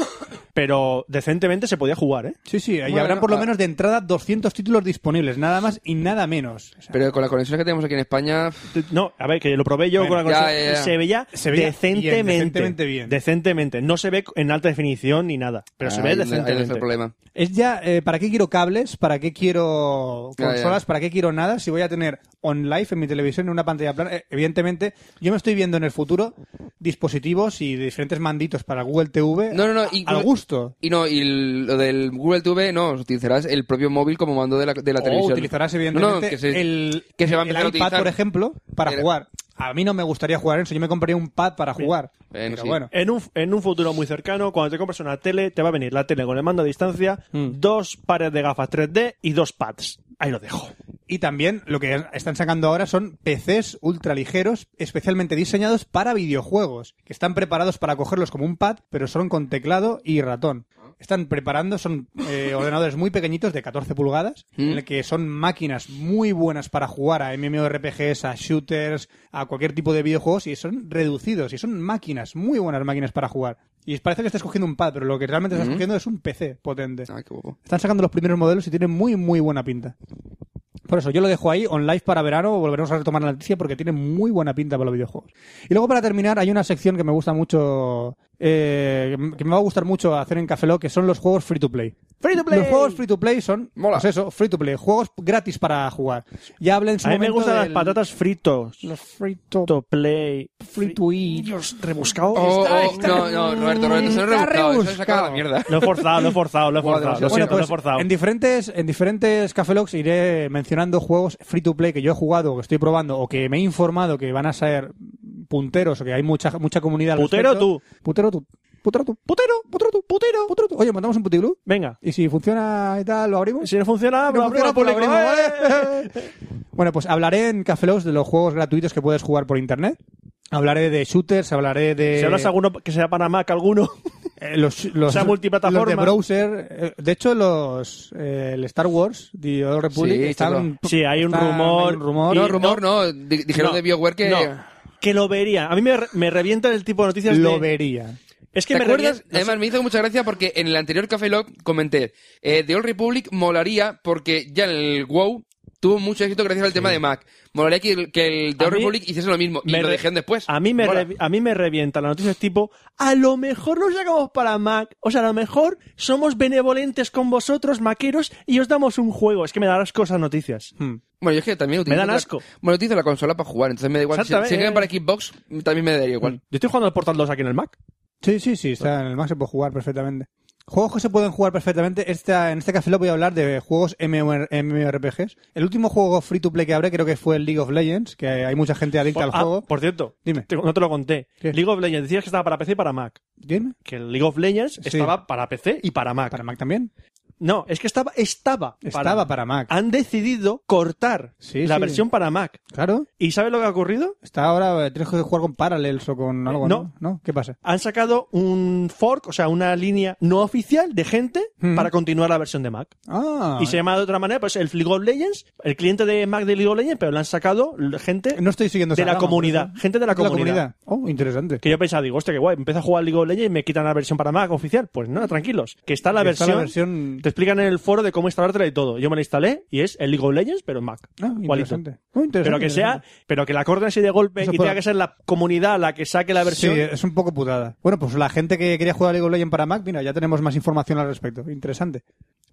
Speaker 6: pero decentemente se podía jugar, ¿eh?
Speaker 7: Sí, sí, ahí
Speaker 8: Bueno,
Speaker 7: habrá por lo
Speaker 8: ah.
Speaker 7: menos de entrada 200 títulos disponibles, nada más y nada menos. O sea,
Speaker 8: Pero con las conexiones que tenemos aquí en España,
Speaker 6: No, a ver, que lo probé yo
Speaker 7: Bueno,
Speaker 6: con la
Speaker 8: ya,
Speaker 6: conexión.
Speaker 8: ya, ya.
Speaker 6: Se veía,
Speaker 7: Se veía bien,
Speaker 6: decentemente.
Speaker 7: decentemente bien.
Speaker 6: Decentemente. No se ve en alta definición ni nada, pero se
Speaker 8: Ah, ahí-
Speaker 6: ve
Speaker 8: ahí está
Speaker 6: decentemente.
Speaker 8: el problema.
Speaker 7: es ya, eh, ¿para qué quiero cables? ¿Para qué quiero
Speaker 8: Ya, ya.
Speaker 7: consolas? ¿Para qué quiero nada? Si voy a tener on live en mi televisión en una pantalla plana. Eh, evidentemente, yo me estoy viendo en el futuro dispositivos y diferentes manditos para Google TV
Speaker 8: No, no, no,
Speaker 7: a-
Speaker 8: inclu-
Speaker 7: al gusto.
Speaker 8: Y no, y el- lo del Google TV, no, utilizarás el propio móvil como mando de la, de la
Speaker 6: Oh,
Speaker 7: O
Speaker 8: televisión.
Speaker 7: utilizarás
Speaker 8: No, no,
Speaker 7: evidentemente
Speaker 8: que se,
Speaker 7: el,
Speaker 8: que se va a
Speaker 7: el
Speaker 8: empezar a
Speaker 7: iPad,
Speaker 8: utilizar.
Speaker 7: por ejemplo, para
Speaker 8: Era-
Speaker 7: jugar. A mí no me gustaría jugar en eso, yo me compraría un pad para jugar.
Speaker 8: Bueno,
Speaker 7: Pero
Speaker 8: sí.
Speaker 7: bueno.
Speaker 6: En un, en un futuro muy cercano, cuando te compras una tele, te va a venir la tele con el mando a distancia,
Speaker 8: Hmm.
Speaker 6: dos pares de gafas 3D y dos pads. Ahí lo dejo.
Speaker 7: Y también lo que están sacando ahora son PCs ultraligeros, especialmente diseñados para videojuegos, que están preparados para cogerlos como un pad, pero son con teclado y ratón. Están preparando, son eh, ordenadores muy pequeñitos de 14 pulgadas, en el que son máquinas muy buenas para jugar a MMORPGs, a shooters, a cualquier tipo de videojuegos, y son reducidos, y son máquinas, muy buenas máquinas para jugar. Y parece que estás cogiendo un pad, pero lo que realmente estás cogiendo es un PC potente.
Speaker 8: Ah, qué guapo.
Speaker 7: Están sacando los primeros modelos y tienen muy, muy buena pinta. Por eso, yo lo dejo ahí, on live para verano, volveremos a retomar la noticia porque tiene muy buena pinta para los videojuegos. Y luego para terminar, hay una sección que me gusta mucho, eh, que me va a gustar mucho hacer en Café Lock, que son los juegos free to play.
Speaker 6: Free to play.
Speaker 7: Los juegos free to play son,
Speaker 8: Mola.
Speaker 7: pues eso, free to play, juegos gratis para jugar. Ya hablé en su
Speaker 6: A mí me
Speaker 7: momento
Speaker 6: gustan las
Speaker 7: del-
Speaker 6: patatas fritos.
Speaker 7: Los free to,
Speaker 6: To play.
Speaker 7: free to eat.
Speaker 6: Dios, rebuscado.
Speaker 8: Oh, oh, no, no, Roberto, Roberto, eso no es rebuscado, eso
Speaker 7: Está
Speaker 8: es
Speaker 7: rebuscado.
Speaker 8: sacado a la mierda.
Speaker 6: Lo he forzado, lo he forzado,
Speaker 7: [LAUGHS]
Speaker 6: lo he
Speaker 8: Bueno,
Speaker 6: forzado. Lo siento,
Speaker 8: demasiado.
Speaker 7: Bueno,
Speaker 6: lo he
Speaker 7: pues
Speaker 6: forzado.
Speaker 7: en diferentes, en diferentes Café Logs iré mencionando juegos free to play que yo he jugado, o que estoy probando o que me he informado que van a ser punteros o que hay mucha mucha comunidad. al
Speaker 6: Putero
Speaker 7: respecto.
Speaker 6: tú.
Speaker 7: Putero tú. Putero tú. Putero, putero tú. Putero, putero tú. Oye, mandamos un putiglu.
Speaker 6: Venga.
Speaker 7: Y si funciona y tal, lo abrimos.
Speaker 6: Si no funciona,
Speaker 7: No
Speaker 6: lo
Speaker 7: funciona,
Speaker 6: aprueba
Speaker 7: pues lo
Speaker 6: público.
Speaker 7: abrimos,
Speaker 6: ¡Eh!
Speaker 7: ¿vale? [LAUGHS] Bueno, pues hablaré en Café Logs de los juegos gratuitos que puedes jugar por internet. Hablaré de shooters, hablaré de...
Speaker 6: Si hablas alguno que sea para Mac, alguno.
Speaker 7: Eh, los, los,
Speaker 6: sea, multiplataforma.
Speaker 7: los de browser. eh, de hecho, los eh, el Star Wars, The Old Republic,
Speaker 8: Sí,
Speaker 7: están.
Speaker 6: chulo. Sí, hay un
Speaker 7: están-
Speaker 6: rumor.
Speaker 7: hay un rumor.
Speaker 8: No,
Speaker 6: Y-
Speaker 8: rumor no, di- dijeron
Speaker 6: No,
Speaker 8: de BioWare que...
Speaker 6: no, que lo vería. A mí me, re- me revienta el tipo de noticias
Speaker 7: Lo
Speaker 6: de-
Speaker 7: vería.
Speaker 6: Es que
Speaker 8: ¿Te
Speaker 6: me
Speaker 8: acuerdas?
Speaker 6: revienta-
Speaker 8: Además, me hizo mucha gracia porque en el anterior Café Lock comenté eh, The Old Republic molaría porque ya en el WoW tuvo mucho éxito gracias al tema de Mac. Molaría que el, que el The
Speaker 6: A
Speaker 8: Old
Speaker 6: mí
Speaker 8: Republic hiciese lo mismo. Y
Speaker 6: me
Speaker 8: lo
Speaker 6: re-
Speaker 8: dijeron después.
Speaker 6: A mí, me
Speaker 8: Mola.
Speaker 6: revi- a mí me revienta la noticia es tipo, a lo mejor nos sacamos para Mac, o sea, a lo mejor somos benevolentes con vosotros, maqueros, y os damos un juego. Es que me darás cosas noticias.
Speaker 8: Bueno, yo es que también utilizo...
Speaker 6: dan
Speaker 8: la-
Speaker 6: asco.
Speaker 8: bueno, utilizo la consola para jugar, entonces me da igual. Si,
Speaker 6: Exactamente.
Speaker 8: si quedan para Xbox, también me daría igual.
Speaker 6: Yo estoy jugando al Portal 2 aquí en el Mac.
Speaker 7: Sí, sí, sí, está en el Mac se puede jugar perfectamente. Juegos que se pueden jugar perfectamente. Esta, en este café lo voy a hablar de juegos MMOR- MMORPGs. El último juego free to play que habré creo que fue el League of Legends, que hay mucha gente adicta al
Speaker 6: Ah,
Speaker 7: juego.
Speaker 6: por cierto,
Speaker 7: Dime.
Speaker 6: te- no te lo conté.
Speaker 7: ¿Qué?
Speaker 6: League of Legends, decías que estaba para PC y para Mac.
Speaker 7: Dime.
Speaker 6: Que el League of Legends
Speaker 7: Sí.
Speaker 6: estaba para PC y para Mac.
Speaker 7: Para Mac también.
Speaker 6: No, es que estaba, estaba,
Speaker 7: Estaba para Mac.
Speaker 6: Han decidido cortar
Speaker 7: Sí,
Speaker 6: la
Speaker 7: sí.
Speaker 6: versión para Mac.
Speaker 7: Claro.
Speaker 6: ¿Y sabes lo que ha ocurrido?
Speaker 7: Está ahora, eh, tienes que jugar con Parallels o con algo, ¿no?
Speaker 6: no.
Speaker 7: ¿No? ¿Qué pasa?
Speaker 6: han sacado un fork, o sea, una línea no oficial de gente
Speaker 7: Ujú.
Speaker 6: para continuar la versión de Mac.
Speaker 7: Ah.
Speaker 6: Y se llama de otra manera, pues el League of Legends, el cliente de Mac de League of Legends, pero lo han sacado l- gente
Speaker 7: No estoy siguiendo
Speaker 6: de
Speaker 7: esa
Speaker 6: la
Speaker 7: rama, por
Speaker 6: comunidad.
Speaker 7: eso.
Speaker 6: Gente de la comunidad.
Speaker 7: Oh, interesante.
Speaker 6: Que yo pensaba, digo, hostia, qué guay, empiezo a jugar League of Legends y me quitan la versión para Mac oficial. Pues no, tranquilos, que está la,
Speaker 7: Que está
Speaker 6: versión,
Speaker 7: la versión-
Speaker 6: Te explican en el foro de cómo instalártela y todo. Yo me la instalé y es el League of Legends, pero en Mac.
Speaker 7: Ah,
Speaker 6: Igualito.
Speaker 7: interesante. Muy interesante,
Speaker 6: Pero que sea,
Speaker 7: interesante.
Speaker 6: pero que la corten así de golpe
Speaker 7: Eso
Speaker 6: y
Speaker 7: puede-
Speaker 6: tenga que ser la comunidad la que saque la
Speaker 7: Sí,
Speaker 6: versión.
Speaker 7: es un poco putada. Bueno, pues la gente que quería jugar a League of Legends para Mac, mira, ya tenemos más información al respecto. Interesante.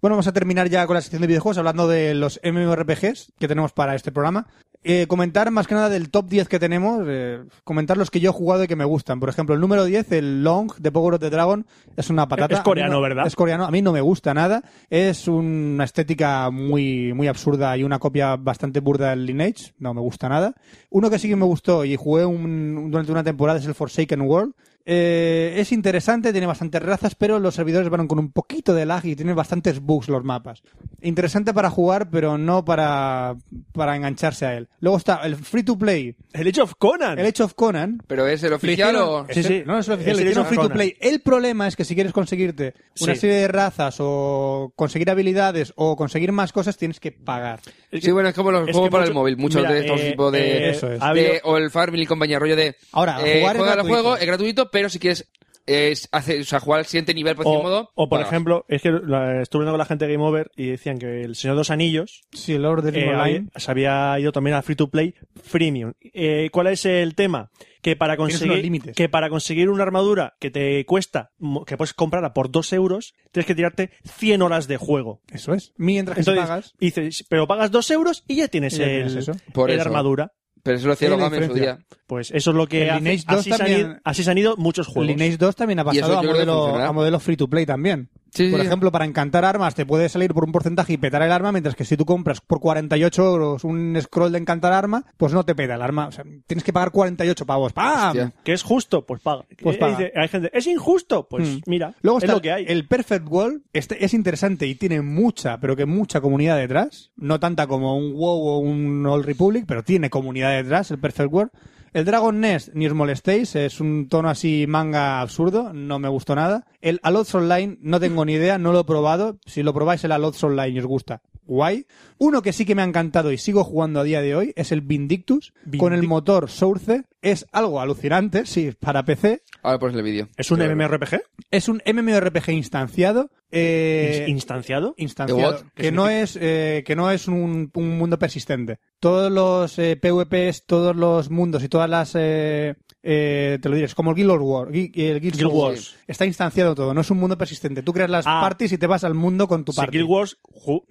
Speaker 7: Bueno, vamos a terminar ya con la sección de videojuegos hablando de los MMORPGs que tenemos para este programa. Eh, comentar más que nada del top 10 que tenemos, eh, comentar los que yo he jugado y que me gustan. Por ejemplo, el número 10, el Long de Power of the Dragon, es una patata.
Speaker 6: Es coreano,
Speaker 7: A mí no-
Speaker 6: ¿verdad?
Speaker 7: Es coreano, a mí no me gusta nada. Es una estética muy, muy absurda y una copia bastante burda del Lineage. No me gusta nada. Uno que sí que me gustó y jugué un- durante una temporada es el Forsaken World. Eh, es interesante, tiene bastantes razas, pero los servidores van con un poquito de lag y tienen bastantes bugs los mapas. Interesante para jugar, pero no para, para engancharse a él. Luego está el Free to Play,
Speaker 6: El Age of Conan.
Speaker 7: el Age of Conan.
Speaker 8: ¿Pero es el
Speaker 7: Le
Speaker 8: oficial
Speaker 7: hicieron-
Speaker 8: o...?
Speaker 6: Sí,
Speaker 7: es
Speaker 6: sí.
Speaker 7: el- No es el oficial,
Speaker 6: Es
Speaker 7: le
Speaker 6: el
Speaker 7: hicieron
Speaker 6: Age of
Speaker 7: free to
Speaker 6: Conan.
Speaker 7: play. El problema es que si quieres conseguirte una
Speaker 6: Sí.
Speaker 7: serie de razas o conseguir habilidades o conseguir más cosas, tienes que pagar.
Speaker 6: Es que-
Speaker 8: Sí, bueno, es como los
Speaker 6: es que
Speaker 8: juegos para el
Speaker 6: mucho-
Speaker 8: móvil, muchos
Speaker 6: Mira,
Speaker 8: de estos
Speaker 6: eh,
Speaker 8: tipos de...
Speaker 6: eh,
Speaker 7: Eso es.
Speaker 6: ha habido-
Speaker 8: de- o el Farmville y compañía, rollo de...
Speaker 7: Ahora,
Speaker 8: eh,
Speaker 7: jugar es
Speaker 8: juega al
Speaker 7: gratuito.
Speaker 8: juego, es gratuito, pero si quieres es, hacer, o sea, jugar al siguiente nivel, por
Speaker 6: o,
Speaker 8: decir modo...
Speaker 6: o, por
Speaker 8: pagas.
Speaker 6: ejemplo, es que la- estuve hablando con la gente de Game Over y decían que el Señor de los Anillos
Speaker 7: Si el Lord
Speaker 6: eh,
Speaker 7: Online.
Speaker 6: había- se había ido también al free to play freemium. Eh, ¿Cuál es el tema? Que para
Speaker 7: Tienes unos
Speaker 6: conseguir
Speaker 7: límites.
Speaker 6: que para conseguir una armadura que te cuesta mo- que puedes comprarla por 2 euros, tienes que tirarte 100 horas de juego.
Speaker 7: Eso es. Mientras que si
Speaker 6: Entonces,
Speaker 7: pagas.
Speaker 6: dices, pero pagas 2 euros y ya tienes
Speaker 7: Y ya
Speaker 6: el,
Speaker 7: tienes eso.
Speaker 8: Por
Speaker 6: el
Speaker 8: eso.
Speaker 6: armadura.
Speaker 8: Pero eso lo hacía
Speaker 7: Sí,
Speaker 8: los
Speaker 7: la
Speaker 8: Game en su
Speaker 7: diferencia.
Speaker 8: día.
Speaker 6: Pues eso es lo que
Speaker 7: El
Speaker 6: hace.
Speaker 7: Lineage 2
Speaker 6: así, se han ido,
Speaker 7: también-
Speaker 6: así se han ido muchos juegos.
Speaker 7: Lineage 2 también ha
Speaker 8: Y eso
Speaker 7: pasado
Speaker 8: yo
Speaker 7: a
Speaker 8: creo que
Speaker 7: modelo,
Speaker 8: funcionará.
Speaker 7: a modelo free to play también.
Speaker 8: Sí,
Speaker 7: por
Speaker 8: sí.
Speaker 7: ejemplo, para encantar armas te puede salir por un porcentaje y petar el arma, mientras que si tú compras por 48 euros un scroll de encantar arma, pues no te peta el arma. O sea, tienes que pagar 48 pavos. ¡Pam!
Speaker 8: Hostia.
Speaker 6: que es justo, pues paga.
Speaker 7: Pues
Speaker 6: Eh,
Speaker 7: paga.
Speaker 6: dice- hay gente, es injusto, pues
Speaker 7: Mm.
Speaker 6: mira,
Speaker 7: Luego
Speaker 6: es
Speaker 7: está
Speaker 6: lo que hay.
Speaker 7: el Perfect World. Este es interesante y tiene mucha, pero que mucha comunidad detrás. No tanta como un WoW o un Old Republic, pero tiene comunidad detrás el Perfect World. El Dragon Nest, ni os molestéis, es un tono así manga absurdo, no me gustó nada. El Alots Online, no tengo ni idea, no lo he probado. Si lo probáis el Alots Online y os gusta, guay. Uno que sí que me ha encantado y sigo jugando a día de hoy es el Vindictus, con el motor Source. Es algo alucinante, sí, para PC.
Speaker 8: Ahora pones el vídeo.
Speaker 6: ¿Es un
Speaker 8: Yo creo.
Speaker 6: MMORPG?
Speaker 7: Es un MMORPG instanciado. eh,
Speaker 6: ¿Instanciado?
Speaker 8: ¿De
Speaker 7: instanciado.
Speaker 8: what?
Speaker 7: Que no es, eh, que no es un, un mundo persistente. Todos los eh, PvPs, todos los mundos y todas las. eh, eh, te lo diré, es como el Guild Wars. Gui- el Guild
Speaker 6: Guild
Speaker 7: Wars.
Speaker 6: Wars.
Speaker 7: Está instanciado todo, no es un mundo persistente. Tú creas las
Speaker 6: Ah.
Speaker 7: parties y te vas al mundo con tu
Speaker 6: Si
Speaker 7: party.
Speaker 6: Guild Wars, ju-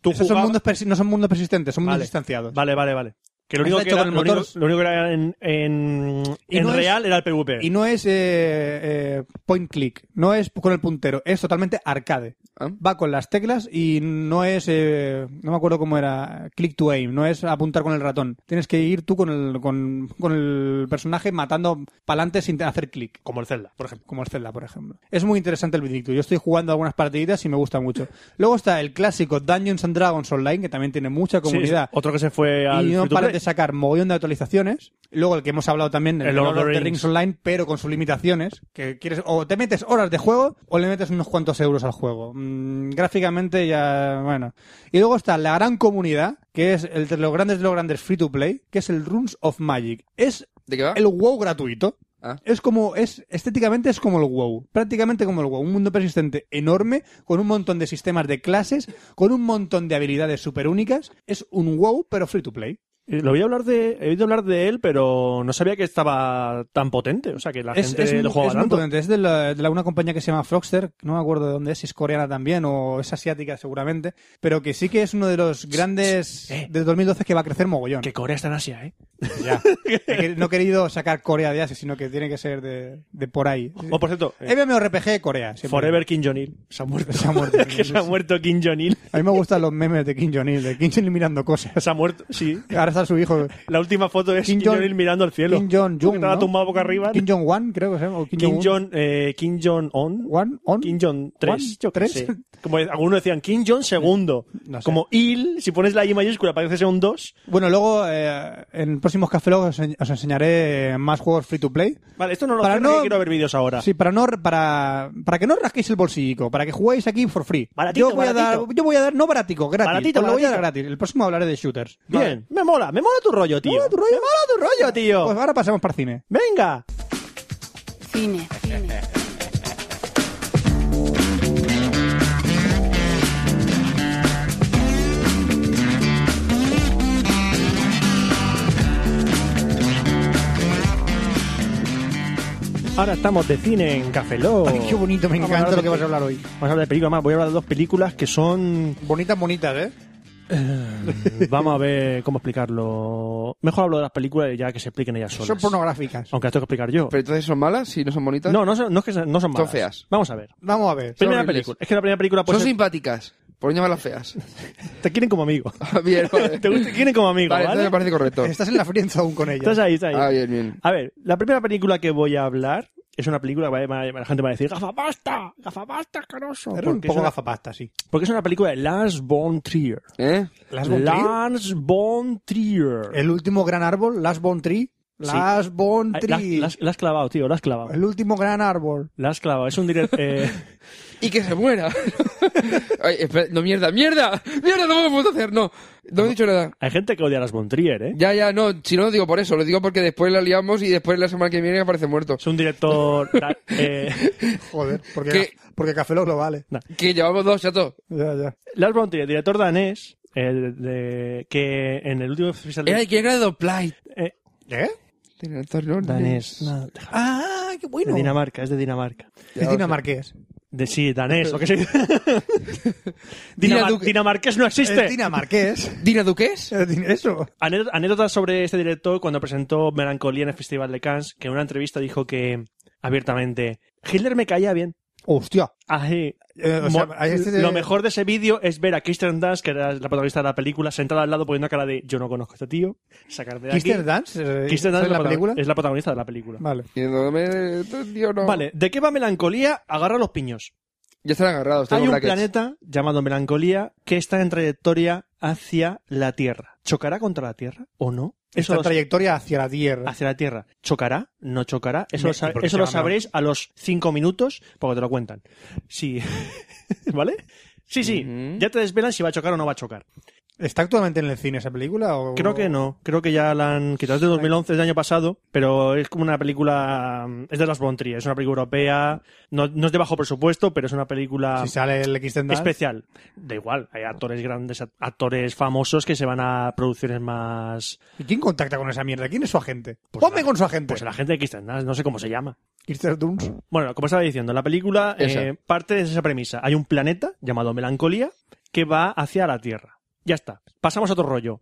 Speaker 6: tú
Speaker 7: Esos son
Speaker 6: jugabas-
Speaker 7: mundos persi- no son mundos persistentes, son mundos
Speaker 6: Vale.
Speaker 7: instanciados.
Speaker 6: Vale, vale, vale. Que lo
Speaker 7: Está
Speaker 6: único que,
Speaker 7: hecho
Speaker 6: era,
Speaker 7: con el
Speaker 6: lo
Speaker 7: motor.
Speaker 6: único- lo único que era en, en,
Speaker 7: Y
Speaker 6: en
Speaker 7: no es-
Speaker 6: real era el PvP.
Speaker 7: Y no es eh, eh, point click, no es con el puntero, es totalmente arcade.
Speaker 8: Ah.
Speaker 7: Va con las teclas y no es, eh, no me acuerdo cómo era, click to aim, no es apuntar con el ratón. Tienes que ir tú con el, con, con el personaje matando pa'lante sin hacer clic.
Speaker 6: Como el Zelda, por ejemplo.
Speaker 7: Como el Zelda, por ejemplo. Es muy interesante el Vindictus. Yo estoy jugando algunas partiditas y me gusta mucho. Luego está el clásico Dungeons and Dragons Online, que también tiene mucha
Speaker 6: Sí,
Speaker 7: comunidad.
Speaker 6: otro que se fue al
Speaker 7: Y no
Speaker 6: free to
Speaker 7: paran
Speaker 6: play.
Speaker 7: de sacar mogollón de actualizaciones. Luego el que hemos hablado también, el, Lord of the Rings. Online, pero con sus limitaciones. Que quieres o te metes horas de juego o le metes unos cuantos euros al juego. Mm, gráficamente ya, bueno. Y luego está la gran comunidad, que es el de los grandes de los grandes free to play, que es el Runes of Magic. Es
Speaker 8: ¿De qué va?
Speaker 7: el WoW gratuito.
Speaker 8: Ah.
Speaker 7: Es como, es, estéticamente es como el WoW, prácticamente como el WoW, un mundo persistente enorme, con un montón de sistemas de clases, con un montón de habilidades súper únicas, es un WoW pero free to play.
Speaker 6: Eh, Lo voy a hablar de, he oído hablar de él, pero no sabía que estaba tan potente. O sea, que la
Speaker 7: Es,
Speaker 6: gente
Speaker 7: es
Speaker 6: lo
Speaker 7: muy-
Speaker 6: jugaba
Speaker 7: es muy
Speaker 6: tanto.
Speaker 7: potente, es de, la- de la- una compañía que se llama Frogster, no me acuerdo de dónde es, si es coreana también o es asiática seguramente, pero que sí que es uno de los grandes
Speaker 6: eh.
Speaker 7: de 2012 que va a crecer mogollón.
Speaker 6: Que Corea está en Asia, ¿eh? [LAUGHS]
Speaker 7: Ya. Que no [LAUGHS] he querido sacar Corea de Asia, sino que tiene que ser de, de por ahí.
Speaker 6: O por
Speaker 7: [LAUGHS]
Speaker 6: cierto, eh,
Speaker 7: MMORPG Corea. siempre.
Speaker 6: Forever Kim Jong-il. Se
Speaker 7: [LAUGHS]
Speaker 6: ha muerto.
Speaker 7: Se ha muerto.
Speaker 6: [LAUGHS] que se ha muerto Kim Jong-il.
Speaker 7: A mí me gustan los memes de Kim Jong-il, de Kim Jong-il mirando cosas.
Speaker 6: [LAUGHS] Se ha muerto, sí.
Speaker 7: Ahora está su hijo.
Speaker 6: La última foto es Kim, Jong-il mirando al cielo.
Speaker 7: Kim Jong-un.
Speaker 6: Porque estaba
Speaker 7: ¿no?
Speaker 6: tumbado [LAUGHS] boca arriba.
Speaker 7: Kim Jong-un, creo que se llama. o Kim,
Speaker 6: Kim
Speaker 7: Jong-un.
Speaker 6: Jong, eh, Kim Jong On.
Speaker 7: Wan, on.
Speaker 6: Kim Jong 3,
Speaker 7: Juan,
Speaker 6: yo qué
Speaker 7: tres.
Speaker 6: sé. Como algunos decían Kim Jong segundo.
Speaker 7: No sé.
Speaker 6: Como Il, si pones la I mayúscula parece ser un 2.
Speaker 7: Bueno, luego eh, en próximos Café Lock os, en- os enseñaré más juegos free to play.
Speaker 6: Vale, esto no lo
Speaker 7: Para
Speaker 6: sé porque
Speaker 7: no-
Speaker 6: quiero ver vídeos ahora.
Speaker 7: Sí, para no para, para que no os rasquéis el bolsillo, para que juguéis aquí for free.
Speaker 6: Baratito,
Speaker 7: yo voy a
Speaker 6: baratito.
Speaker 7: dar, yo voy a dar no baratico, gratis.
Speaker 6: Baratito,
Speaker 7: Os lo voy a dar
Speaker 6: baratito.
Speaker 7: gratis. El próximo hablaré de shooters.
Speaker 6: Bien,
Speaker 7: Vale.
Speaker 6: me mola, me mola tu rollo, tío. Me mola tu rollo, tío.
Speaker 7: Pues ahora pasamos para cine.
Speaker 6: Venga.
Speaker 5: Cine.
Speaker 6: Ahora estamos de cine en Café Lock.
Speaker 7: Ay, qué bonito, me
Speaker 6: Vamos
Speaker 7: encanta
Speaker 6: de
Speaker 7: lo que vas a
Speaker 6: pe-
Speaker 7: hablar hoy.
Speaker 6: Vamos a hablar de películas más. Voy a hablar de dos películas que
Speaker 7: [LAUGHS]
Speaker 6: son.
Speaker 7: Bonitas, bonitas, ¿eh?
Speaker 6: Vamos a ver cómo explicarlo. Mejor hablo de las películas y ya que se expliquen ellas solas.
Speaker 7: Son pornográficas.
Speaker 6: Aunque las tengo que explicar yo.
Speaker 8: ¿Pero entonces son malas si no son bonitas?
Speaker 6: No, no, son- no es que son- no son malas.
Speaker 8: feas.
Speaker 6: Vamos a ver.
Speaker 7: Vamos a ver.
Speaker 6: Primera
Speaker 8: horribles.
Speaker 6: película. Es que la primera película
Speaker 8: Son
Speaker 6: pues,
Speaker 8: simpáticas. Por no
Speaker 6: [LAUGHS]
Speaker 8: llamarlas feas. [LAUGHS]
Speaker 6: te quieren como
Speaker 7: [LAUGHS]
Speaker 6: amigo. [LAUGHS]
Speaker 8: Ah, bien, vale.
Speaker 6: te gusta- quieren como amigo,
Speaker 8: Vale,
Speaker 6: ¿vale?
Speaker 8: entonces me parece correcto.
Speaker 7: Estás en la friendzone con ella.
Speaker 6: Estás ahí, estás ahí.
Speaker 8: Ah, bien, bien.
Speaker 6: A ver, la primera película que voy a hablar es una película que va- va- la gente va a decir, gafapasta, gafapasta, asqueroso.
Speaker 7: Era un
Speaker 6: Porque, es
Speaker 7: poco
Speaker 6: una,
Speaker 7: gafapasta, sí.
Speaker 6: porque es una película de Lars von Trier.
Speaker 8: ¿Eh?
Speaker 7: ¿Lars von Trier?
Speaker 6: Lars von Trier.
Speaker 7: El último gran árbol, Last Bon Tree. Last Bon
Speaker 6: Ay, la-
Speaker 7: Tree.
Speaker 6: la has- la has clavado, tío, la has clavado.
Speaker 7: El último gran árbol.
Speaker 6: La has clavado. Es un
Speaker 7: [LAUGHS]
Speaker 6: eh, director...
Speaker 8: Y que se muera. [LAUGHS] Ay, espera, no, mierda, mierda. Mierda, no me puedo hacer. No, no he dicho nada.
Speaker 6: hay gente que odia a Lars von Trier, ¿eh?
Speaker 8: Ya, ya, no, si no lo digo por eso, lo digo porque después la liamos y después la semana que viene aparece muerto.
Speaker 6: Es un
Speaker 7: [LAUGHS]
Speaker 6: director... da- eh,
Speaker 7: Joder, porque,
Speaker 8: ¿Qué?
Speaker 7: porque Café Lock lo vale.
Speaker 8: Que llevamos dos, chato.
Speaker 7: Ya, ya.
Speaker 6: Lars von Trier, director danés, el de- que en el último festival... de-
Speaker 8: Era el Eh, que era de Play.
Speaker 6: eh,
Speaker 7: ¿Eh?
Speaker 6: danés. No, deja-
Speaker 7: Ah, qué
Speaker 6: de
Speaker 7: bueno.
Speaker 6: Dinamarca, es de Dinamarca.
Speaker 7: Es dinamarqués.
Speaker 6: De, sí, danés, lo que
Speaker 7: [LAUGHS]
Speaker 6: sea.
Speaker 8: Dina
Speaker 6: Dinamar-
Speaker 8: Duque.
Speaker 6: dinamarqués no existe. [LAUGHS]
Speaker 7: Es dinamarqués.
Speaker 8: ¿Dina Duques?
Speaker 7: Es din- Eso.
Speaker 6: Anécdota- Anécdotas sobre este director cuando presentó Melancolía en el Festival de Cannes, que en una entrevista dijo que abiertamente Hitler me caía bien.
Speaker 7: Hostia.
Speaker 6: Ají.
Speaker 7: Eh, o sea,
Speaker 6: Mo-
Speaker 7: ahí este-
Speaker 6: Lo mejor de ese vídeo es ver a Kirsten Dunst, que era la protagonista de la película, sentada al lado poniendo cara de yo no conozco a este tío, sacar de aquí.
Speaker 7: Kirsten Dance. eh,
Speaker 6: Kirsten Dunst es
Speaker 7: ¿sale en la
Speaker 6: prota-
Speaker 7: película.
Speaker 6: es la protagonista de la película.
Speaker 7: Vale.
Speaker 8: Y no me- tío, no.
Speaker 6: Vale, ¿de qué va Melancolía? Agarra los piños.
Speaker 8: Ya están agarrados, tengo
Speaker 6: Hay un
Speaker 8: brackets.
Speaker 6: planeta llamado Melancolía que está en trayectoria hacia la Tierra. ¿Chocará contra la Tierra o no?
Speaker 7: Esta
Speaker 6: lo sa-
Speaker 7: trayectoria hacia la Tierra.
Speaker 6: hacia la Tierra. ¿Chocará? ¿No chocará? Eso,
Speaker 7: Me-
Speaker 6: lo, sa-
Speaker 7: ¿y por qué
Speaker 6: eso
Speaker 7: se
Speaker 6: lo
Speaker 7: llama
Speaker 6: sabréis a los cinco minutos porque te lo cuentan. Sí. [LAUGHS] ¿Vale? Sí, sí.
Speaker 8: Ujú.
Speaker 6: Ya te desvelan si va a chocar o no va a chocar.
Speaker 7: ¿Está actualmente en el cine esa película? O...
Speaker 6: Creo que no. Creo que ya la han quitado. Es de 2011, es del año pasado, pero es como una película... Es de las Bontrías. Es una película europea. No, no es de bajo presupuesto, pero es una película...
Speaker 7: Si sale el Kirsten Dunst.
Speaker 6: especial. Da igual, hay actores grandes, act- actores famosos que se van a producciones más...
Speaker 7: ¿Y quién contacta con esa mierda? ¿Quién es su agente?
Speaker 6: Pues
Speaker 7: Ponme
Speaker 6: la-
Speaker 7: con su agente.
Speaker 6: Pues la gente de Kirsten Dunst, no sé cómo se llama.
Speaker 7: Kirsten Dunst.
Speaker 6: Bueno, como estaba diciendo, la película eh,
Speaker 8: Esa.
Speaker 6: parte de esa premisa. Hay un planeta llamado Melancolía que va hacia la Tierra. Ya está. Pasamos a otro rollo.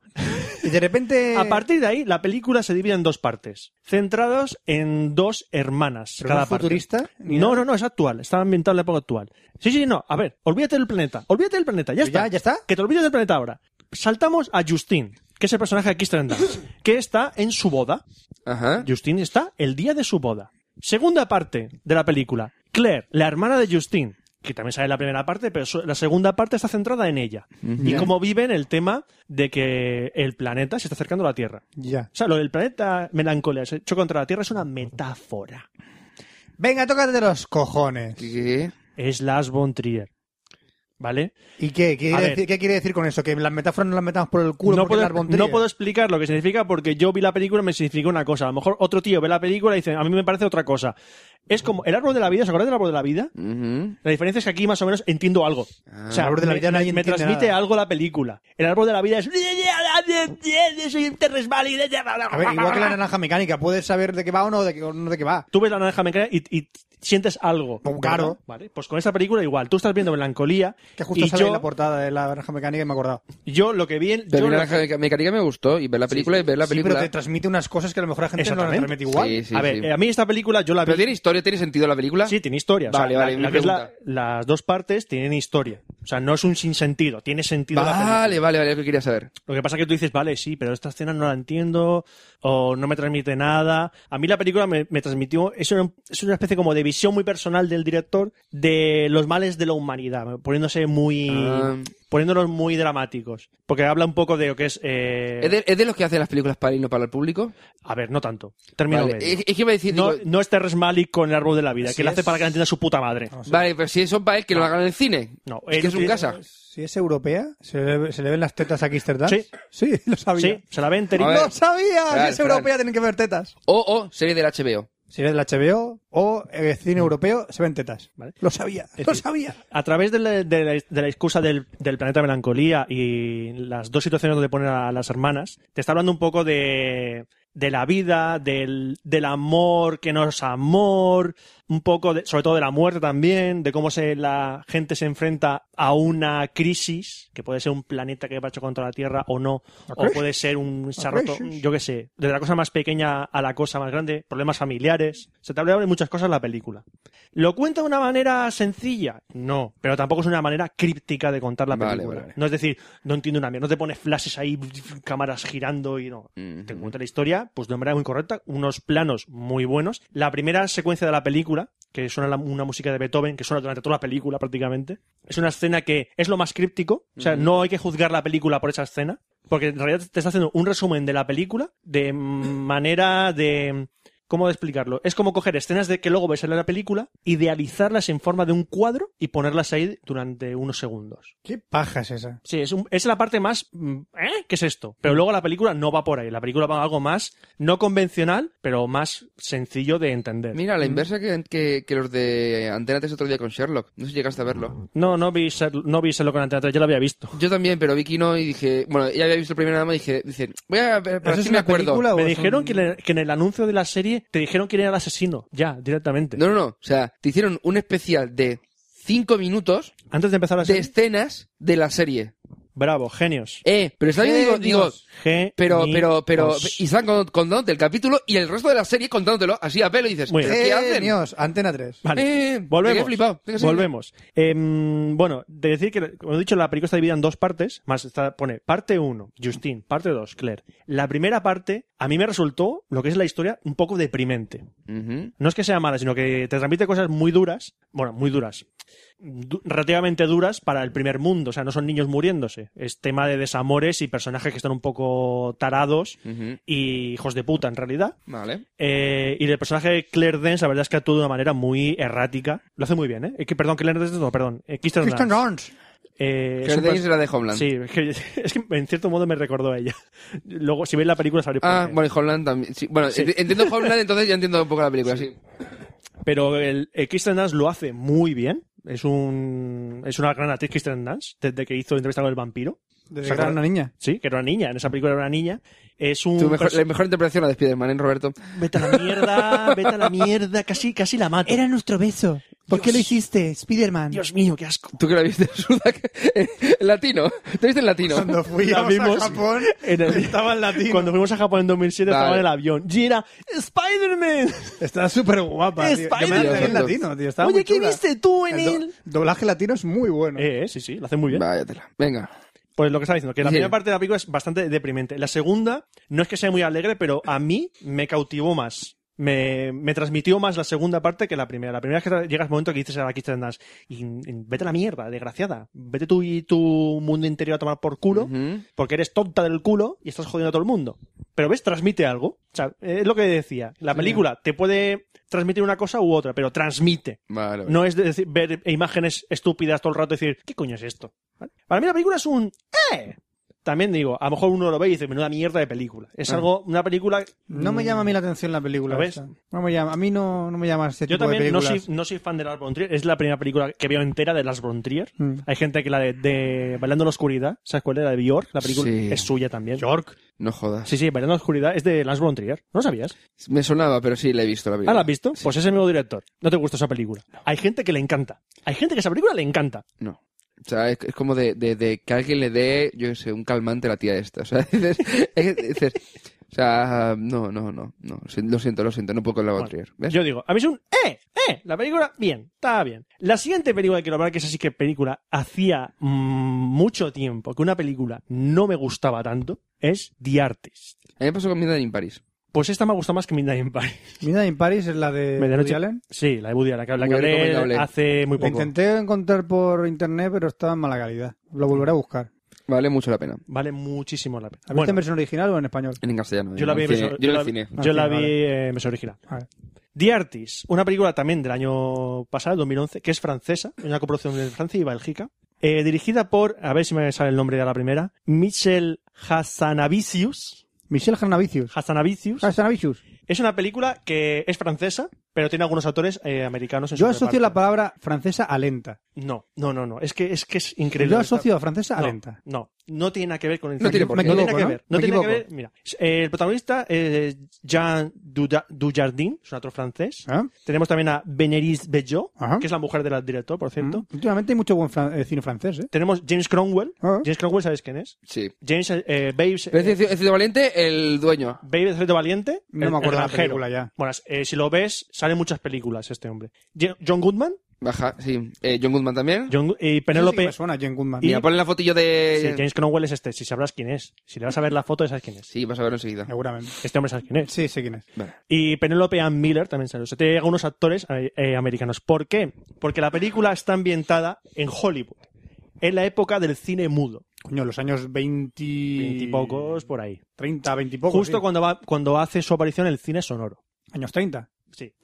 Speaker 7: Y de repente.
Speaker 6: A partir de ahí, la película se divide en dos partes, centrados en dos hermanas.
Speaker 7: ¿Pero
Speaker 6: cada
Speaker 7: no es
Speaker 6: parte.
Speaker 7: futurista? Ni
Speaker 6: No,
Speaker 7: nada.
Speaker 6: no, no, es actual. Está ambientado en la época actual. Sí, sí, no. A ver, olvídate del planeta. Olvídate del planeta. Ya
Speaker 7: Pues
Speaker 6: está.
Speaker 7: ya- ya está.
Speaker 6: Que te olvides del planeta ahora. Saltamos a Justin, que es el personaje de Kirsten Dunst, que está en su boda.
Speaker 8: Ajá.
Speaker 6: Justin está el día de su boda. Segunda parte de la película. Claire, la hermana de Justin, que también sale en la primera parte, pero su- la segunda parte está centrada en ella. Y cómo viven el tema de que el planeta se está acercando a la Tierra.
Speaker 7: Ya.
Speaker 6: O sea, lo del planeta melancolía, se choca contra la Tierra, es una metáfora.
Speaker 7: Venga, tócate los cojones.
Speaker 8: ¿Qué?
Speaker 6: Es Lars von Trier. ¿Vale?
Speaker 7: ¿Y qué? ¿Qué
Speaker 6: A
Speaker 7: quiere,
Speaker 6: ver.
Speaker 7: decir, qué quiere decir con eso? ¿Que las metáforas no las metamos por el culo
Speaker 6: no,
Speaker 7: porque
Speaker 6: puedo,
Speaker 7: es Lars von Trier?
Speaker 6: no puedo explicar lo que significa porque yo vi la película y me significó una cosa. A lo mejor otro tío ve la película y dice, a mí me parece otra cosa. Es como el árbol de la vida, ¿os acordáis del árbol de la vida?
Speaker 8: Ujú.
Speaker 6: La diferencia es que aquí más o menos entiendo algo.
Speaker 8: Ah.
Speaker 6: o sea,
Speaker 7: El árbol de la
Speaker 6: me-
Speaker 7: vida
Speaker 6: me,
Speaker 7: nadie
Speaker 6: me
Speaker 7: entiende
Speaker 6: transmite
Speaker 7: nada.
Speaker 6: algo la película. El árbol de la vida es... [LAUGHS] Soy un terresmal y-
Speaker 7: A ver, igual que la naranja mecánica, puedes saber de qué va o no de qué, o no de qué va.
Speaker 6: Tú ves la naranja mecánica y, y sientes algo.
Speaker 7: Pues claro.
Speaker 6: ¿verdad? Vale, pues con esta película igual. Tú estás viendo Melancolía
Speaker 7: Que justo
Speaker 6: y
Speaker 7: sale
Speaker 6: yo,
Speaker 7: en la portada de la naranja mecánica y me he acordado.
Speaker 6: yo lo que vi... en- yo
Speaker 8: Pero a mí
Speaker 6: lo-
Speaker 8: la meca- mecánica me gustó y ver la película y ver la
Speaker 7: Sí, pero
Speaker 8: película.
Speaker 7: te transmite unas cosas que a lo mejor la gente no la
Speaker 6: Exactamente.
Speaker 7: transmite igual.
Speaker 8: Sí, sí,
Speaker 6: a ver,
Speaker 8: sí.
Speaker 6: eh, a mí esta película yo la vi...
Speaker 8: ¿Pero tiene historia? ¿Tiene sentido la película?
Speaker 6: Sí, tiene historia. O sea,
Speaker 8: Vale, vale,
Speaker 6: la-
Speaker 8: mi
Speaker 6: la que es la-
Speaker 8: pregunta.
Speaker 6: las dos partes tienen historia. O sea, no es un sinsentido, tiene sentido la película.
Speaker 8: Vale, vale, vale, es lo que quería saber.
Speaker 6: Lo que pasa es que tú dices, vale, sí, pero esta escena no la entiendo, o no me transmite nada. A mí la película me, me transmitió, es una, es una especie como de visión muy personal del director de los males de la humanidad, poniéndose muy,
Speaker 8: Ah.
Speaker 6: poniéndonos muy dramáticos. Porque habla un poco de lo que es, eh,
Speaker 8: ¿Es de, es de los que hacen las películas para ir no para el público?
Speaker 6: a ver, no tanto, término
Speaker 8: Vale,
Speaker 6: medio.
Speaker 8: Es, es que iba a decir,
Speaker 6: No,
Speaker 8: digo,
Speaker 6: no es Terrence Malick con el árbol de la vida,
Speaker 7: Así
Speaker 6: que lo hace
Speaker 7: es.
Speaker 6: para que la entienda su puta madre.
Speaker 8: vale, pero si eso es para él, que lo hagan en el cine.
Speaker 6: No,
Speaker 8: Ah. es que
Speaker 6: él
Speaker 8: es un
Speaker 6: tiene-
Speaker 8: casa.
Speaker 7: Si es europea, ¿se le, se le ven las tetas a Kirsten Dunst?
Speaker 6: Sí.
Speaker 7: Sí, lo sabía.
Speaker 6: Sí, se la ve enterita.
Speaker 8: A ver.
Speaker 7: ¡Lo sabía!
Speaker 8: Fran,
Speaker 7: si es europea
Speaker 8: Fran.
Speaker 7: tienen que ver tetas.
Speaker 8: O, o serie del HBO.
Speaker 7: Si eres del HBO o eh, cine europeo, se ven tetas.
Speaker 6: Vale.
Speaker 7: Lo sabía, lo sabía.
Speaker 6: A través de la, de la- de la excusa del, del planeta melancolía y las dos situaciones donde ponen a las hermanas, te está hablando un poco de, de la vida, del, del amor que no es amor, un poco de- sobre todo de la muerte también, de cómo se, la gente se enfrenta a una crisis, que puede ser un planeta que va hecho contra la Tierra o no, o
Speaker 7: crisis.
Speaker 6: puede ser un charroto,
Speaker 7: crisis.
Speaker 6: yo qué sé, desde la cosa más pequeña a la cosa más grande, problemas familiares, se te habla de muchas cosas en la película. ¿Lo cuenta de una manera sencilla? No, pero tampoco es una manera críptica de contar la
Speaker 8: Vale,
Speaker 6: película.
Speaker 8: vale, vale. Mm,
Speaker 6: No es decir, no entiendo una mierda, no te pones flashes ahí, cámaras girando y no. Te cuenta la historia recrea, pues de manera muy correcta, unos planos muy buenos. La primera secuencia de la película, que suena la- una música de Beethoven, que suena durante toda la película prácticamente, es una escena que es lo más críptico. O sea, no hay que juzgar la película por esa escena, porque en realidad te está haciendo un resumen de la película de manera de... ¿Cómo explicarlo? Es como coger escenas de que luego ves en la película, idealizarlas en forma de un cuadro y ponerlas ahí durante unos segundos.
Speaker 7: ¿Qué paja es esa?
Speaker 6: Sí, es, un- es la parte más... mm, ¿Eh? ¿Qué es esto? Pero luego la película no va por ahí. La película va a algo más, no convencional, pero más sencillo de entender.
Speaker 8: Mira, la inversa que, que- que los de Antena 3 otro día con Sherlock. No sé si llegaste a verlo.
Speaker 6: No, no vi, Ser- no vi Sherlock en Antena 3, ya lo había visto.
Speaker 8: Yo también, pero vi Kino y dije... Bueno, ya había visto el primer dama y dije... Dice, voy a ver para
Speaker 7: ¿Eso
Speaker 8: ver
Speaker 7: es
Speaker 8: si me
Speaker 7: una
Speaker 8: acuerdo.
Speaker 7: película o
Speaker 6: Me
Speaker 7: es
Speaker 6: dijeron
Speaker 7: un-
Speaker 6: que, en el- que en el anuncio de la serie te dijeron quién era el asesino, ya, directamente.
Speaker 8: No, no, no. O sea, te hicieron un especial de cinco minutos
Speaker 6: Antes de empezar la
Speaker 8: de
Speaker 6: serie.
Speaker 8: escenas de la serie.
Speaker 6: Bravo, genios.
Speaker 8: Eh, pero ¿sabes? Digo, digo,
Speaker 7: Genios.
Speaker 6: Genios.
Speaker 8: pero, pero, pero, y están con- contándote el capítulo y el resto de la serie contándotelo así a pelo y dices,
Speaker 6: Muy
Speaker 8: ¿pero
Speaker 6: bien.
Speaker 8: ¿qué hacen?
Speaker 7: Genios, Antena 3.
Speaker 6: Vale,
Speaker 8: Eh, me quedé
Speaker 6: volvemos.
Speaker 8: flipado. Venga, sigue.
Speaker 6: volvemos. Em, bueno, de decir que, como he dicho, la película está dividida en dos partes. Más está, pone parte 1, Justin, parte 2, Claire. La primera parte, a mí me resultó, lo que es la historia, un poco deprimente.
Speaker 8: Ujú.
Speaker 6: No es que sea mala, sino que te transmite cosas muy duras. Bueno, muy duras. du- relativamente duras para el primer mundo. O sea, no son niños muriéndose. Es tema de desamores y personajes que están un poco tarados
Speaker 8: Ujú.
Speaker 6: y hijos de puta, en realidad.
Speaker 8: Vale.
Speaker 6: Eh, y el personaje de Claire Dance, la verdad es que actúa de una manera muy errática. Lo hace muy bien, ¿eh? Eh, que- perdón, Claire Dance, no, perdón. eh, Kirsten
Speaker 7: Kristen
Speaker 6: Dunst.
Speaker 7: Dunst.
Speaker 6: Eh,
Speaker 8: Que
Speaker 6: es un
Speaker 8: Days
Speaker 6: pers-
Speaker 8: era de Homeland.
Speaker 6: Sí, es que, [LAUGHS] es que en cierto modo me recordó a ella. [LAUGHS] Luego, si veis la película, sabréis por
Speaker 8: Ah,
Speaker 6: qué.
Speaker 8: bueno, y Homeland también. sí. Bueno,
Speaker 6: Sí.
Speaker 8: ent- entiendo Homeland, entonces ya entiendo un poco la película, sí.
Speaker 6: Pero el, el Kirsten Dunst lo hace muy bien. Es un es una gran actriz Kirsten Dunst, desde que hizo entrevista con el vampiro.
Speaker 7: Desde
Speaker 6: ¿Se
Speaker 7: que era
Speaker 6: acuerda?
Speaker 7: una niña.
Speaker 6: Sí, que era una niña. En esa película era una niña. Es un...
Speaker 8: Tu mejor,
Speaker 6: perso-
Speaker 8: la mejor interpretación la de Spider-Man, ¿eh, Roberto?
Speaker 6: Vete a la mierda, vete a la mierda. Casi, casi la mato.
Speaker 3: Era nuestro beso. ¿Por qué lo hiciste, Spider-Man?
Speaker 6: Dios mío, qué asco.
Speaker 8: ¿Tú que la viste [LAUGHS] en Sudac? En latino. ¿Te viste en latino?
Speaker 7: Cuando
Speaker 6: La
Speaker 7: fuimos
Speaker 6: vimos
Speaker 7: a Japón,
Speaker 6: en el-
Speaker 7: estaba en latino.
Speaker 6: Cuando fuimos a Japón en 2007 estaba
Speaker 8: Vale.
Speaker 6: en el avión. Y era Spider-man.
Speaker 7: Está súper guapa. tío. Yo me la
Speaker 8: Spider-Man.
Speaker 7: tragué en latino, tío. Estaba muy
Speaker 6: Oye, ¿qué
Speaker 7: chula.
Speaker 6: viste tú en
Speaker 7: El do-
Speaker 6: él?
Speaker 7: doblaje latino es muy bueno.
Speaker 6: Eh, eh, sí, sí, lo hace muy bien.
Speaker 8: Váyatela. Venga.
Speaker 6: Pues lo que estaba diciendo, que la
Speaker 8: Sí.
Speaker 6: primera parte de la película es bastante deprimente. La segunda no es que sea muy alegre, pero a mí me cautivó más. Me, me transmitió más la segunda parte que la primera. La primera es que llegas al momento que dices a la Kirsten Dunst, y, y vete a la mierda, desgraciada. Vete tú y tu mundo interior a tomar por culo,
Speaker 8: Ujú.
Speaker 6: porque eres tonta del culo y estás jodiendo a todo el mundo. Pero ves, transmite algo. O sea, es lo que decía. La película te puede transmitir una cosa u otra, pero transmite.
Speaker 8: Vale.
Speaker 6: No es de decir- ver imágenes estúpidas todo el rato y decir, ¿qué coño es esto? ¿Vale? Para mí la película es un ¡eh! También digo, a lo mejor uno lo ve y dice, menuda mierda de película. Es algo, una película...
Speaker 7: Ah. No me
Speaker 6: mm,
Speaker 7: llama a mí la atención la película.
Speaker 6: ¿Lo ves?
Speaker 7: esta. No me llama. A mí no, no me llama este
Speaker 6: Yo
Speaker 7: tipo de
Speaker 6: también no
Speaker 7: películas.
Speaker 6: soy, no soy fan de Lars von Trier. Es la primera película que veo entera de Lars von Trier.
Speaker 7: Mm.
Speaker 6: Hay gente que la de, de Bailando en la Oscuridad, ¿sabes cuál era? La de Bjork, la película
Speaker 8: Sí.
Speaker 6: es suya también.
Speaker 8: No jodas.
Speaker 6: Sí, sí, Bailando en la Oscuridad es de Lars von Trier. ¿No lo sabías?
Speaker 8: Me sonaba, pero sí, la he visto la película.
Speaker 6: ¿Ah, la has visto? Pues es el mismo director. No te gusta esa película. Hay gente que le encanta. Hay gente que esa película le encanta.
Speaker 8: No. O sea, es, es como de, de- de que alguien le dé, yo qué sé, un calmante a la tía esta. [LAUGHS] O sea, dices, es- dices, o sea, no, no, no, no. Si- Lo siento, lo siento, no puedo con la
Speaker 6: Bueno,
Speaker 8: Batrier. ¿Ves?
Speaker 6: Yo digo, a mí es un ¡eh! ¡eh! La película, bien, está bien. La siguiente película que quiero hablar, que es así que película hacía mm, mucho tiempo que una película no me gustaba tanto, es The Artist.
Speaker 8: A mí me pasó con Midnight in Paris.
Speaker 6: Pues esta me ha gustado más que Midnight in Paris.
Speaker 7: Midnight in Paris es la de Woody
Speaker 6: Medianoche-
Speaker 7: Allen.
Speaker 6: Sí, la de Woody Allen, la que, la que
Speaker 8: Muy
Speaker 6: hablé
Speaker 8: recomendable.
Speaker 6: hace muy
Speaker 7: La
Speaker 6: poco.
Speaker 7: intenté encontrar por internet, pero estaba en mala calidad. Lo volveré a buscar.
Speaker 8: Vale mucho la pena.
Speaker 6: Vale muchísimo la pena.
Speaker 7: ¿La viste
Speaker 6: Bueno,
Speaker 7: en versión original o en español?
Speaker 8: En castellano.
Speaker 6: yo la
Speaker 8: en
Speaker 6: vi en
Speaker 8: cine.
Speaker 6: versión-
Speaker 8: Yo
Speaker 6: yo
Speaker 8: en
Speaker 6: la-
Speaker 8: el cine.
Speaker 6: yo la
Speaker 7: Ah,
Speaker 6: vi
Speaker 7: cine,
Speaker 6: eh, en versión original.
Speaker 7: Vale.
Speaker 6: The Artist, una película también del año pasado, 2011, que es francesa, es una coproducción de Francia y Bélgica, eh, dirigida por, a ver si me sale el nombre de la primera, Michel Hassanavicius.
Speaker 7: Michelle Harnavicius.
Speaker 6: Hassanavicius.
Speaker 7: Harnavicius.
Speaker 6: Es una película que es francesa, pero tiene algunos autores eh, americanos en su
Speaker 7: Yo asocio la
Speaker 6: reparto.
Speaker 7: palabra francesa a lenta.
Speaker 6: No, no, no, no. Es que es, que es increíble.
Speaker 7: Yo asocio a francesa a
Speaker 6: No,
Speaker 7: lenta.
Speaker 6: No, no tiene nada que ver con el
Speaker 8: No tiene por qué.
Speaker 6: No
Speaker 7: Me
Speaker 6: tiene
Speaker 7: equivoco,
Speaker 6: nada que
Speaker 7: ¿no?
Speaker 6: ver. No
Speaker 7: Me
Speaker 6: tiene nada que ver.
Speaker 7: equivoco.
Speaker 6: Mira, eh, el protagonista es Jean Duda- Dujardin, es un actor francés.
Speaker 7: ¿Ah?
Speaker 6: Tenemos también a Beneris Bellot,
Speaker 7: Ajá.
Speaker 6: que es la mujer del director, por cierto.
Speaker 7: Mm. Últimamente hay mucho buen fran- eh, cine francés, ¿eh?
Speaker 6: Tenemos James Cromwell.
Speaker 7: Ah.
Speaker 6: James Cromwell, ¿sabes quién es?
Speaker 8: Sí.
Speaker 6: James eh, Babes.
Speaker 8: Pero
Speaker 6: eh,
Speaker 8: es decir, Valiente, el dueño.
Speaker 6: Babe de Cerdo Valiente.
Speaker 7: No
Speaker 6: el-
Speaker 7: me acuerdo
Speaker 6: el
Speaker 7: de la
Speaker 6: granjero.
Speaker 7: película ya.
Speaker 6: Bueno, eh, si lo ves, salen muchas películas este hombre. Je- John Goodman,
Speaker 8: Baja, sí. Eh, John Goodman también.
Speaker 6: John- y
Speaker 7: Eso sí que
Speaker 6: Penélope.
Speaker 7: me suena, Jane Goodman.
Speaker 8: Mira, ponle la fotillo
Speaker 6: Sí,
Speaker 8: de...
Speaker 6: James Cromwell es este. Si sabrás quién es. Si le vas a ver la foto, sabes quién es.
Speaker 8: Sí, vas a ver enseguida.
Speaker 7: Seguramente.
Speaker 6: Este hombre sabes quién es.
Speaker 7: Sí, sé quién es.
Speaker 6: Y Penélope Ann Miller también salió. Se te llega unos actores eh, eh, americanos. ¿Por qué? Porque la película está ambientada en Hollywood. En la época del cine mudo.
Speaker 7: Coño, los años 20...
Speaker 6: Veintipocos por ahí.
Speaker 7: 30, 20 y pocos.
Speaker 6: Justo
Speaker 7: sí.
Speaker 6: cuando, va, cuando hace su aparición el cine sonoro.
Speaker 7: Años 30.
Speaker 6: Sí.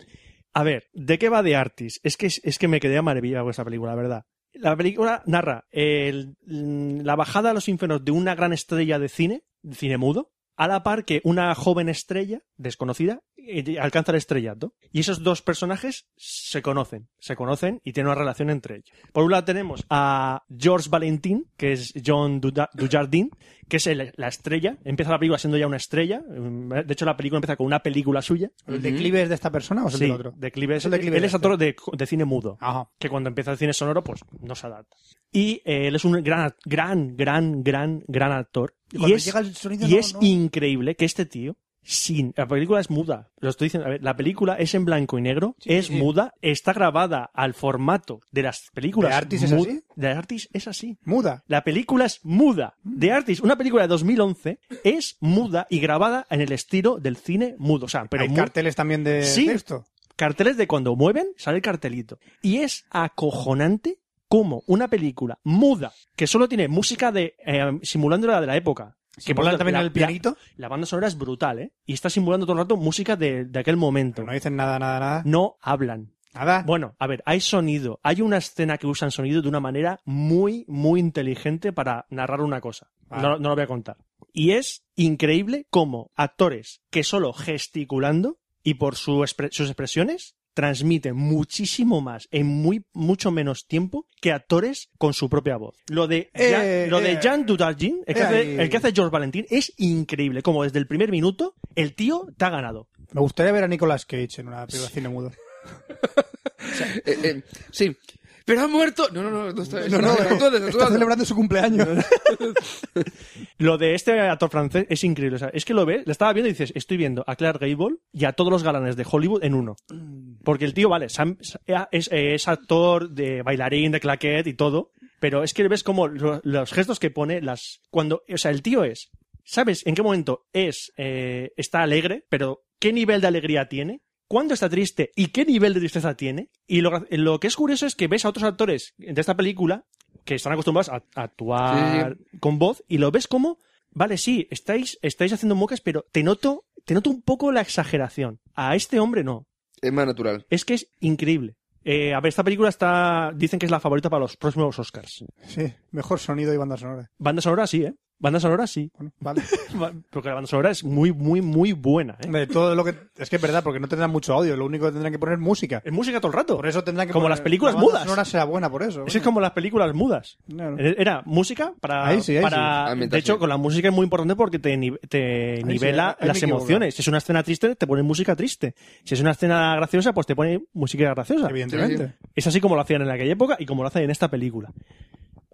Speaker 6: A ver, ¿de qué va de Artis? Es que, es que me quedé maravillado con esta película, la verdad. La película narra el- mm, la bajada a los infiernos de una gran estrella de cine, de cine mudo, a la par que una joven estrella desconocida eh, alcanza el estrellato. Y esos dos personajes se conocen, se conocen y tienen una relación entre ellos. Por un lado tenemos a George Valentin, que es John Duda- Dujardin, que es el- la estrella. Empieza la película siendo ya una estrella. mm, De hecho, la película empieza con una película suya.
Speaker 7: ¿El declive es de esta persona o es el
Speaker 6: Sí,
Speaker 7: del otro?
Speaker 6: declive.
Speaker 7: Es el declive
Speaker 6: él es
Speaker 7: este.
Speaker 6: actor de, de cine mudo,
Speaker 7: Ajá.
Speaker 6: que cuando empieza el cine sonoro, pues no se adapta. Y eh, él es un gran, gran, gran, gran, gran actor. Y,
Speaker 7: cuando
Speaker 6: es,
Speaker 7: llega el sonido,
Speaker 6: y
Speaker 7: no,
Speaker 6: es
Speaker 7: no.
Speaker 6: increíble que este tío, sin. La película es muda. Lo estoy diciendo. A ver, la película es en blanco y negro, es muda, está grabada al formato de las películas.
Speaker 7: ¿De Artis es
Speaker 6: mud-
Speaker 7: así?
Speaker 6: De Artis es así.
Speaker 7: Muda.
Speaker 6: La película es muda.
Speaker 7: Mm.
Speaker 6: The Artist, una película de 2011, es muda y grabada en el estilo del cine mudo. O sea, pero
Speaker 7: Hay
Speaker 6: mu-
Speaker 7: carteles también de
Speaker 6: Sí.
Speaker 7: texto.
Speaker 6: carteles de cuando mueven, sale el cartelito. Y es acojonante cómo una película muda, que solo tiene música de eh, simulando la de la época.
Speaker 7: Que por
Speaker 6: tanto,
Speaker 7: también
Speaker 6: la-
Speaker 7: el pianito.
Speaker 6: La, la banda sonora es brutal, ¿eh? Y está simulando todo el rato música de, de aquel momento.
Speaker 7: No dicen nada, nada, nada.
Speaker 6: No hablan.
Speaker 7: Nada.
Speaker 6: Bueno, a ver, hay sonido. Hay una escena que usan sonido de una manera muy, muy inteligente para narrar una cosa.
Speaker 7: Vale.
Speaker 6: No, no lo voy a contar. Y es increíble cómo actores que solo gesticulando y por su expre- sus expresiones transmiten muchísimo más en muy mucho menos tiempo que actores con su propia voz. Lo de,
Speaker 7: Eh,
Speaker 6: Jan- lo de
Speaker 7: eh,
Speaker 6: Jan Dudardin, el, que
Speaker 7: eh,
Speaker 6: hace-
Speaker 7: ahí.
Speaker 6: el que hace George Valentín, es increíble. Como desde el primer minuto el tío te ha ganado.
Speaker 7: Me gustaría ver a Nicolas Cage en una película de
Speaker 6: [LAUGHS]
Speaker 7: cine mudo.
Speaker 8: Eh, eh, sí. Pero ha muerto. No, no, no. No, está,
Speaker 7: No, no,
Speaker 8: está actuando, está
Speaker 7: está
Speaker 8: actuando.
Speaker 7: celebrando su cumpleaños.
Speaker 6: Lo de este actor francés es increíble. O sea, es que lo ves, le estaba viendo y dices, estoy viendo a Clark Gable y a todos los galanes de Hollywood en uno. Porque el tío, vale, Sam- es, es actor de bailarín, de claquet y todo. Pero es que ves como lo- los gestos que pone, las. Cuando. O sea, el tío es. ¿Sabes en qué momento es. eh, está alegre, pero qué nivel de alegría tiene? ¿Cuándo está triste y qué nivel de tristeza tiene? Y lo, gra- lo que es curioso es que ves a otros actores de esta película que están acostumbrados a, a actuar con voz y lo ves como, vale, sí, estáis, estáis haciendo muecas, pero te noto, te noto un poco la exageración. A este hombre no.
Speaker 8: Es más natural.
Speaker 6: Es que es increíble. Eh, a ver, esta película está. Dicen que es la favorita para los próximos Oscars.
Speaker 7: [LAUGHS] Sí, mejor sonido y banda sonora.
Speaker 6: Banda sonora sí, ¿eh? Banda sonora sí. [LAUGHS]
Speaker 7: Bueno, vale.
Speaker 6: Va- Porque la banda sonora es muy, muy, muy buena, ¿eh?
Speaker 7: Hombre, todo lo que... Es que es verdad, porque no tendrán mucho audio. Lo único que tendrán que poner es música.
Speaker 6: Es música todo el rato.
Speaker 7: Por eso tendrán que
Speaker 6: Como
Speaker 7: poner-
Speaker 6: las películas
Speaker 7: la banda
Speaker 6: mudas.
Speaker 7: sonora será buena por eso.
Speaker 6: Eso es como las películas mudas.
Speaker 7: Claro.
Speaker 6: Era música para.
Speaker 7: Ahí sí, ahí
Speaker 6: para-
Speaker 8: sí.
Speaker 6: De hecho, con la música es muy importante porque te, ni- te
Speaker 7: sí,
Speaker 6: nivela
Speaker 7: ahí- ahí me
Speaker 6: las
Speaker 7: equivoco.
Speaker 6: emociones. Si es una escena triste, te pone música triste. Si es una escena graciosa, pues te pone música graciosa.
Speaker 7: Evidentemente.
Speaker 8: Sí,
Speaker 6: Es así como lo hacían en aquella época y como lo hacen en esta película.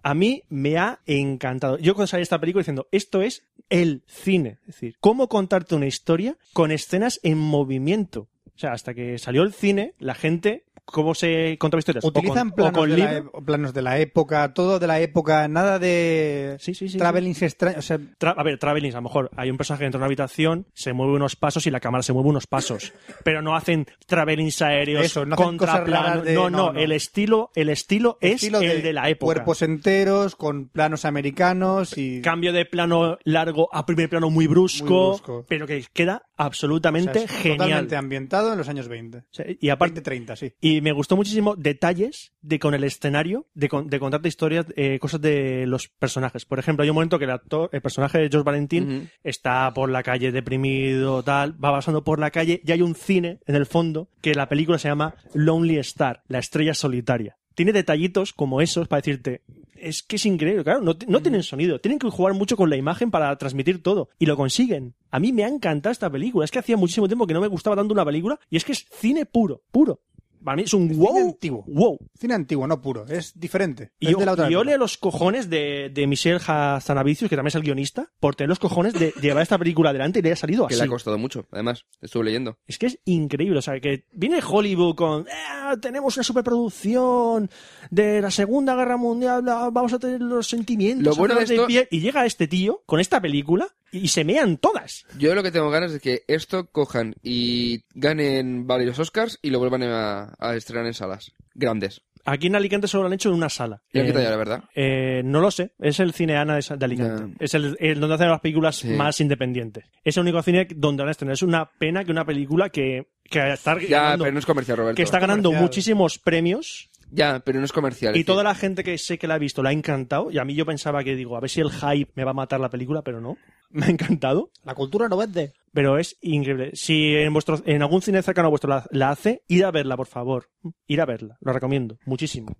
Speaker 6: A mí me ha encantado. Yo cuando salí de esta película diciendo, esto es el cine. Es decir, cómo contarte una historia con escenas en movimiento. O sea, hasta que salió el cine, la gente, cómo se contaba historias. O con-
Speaker 7: Utilizan
Speaker 6: o con,
Speaker 7: planos, de la,
Speaker 6: libro-
Speaker 7: e- planos de la época, todo de la época, nada de
Speaker 6: Sí, sí, sí,
Speaker 7: travelings extraños. O sea,
Speaker 6: Tra- a ver, traveling, a lo mejor hay un personaje dentro de una habitación, se mueve unos pasos y la cámara se mueve unos pasos. Pero no hacen travelings aéreos,
Speaker 7: Eso, no hacen cosas
Speaker 6: contraplanos.
Speaker 7: raras de-
Speaker 6: no, no,
Speaker 7: no, no.
Speaker 6: el estilo, el estilo es
Speaker 7: estilo
Speaker 6: el de la época.
Speaker 7: Cuerpos enteros, con planos americanos y.
Speaker 6: Cambio de plano largo a primer plano muy brusco,
Speaker 7: Muy brusco.
Speaker 6: pero que queda
Speaker 7: o sea,
Speaker 6: absolutamente
Speaker 7: es
Speaker 6: genial.
Speaker 7: Totalmente ambientado en los años 20.
Speaker 6: O sea, y aparte,
Speaker 7: 20-30, sí.
Speaker 6: y me gustó muchísimo detalles de con el escenario, de, con- de contarte historias, eh, cosas de los personajes. Por ejemplo, hay un momento que el actor, el personaje de George Valentín,
Speaker 8: Ujú.
Speaker 6: está por la calle deprimido, tal, va pasando por la calle y hay un cine en el fondo que la película se llama Lonely Star, la estrella solitaria. Tiene detallitos como esos para decirte, es que es increíble, claro, no, ti- no tienen sonido, tienen que jugar mucho con la imagen para transmitir todo y lo consiguen. A mí me ha encantado esta película, es que hacía muchísimo tiempo que no me gustaba tanto una película y es que es cine puro, puro. para mí es un wow.
Speaker 7: antiguo.
Speaker 6: Wow.
Speaker 7: Cine antiguo, no puro. Es diferente.
Speaker 6: Y
Speaker 7: es
Speaker 6: yo,
Speaker 7: de la otra
Speaker 6: y yo
Speaker 7: época.
Speaker 6: leo los cojones de, de Michel Hazanavicius, que también es el guionista, por tener los cojones de [LAUGHS] llevar esta película adelante y le haya salido
Speaker 8: Que
Speaker 6: así.
Speaker 8: le ha costado mucho, además. Estuve leyendo.
Speaker 6: Es que es increíble, o sea, que viene Hollywood con, "Ah, tenemos una superproducción de la Segunda Guerra Mundial, bla, vamos a tener los sentimientos,
Speaker 8: Lo bueno
Speaker 6: a flor
Speaker 8: de esto-
Speaker 6: piel", y llega este tío con esta película y, y se mean todas.
Speaker 8: Yo lo que tengo ganas es que esto cojan y ganen varios Oscars y lo vuelvan a, a estrenar en salas grandes.
Speaker 6: Aquí en Alicante solo lo han hecho en una sala.
Speaker 8: Y
Speaker 6: Eh,
Speaker 8: aquí ya, la verdad.
Speaker 6: eh, no lo sé, es el cine Ana de, Sa- de Alicante.
Speaker 8: No.
Speaker 6: Es el, el donde hacen las películas
Speaker 8: Sí.
Speaker 6: más independientes. Es el único cine donde van a estrenar. Es una pena que una película que, que está
Speaker 8: Ya,
Speaker 6: ganando,
Speaker 8: pero no es comercial, Roberto.
Speaker 6: que está ganando
Speaker 7: Comercial.
Speaker 6: muchísimos premios
Speaker 8: Ya, pero no es comercial.
Speaker 6: Y
Speaker 8: es
Speaker 6: toda
Speaker 8: decir,
Speaker 6: la gente que sé que la ha visto la ha encantado. Y a mí yo pensaba que digo, a ver si el hype me va a matar la película, pero no. [LAUGHS] Me ha encantado.
Speaker 3: La cultura no vende.
Speaker 6: Pero es increíble. Si en vuestro en algún cine cercano a vuestro la, la hace, ir a verla, por favor. Ir a verla. Lo recomiendo. Muchísimo.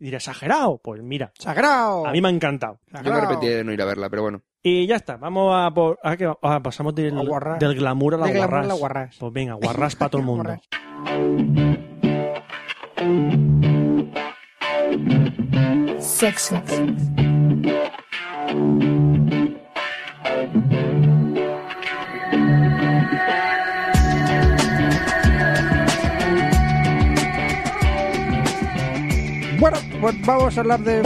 Speaker 6: Y diré, exagerado. Pues mira,
Speaker 3: ¡Sagrado!
Speaker 8: Oh.
Speaker 6: a mí me ha encantado.
Speaker 8: Yo me arrepentiré de no ir a verla, pero bueno.
Speaker 6: Y ya está. Vamos a por. ¿a qué va? Ah, pasamos del,
Speaker 3: A guarras.
Speaker 6: del glamour a la
Speaker 3: De glamour a la
Speaker 6: guarras.
Speaker 3: guarras.
Speaker 6: Pues venga,
Speaker 3: [LAUGHS]
Speaker 6: guarras para todo el mundo.
Speaker 3: Guarras.
Speaker 5: sexo,
Speaker 7: Bueno, pues vamos a hablar de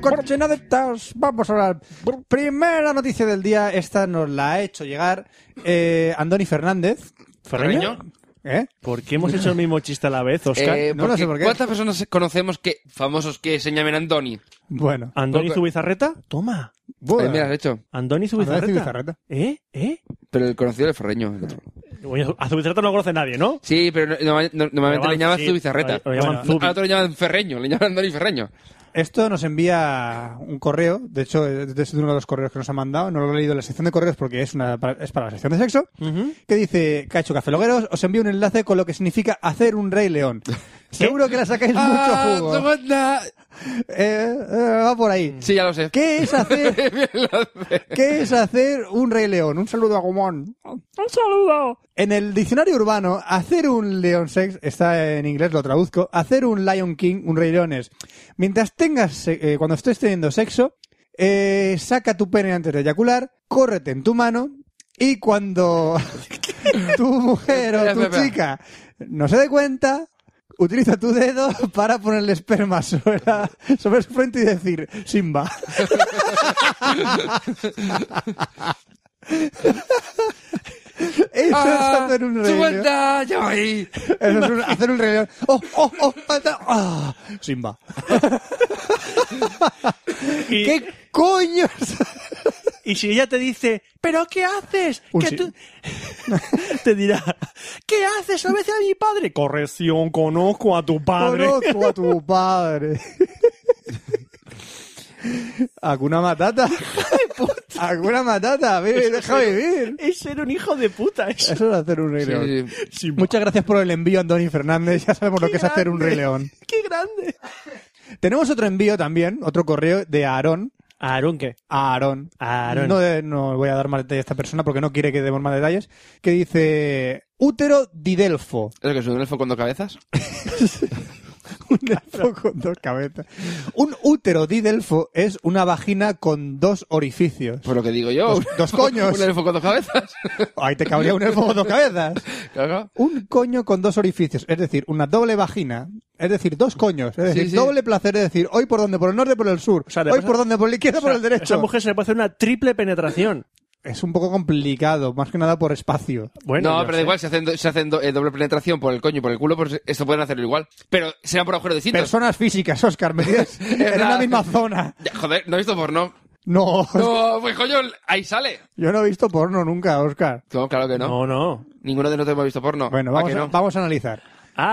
Speaker 7: cochinadetas. Vamos a hablar. Primera noticia del día, esta nos la ha hecho llegar eh, Andoni Fernández.
Speaker 6: ¿Ferreño?
Speaker 7: ¿Eh?
Speaker 6: ¿Por qué hemos hecho el mismo chiste a la vez, Oscar?
Speaker 8: Eh,
Speaker 7: no lo
Speaker 8: porque
Speaker 7: sé por qué.
Speaker 8: ¿Cuántas personas conocemos que famosos que se llamen Andoni?
Speaker 7: Bueno,
Speaker 6: ¿Andoni
Speaker 8: porque-
Speaker 6: Zubizarreta? Toma.
Speaker 8: Ay,
Speaker 7: bueno.
Speaker 8: me las he hecho.
Speaker 6: Andoni
Speaker 7: Andoni
Speaker 6: Zubizarreta.
Speaker 7: Zubizarreta.
Speaker 6: ¿Eh? ¿Eh?
Speaker 8: Pero el conocido es Ferreño, el otro.
Speaker 6: Oye, A Zubizarreta no lo conoce nadie, ¿no?
Speaker 8: Sí, pero no- no- no- normalmente
Speaker 6: Lo llaman-
Speaker 8: le llaman
Speaker 6: sí,
Speaker 8: Zubizarreta.
Speaker 6: lo llaman
Speaker 8: Bueno,
Speaker 6: Zubi.
Speaker 8: Al otro le llaman Ferreño, le llaman Andoni Ferreño.
Speaker 7: Esto nos envía un correo, de hecho es es uno de los correos que nos ha mandado, no lo he leído en la sección de correos porque es, una, para- es para la sección de sexo, que dice, Cacho Cafelogueros, os envío un enlace con lo que significa hacer un rey león. Seguro que la sacáis
Speaker 8: Ah,
Speaker 7: mucho jugo.
Speaker 8: Zubanda.
Speaker 7: Eh, eh, va por ahí.
Speaker 8: Sí, ya lo sé.
Speaker 7: ¿Qué es
Speaker 8: [LAUGHS]
Speaker 7: hacer? ¿Qué es hacer un rey león? Un saludo a Gomón. Un saludo. En el diccionario urbano, hacer un león sex está en inglés, lo traduzco. Hacer un lion king, un rey león es mientras tengas, se- eh, cuando estés teniendo sexo, eh, saca tu pene antes de eyacular, córrete en tu mano
Speaker 8: [LAUGHS]
Speaker 7: y cuando tu mujer o
Speaker 8: Espera,
Speaker 7: tu
Speaker 8: espera.
Speaker 7: chica no se dé cuenta. Utiliza tu dedo para ponerle esperma sobre, la- sobre su frente y decir, Simba. Eso es hacer un rey león.
Speaker 8: Zubanda, Ah, ya ahí.
Speaker 7: Eso es un- hacer un rey león. ¡Oh, oh, oh! pata- ah,
Speaker 8: [LAUGHS]
Speaker 7: Simba.
Speaker 6: Y,
Speaker 7: ¿Qué coño es?
Speaker 6: y si ella te dice, ¿pero qué haces?
Speaker 7: Un
Speaker 6: Que
Speaker 7: sí.
Speaker 6: tú-" [LAUGHS] te dirá, ¿qué haces? Obedece a mi padre. Corrección, conozco a tu padre.
Speaker 7: Conozco a tu [LAUGHS] padre. Hakuna [LAUGHS] Matata. Hakuna Matata. Vive, deja vivir.
Speaker 6: Es ser un hijo de puta. eso.
Speaker 7: Eso es hacer un rey
Speaker 8: Sí,
Speaker 7: león.
Speaker 8: sí, sí.
Speaker 6: Sí,
Speaker 7: Muchas gracias por el envío, Andoni Fernández. Ya sabemos lo
Speaker 6: Qué
Speaker 7: que es hacer un rey
Speaker 6: grande.
Speaker 7: [LAUGHS] león.
Speaker 6: ¡Qué grande!
Speaker 7: Tenemos otro envío también, otro correo de Aarón.
Speaker 6: ¿Aarón qué?
Speaker 7: Aarón.
Speaker 6: Aarón.
Speaker 7: No, de- no voy a dar más detalles a esta persona porque no quiere que demos más detalles. Que dice útero didelfo.
Speaker 8: ¿Es lo que es un elfo con dos cabezas?
Speaker 7: Un elfo con dos cabezas. Un útero didelfo es una vagina con dos orificios.
Speaker 8: Por lo que digo yo.
Speaker 7: Dos- dos coños.
Speaker 8: [LAUGHS] Un elfo con dos cabezas.
Speaker 7: Ahí te cabría un elfo con dos cabezas.
Speaker 8: Claro.
Speaker 7: Un coño con dos orificios, es decir, una doble vagina, es decir, dos coños, es decir,
Speaker 8: sí.
Speaker 7: doble placer, es decir, hoy por donde, por el norte, por el sur,
Speaker 6: sea, le
Speaker 7: hoy
Speaker 6: pasa-
Speaker 7: por donde, por la izquierda, por el derecho.
Speaker 6: Esa mujer se le puede hacer una triple penetración.
Speaker 7: Es un poco complicado, más que nada por espacio.
Speaker 6: Bueno,
Speaker 8: no,
Speaker 6: yo
Speaker 8: pero da
Speaker 6: sé.
Speaker 8: igual, si hacen, do- si hacen do- eh, doble penetración por el coño y por el culo, pues esto pueden hacerlo igual. Pero será por agujeros distintos.
Speaker 7: Personas físicas, Oscar,
Speaker 8: [LAUGHS]
Speaker 7: metidas en
Speaker 8: verdad.
Speaker 7: una misma zona.
Speaker 8: Ya, joder, ¿no he visto porno?
Speaker 7: No,
Speaker 8: No, pues coño, ahí sale.
Speaker 7: yo no he visto porno nunca, Oscar.
Speaker 8: No, claro que no.
Speaker 6: No, no.
Speaker 8: Ninguno de nosotros hemos visto porno.
Speaker 7: Bueno,
Speaker 8: ¿A
Speaker 7: vamos
Speaker 8: que
Speaker 7: a,
Speaker 8: no?
Speaker 7: vamos a analizar.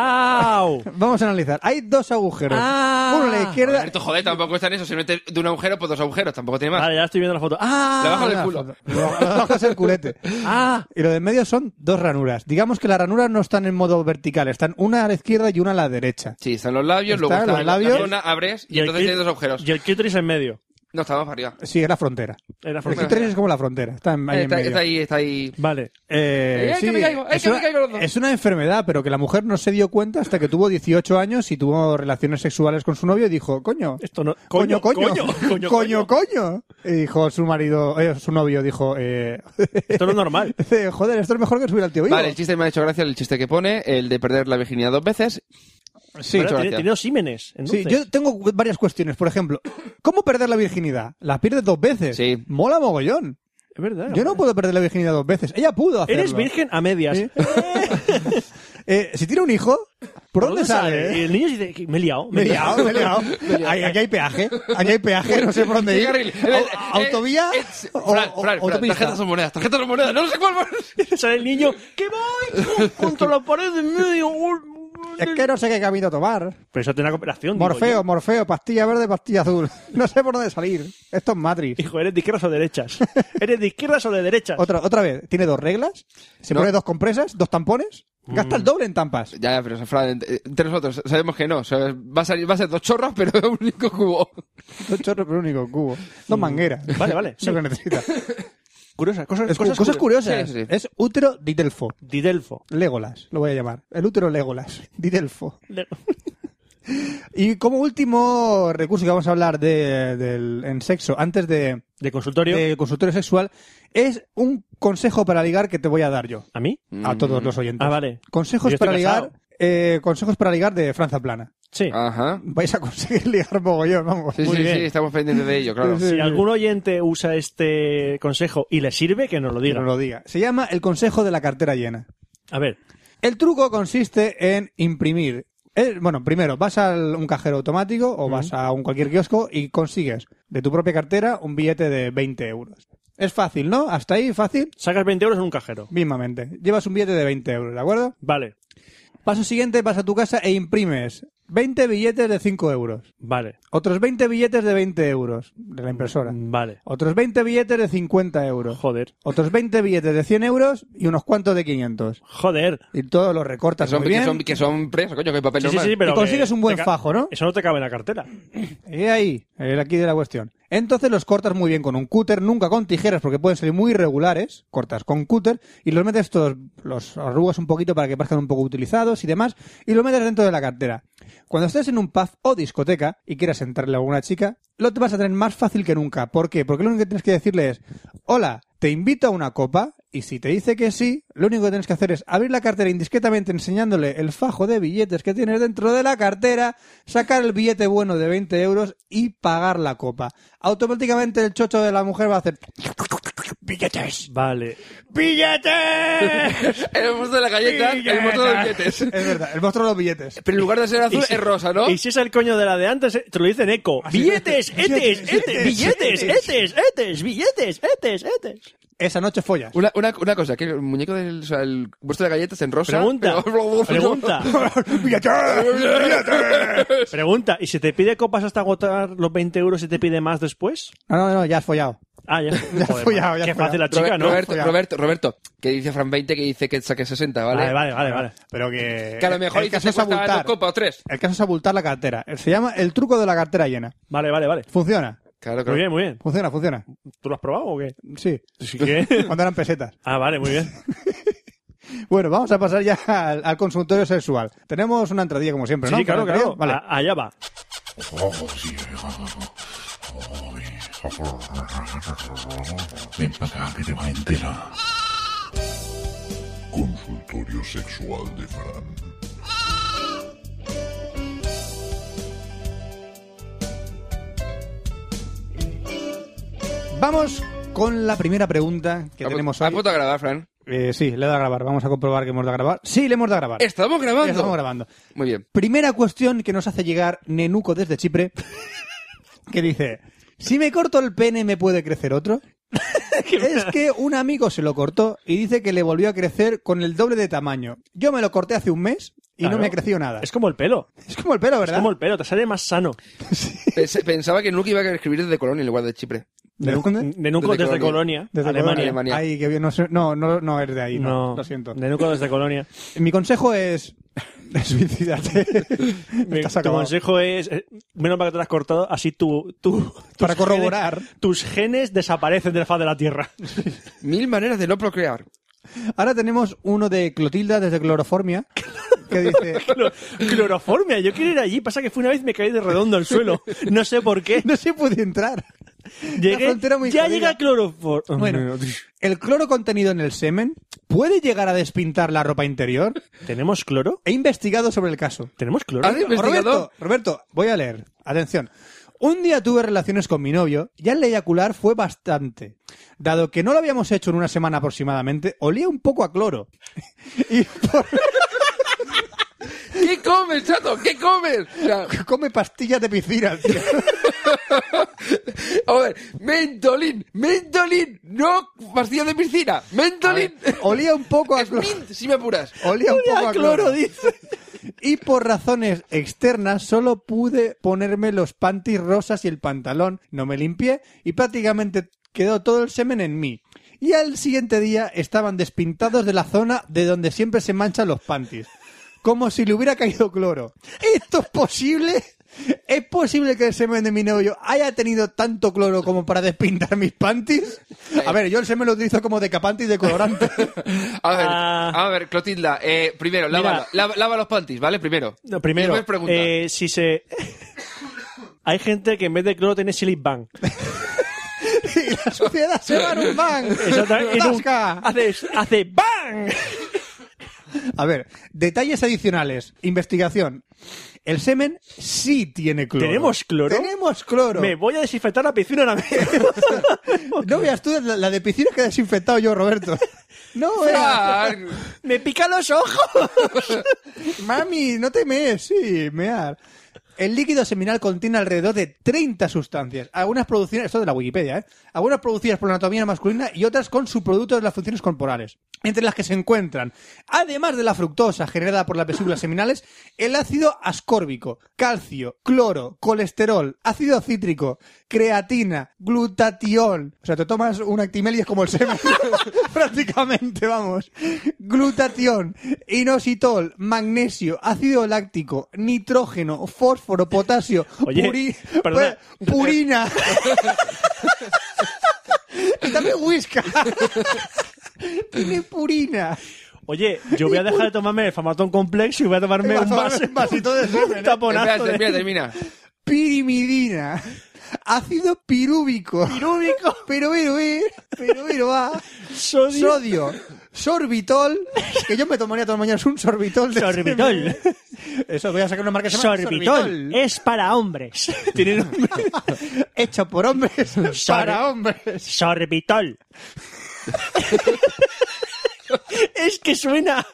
Speaker 6: ¡Au!
Speaker 7: Vamos a analizar. Hay dos agujeros.
Speaker 6: Ah.
Speaker 7: Uno a la izquierda.
Speaker 8: Alberto, joder, tampoco está en eso. Si no te- de un agujero, pues dos agujeros. Tampoco tiene más.
Speaker 6: Vale, ya estoy viendo la foto.
Speaker 8: Le bajo
Speaker 6: ¡Ah!
Speaker 8: del culo.
Speaker 7: Lo bajas el culete.
Speaker 6: [LAUGHS] ¡Ah!
Speaker 7: Y lo de en medio son dos ranuras. Digamos que las ranuras no están en modo vertical, están una a la izquierda y una a la derecha.
Speaker 8: Sí, están los labios,
Speaker 7: Está,
Speaker 8: luego
Speaker 7: los
Speaker 8: están
Speaker 7: labios.
Speaker 8: abres y,
Speaker 6: el
Speaker 8: entonces
Speaker 6: clí-
Speaker 8: tienes dos agujeros.
Speaker 6: Y el clítoris en medio.
Speaker 8: No, está más para arriba.
Speaker 7: Sí, es la frontera.
Speaker 6: Era
Speaker 7: El
Speaker 6: frontera.
Speaker 7: Q3 es como la frontera. Está, en- ahí en
Speaker 8: está,
Speaker 7: medio.
Speaker 8: está ahí, está ahí.
Speaker 6: Vale.
Speaker 7: Eh,
Speaker 8: ¡Ay, que
Speaker 7: sí,
Speaker 8: me caigo! ¡Ay,
Speaker 7: es,
Speaker 8: que me
Speaker 7: una,
Speaker 8: caigo los dos!
Speaker 7: es una enfermedad, pero que la mujer no se dio cuenta hasta que tuvo 18 años y tuvo relaciones sexuales con su novio y dijo, coño,
Speaker 6: Esto no.
Speaker 7: coño, coño, [LAUGHS]
Speaker 6: coño, coño,
Speaker 7: coño, coño. Y dijo su marido, eh, su novio, dijo, eh,
Speaker 6: Esto no es normal.
Speaker 7: [LAUGHS] dice, Eh, joder, esto es mejor que subir al tío vivo.
Speaker 8: Vale, el chiste me ha hecho gracia, el chiste que pone, el de perder la virginidad dos veces.
Speaker 7: sí,
Speaker 8: muchas
Speaker 6: Pero tiene,
Speaker 8: gracias.
Speaker 6: tiene los símenes.
Speaker 7: Sí,
Speaker 6: entonces.
Speaker 7: yo tengo varias cuestiones. Por ejemplo, ¿cómo perder la virginidad? La pierdes dos veces.
Speaker 8: Sí. pues.
Speaker 7: Mola mogollón.
Speaker 6: Es verdad.
Speaker 7: Yo no puedo perder la virginidad dos veces. Ella pudo hacerlo.
Speaker 6: Eres virgen a medias.
Speaker 7: Sí. [LAUGHS] Eh, si tiene un hijo, ¿por, dónde, sale? eh?
Speaker 6: Y el niño dice, "Que me he liado.
Speaker 7: [LAUGHS] Me he liado, me he
Speaker 8: [LAUGHS]
Speaker 7: liado. Ahí- Aquí hay peaje, aquí hay peaje, no sé por dónde ir.
Speaker 8: Cigarril. El- el-
Speaker 7: Au- ¿Autovía?
Speaker 8: eh, eh, Fran,
Speaker 7: o- o-
Speaker 8: Fran, Fran,
Speaker 7: autopista.
Speaker 8: tarjetas o monedas, tarjetas o monedas, no sé cuál va.
Speaker 6: Sale el niño, que voy contra la pared de medio.
Speaker 7: Es que no sé qué camino tomar.
Speaker 6: Pero eso tiene una cooperación. digo
Speaker 7: Morfeo, morfeo, pastilla verde, pastilla azul. [LAUGHS] No sé por dónde salir. Esto
Speaker 6: yo.
Speaker 7: es Matrix.
Speaker 6: Hijo, ¿eres de izquierdas o de derechas? ¿Eres de izquierdas o de derechas?
Speaker 7: Otra, otra vez, tiene dos reglas, se
Speaker 8: No.
Speaker 7: pone dos compresas, dos tampones, gasta
Speaker 6: Mm.
Speaker 7: el doble en tampas.
Speaker 8: Ya, ya, pero Fran, eh, entre nosotros sabemos que no. o sea, va, a salir, va a ser dos chorros, pero [LAUGHS] es un único cubo.
Speaker 7: Dos chorros por único cubo. Dos mangueras.
Speaker 6: Vale, vale,
Speaker 7: Eso
Speaker 6: sí. [LAUGHS]
Speaker 7: que necesita.
Speaker 6: Curiosas, cosas,
Speaker 7: Es-
Speaker 6: cosas,
Speaker 7: cosas, curiosas.
Speaker 8: Sí, sí, sí.
Speaker 7: Es útero didelfo.
Speaker 6: Didelfo.
Speaker 7: Legolas, lo voy a llamar. El útero Legolas. Didelfo.
Speaker 6: Le-
Speaker 7: Y como último recurso que vamos a hablar de, del- en sexo, antes de,
Speaker 6: De consultorio.
Speaker 7: de consultorio sexual, es un consejo para ligar que te voy a dar yo.
Speaker 6: ¿A mí?
Speaker 7: A todos los oyentes.
Speaker 6: Ah, vale.
Speaker 7: Consejos
Speaker 6: Yo estoy
Speaker 7: para ligar.
Speaker 6: casado.
Speaker 7: eh, consejos para ligar de Franza Plana.
Speaker 6: Sí.
Speaker 8: Ajá.
Speaker 7: Vais a conseguir [LAUGHS] ligar mogollón, vamos.
Speaker 8: Sí,
Speaker 6: Muy
Speaker 8: sí,
Speaker 6: bien.
Speaker 8: sí, estamos pendientes de ello, claro.
Speaker 7: Sí, sí.
Speaker 6: Si algún oyente usa este consejo y le sirve, que nos lo
Speaker 7: Que
Speaker 6: diga.
Speaker 7: no lo diga. Se llama el consejo de la cartera llena.
Speaker 6: A ver,
Speaker 7: El truco consiste en imprimir. Eh, bueno, primero vas a un cajero automático o vas a un cualquier kiosco y consigues de tu propia cartera un billete de 20 euros. Es fácil, ¿no? Hasta ahí fácil,
Speaker 6: sacas 20 euros en un cajero.
Speaker 7: mismamente. Llevas un billete de 20 euros, ¿de acuerdo?
Speaker 6: Vale,
Speaker 7: Paso siguiente, vas a tu casa e imprimes 20 billetes de 5 euros.
Speaker 6: vale,
Speaker 7: Otros 20 billetes de 20 euros de la impresora.
Speaker 6: vale.
Speaker 7: Otros 20 billetes de 50 euros.
Speaker 6: Joder,
Speaker 7: Otros 20 billetes de 100 euros y unos cuantos de 500.
Speaker 6: joder.
Speaker 7: Y todos los
Speaker 8: Que
Speaker 7: recortas
Speaker 8: son,
Speaker 7: muy
Speaker 8: que,
Speaker 7: bien.
Speaker 8: son, que son presas, coño, que
Speaker 6: [LAUGHS]
Speaker 8: hay papel
Speaker 6: Sí, sí,
Speaker 8: normal.
Speaker 6: sí, pero
Speaker 7: Y consigues
Speaker 6: que
Speaker 7: un buen
Speaker 6: te ca-
Speaker 7: fajo, ¿no?
Speaker 6: Eso no te cabe en la cartera.
Speaker 7: He ahí, el aquí de la cuestión. Entonces los cortas muy bien con un cúter, nunca con tijeras porque pueden ser muy irregulares. Cortas con cúter y los metes todos, los arrugas un poquito para que parezcan un poco utilizados y demás, y los metes dentro de la cartera. Cuando estés en un pub o discoteca y quieras entrarle a alguna chica, lo te vas a tener más fácil que nunca. ¿Por qué? Porque lo único que tienes que decirle es, hola, te invito a una copa y si te dice que sí, lo único que tienes que hacer es abrir la cartera indiscretamente enseñándole el fajo de billetes que tienes dentro de la cartera, sacar el billete bueno de 20 euros y pagar la copa. Automáticamente el chocho de la mujer va a hacer... ¡Billetes! [LAUGHS]
Speaker 6: Vale.
Speaker 7: ¡Billetes!
Speaker 8: El monstruo de la galleta, el monstruo de los billetes.
Speaker 7: Es verdad, el monstruo de los billetes.
Speaker 8: Pero en lugar de ser azul,
Speaker 6: si-
Speaker 8: es rosa, ¿no?
Speaker 6: Y si es el coño de la de antes, eh, te lo dice en eco.
Speaker 7: Así-
Speaker 6: Billetes, etes,
Speaker 7: Billetes,
Speaker 6: etes, billetes,
Speaker 7: etes.
Speaker 6: etes, etes, billetes, etes, etes.
Speaker 7: Esa noche follas.
Speaker 8: Una, una, una cosa, que el muñeco del. O sea, el monstruo de la galleta es en rosa.
Speaker 6: Pregunta,
Speaker 8: pero- [LAUGHS]
Speaker 6: pregunta, pregunta. ¿Y si te pide copas hasta agotar los 20 euros y te pide más después?
Speaker 7: No, no, no, ya has follado.
Speaker 6: Ah,
Speaker 8: [LAUGHS]
Speaker 6: ya.
Speaker 7: has follado, ya has
Speaker 6: Qué
Speaker 7: follado.
Speaker 6: fácil la chica,
Speaker 8: Robert-
Speaker 6: ¿no?
Speaker 8: Roberto,
Speaker 7: Follado.
Speaker 8: Roberto, Roberto, que dice Fran 20 que dice que saque 60, ¿vale?
Speaker 6: Vale, vale, vale, vale.
Speaker 7: Pero que...
Speaker 8: Que a lo mejor
Speaker 7: el
Speaker 8: dices "Pues
Speaker 7: caso
Speaker 8: que cuesta
Speaker 7: es
Speaker 8: dos
Speaker 7: abultar.
Speaker 8: copas o tres.
Speaker 7: El caso es abultar la cartera. Se llama el truco de la cartera llena.
Speaker 6: Vale, vale, vale.
Speaker 7: Funciona,
Speaker 8: Claro, claro.
Speaker 6: Muy bien, muy bien.
Speaker 7: funciona, funciona.
Speaker 6: ¿Tú lo has probado o qué?
Speaker 7: Sí.
Speaker 6: Sí que-
Speaker 7: Cuando eran pesetas.
Speaker 6: Ah, vale, muy bien.
Speaker 7: Bueno, vamos a pasar ya al, al consultorio sexual. Tenemos una entradilla como siempre,
Speaker 6: Sí,
Speaker 7: ¿no?
Speaker 6: sí, claro,
Speaker 7: ¿Para
Speaker 6: claro.
Speaker 7: la entradilla? Vale.
Speaker 6: A- allá va.
Speaker 1: Oh, sí. Ven para acá que te va entera. Consultorio sexual de Fran.
Speaker 6: Ah.
Speaker 7: Vamos con la primera pregunta que
Speaker 8: Ha pu-
Speaker 7: tenemos
Speaker 8: ha
Speaker 7: hoy.
Speaker 8: puesto a grabar, Fran.
Speaker 7: Eh, sí, le he dado a grabar. Vamos a comprobar que hemos dado a grabar. Sí, le hemos dado a grabar.
Speaker 8: Estamos grabando.
Speaker 7: Estamos grabando.
Speaker 8: Muy bien.
Speaker 7: Primera cuestión que nos hace llegar Nenuco desde Chipre, [LAUGHS] que dice, si me corto el pene, ¿me puede
Speaker 6: [LAUGHS]
Speaker 7: crecer otro? es que un amigo se lo cortó y dice que le volvió a crecer con el doble de tamaño. Yo me lo corté hace un mes y
Speaker 6: Claro.
Speaker 7: no me ha crecido nada.
Speaker 6: Es como el pelo.
Speaker 7: Es como el pelo,
Speaker 6: Es
Speaker 7: ¿verdad?
Speaker 6: como el pelo, te sale más sano.
Speaker 8: Pens- Pensaba que nunca iba a escribir desde Colonia en lugar de Chipre.
Speaker 7: ¿De dónde?
Speaker 6: Nenuco
Speaker 8: Desde
Speaker 6: desde,
Speaker 8: Colonia.
Speaker 6: Colonia,
Speaker 7: Desde
Speaker 6: Alemania.
Speaker 8: Alemania.
Speaker 7: Ay, que bien, no, sé- no, no, no eres de ahí, no,
Speaker 6: No,
Speaker 7: lo siento. [LAUGHS]
Speaker 6: Nenuco desde Colonia.
Speaker 7: Mi consejo es, [LAUGHS] Suicídate. Estás
Speaker 6: tu
Speaker 7: acabado.
Speaker 6: consejo es, eh, menos mal que te lo has cortado, así tú... tú
Speaker 7: Para corroborar.
Speaker 6: tus genes desaparecen del faz de la
Speaker 7: [LAUGHS]
Speaker 6: Tierra.
Speaker 8: Mil maneras de no procrear.
Speaker 7: Ahora tenemos uno de Clotilda desde Cloroformia que [LAUGHS] dice...
Speaker 6: Clo- Cloroformia, yo quiero ir allí. Pasa que fue una vez y me caí de redondo al suelo. No sé por qué.
Speaker 7: No se puede entrar.
Speaker 6: Llegué-
Speaker 7: [LAUGHS] La frontera muy
Speaker 6: ya
Speaker 7: jodida.
Speaker 6: llega cloroformia.
Speaker 7: Bueno, ¿el cloro contenido en el semen puede llegar a despintar la ropa interior?
Speaker 6: ¿Tenemos cloro?
Speaker 7: He investigado sobre el caso.
Speaker 6: ¿Tenemos cloro?
Speaker 8: ¿Has investigado?
Speaker 7: Pues, Roberto, Roberto, voy a leer. Atención. Un día tuve relaciones con mi novio y al eyacular fue bastante. Dado que no lo habíamos hecho en una semana aproximadamente, olía un poco a cloro. [LAUGHS] Y por-
Speaker 8: ¿Qué comes, chato? ¿Qué comes? O sea,
Speaker 7: come pastillas de piscina, tío.
Speaker 8: a ver, mentolín, mentolín, no pastilla de piscina, mentolín.
Speaker 7: Olía un poco a
Speaker 8: Es
Speaker 7: cloro.
Speaker 8: mint, si me apuras.
Speaker 7: Olía
Speaker 8: [LAUGHS]
Speaker 7: un
Speaker 6: Olía
Speaker 7: poco
Speaker 6: a
Speaker 7: a
Speaker 6: cloro,
Speaker 7: cloro,
Speaker 6: dice.
Speaker 7: [LAUGHS] Y por razones externas solo pude ponerme los panties rosas y el pantalón. No me limpié y prácticamente quedó todo el semen en mí. Y al siguiente día estaban despintados de la zona de donde siempre se manchan los panties. Como si le hubiera caído cloro. ¿Esto es posible? ¿Es posible que el semen de mi novio haya tenido tanto cloro como para despintar mis panties? A ver, yo el semen lo utilizo como decapantis de colorante.
Speaker 8: A ver,
Speaker 6: Ah.
Speaker 8: a ver, Clotilda, eh, primero,
Speaker 6: Mira.
Speaker 8: lava, lava, lava los panties, ¿vale? Primero.
Speaker 6: No, primero,
Speaker 8: Después pregunta.
Speaker 6: eh, si se... [LAUGHS] Hay gente que en vez de cloro tiene silip bank.
Speaker 7: [LAUGHS] y la suciedad se va en un van.
Speaker 6: Exactamente. en un-
Speaker 7: ¡Zasca!
Speaker 6: hace, hace bang.
Speaker 7: A ver, detalles adicionales. Investigación. El semen sí tiene cloro.
Speaker 6: ¿Tenemos cloro?
Speaker 7: Tenemos cloro.
Speaker 6: Me voy a desinfectar la piscina ahora mismo.
Speaker 7: No veas tú la, la de piscina que he desinfectado yo, Roberto. [LAUGHS] No, eh. veas.
Speaker 8: Fran,
Speaker 6: Me pica los ojos.
Speaker 7: Mami, no te mees. Sí, mear. El líquido seminal contiene alrededor de 30 sustancias. Algunas producidas, esto es de la Wikipedia, ¿eh? Algunas producidas por la anatomía masculina y otras con subproductos de las funciones corporales. Entre las que se encuentran, además de la fructosa generada por las vesículas seminales, el ácido ascórbico, calcio, cloro, colesterol, ácido cítrico, creatina, glutatión. O sea, te tomas un Actimel y es como el semen. [LAUGHS] Prácticamente, vamos. Glutatión, inositol, magnesio, ácido láctico, nitrógeno, fósforo, potasio,
Speaker 6: Oye,
Speaker 7: puri-
Speaker 6: perdona.
Speaker 7: pu- purina. [LAUGHS] Dame whisky. [LAUGHS] Tiene purina.
Speaker 6: Oye, yo voy a dejar de tomarme el Famatón Complex y voy a tomarme un,
Speaker 7: Vas a tomar
Speaker 6: vaso-
Speaker 7: un vasito de semen,
Speaker 6: Un
Speaker 7: ¿eh?
Speaker 6: taponazo
Speaker 8: espera,
Speaker 6: de
Speaker 8: termina, termina.
Speaker 7: Pirimidina. Ácido pirúvico.
Speaker 6: pirúvico,
Speaker 7: Pero, pero, eh, pero, pero, va.
Speaker 6: sodio,
Speaker 7: Sodio. Sorbitol. Que yo me tomaría todas las mañanas un sorbitol. De
Speaker 6: Sorbitol.
Speaker 7: semen. Eso, voy a sacar una marca que se llama
Speaker 6: Sorbitol. Es para hombres. Tiene nombre.
Speaker 7: eh, Hecho por
Speaker 6: [LAUGHS]
Speaker 7: hombres. Para hombres.
Speaker 6: Sorbitol. es que suena.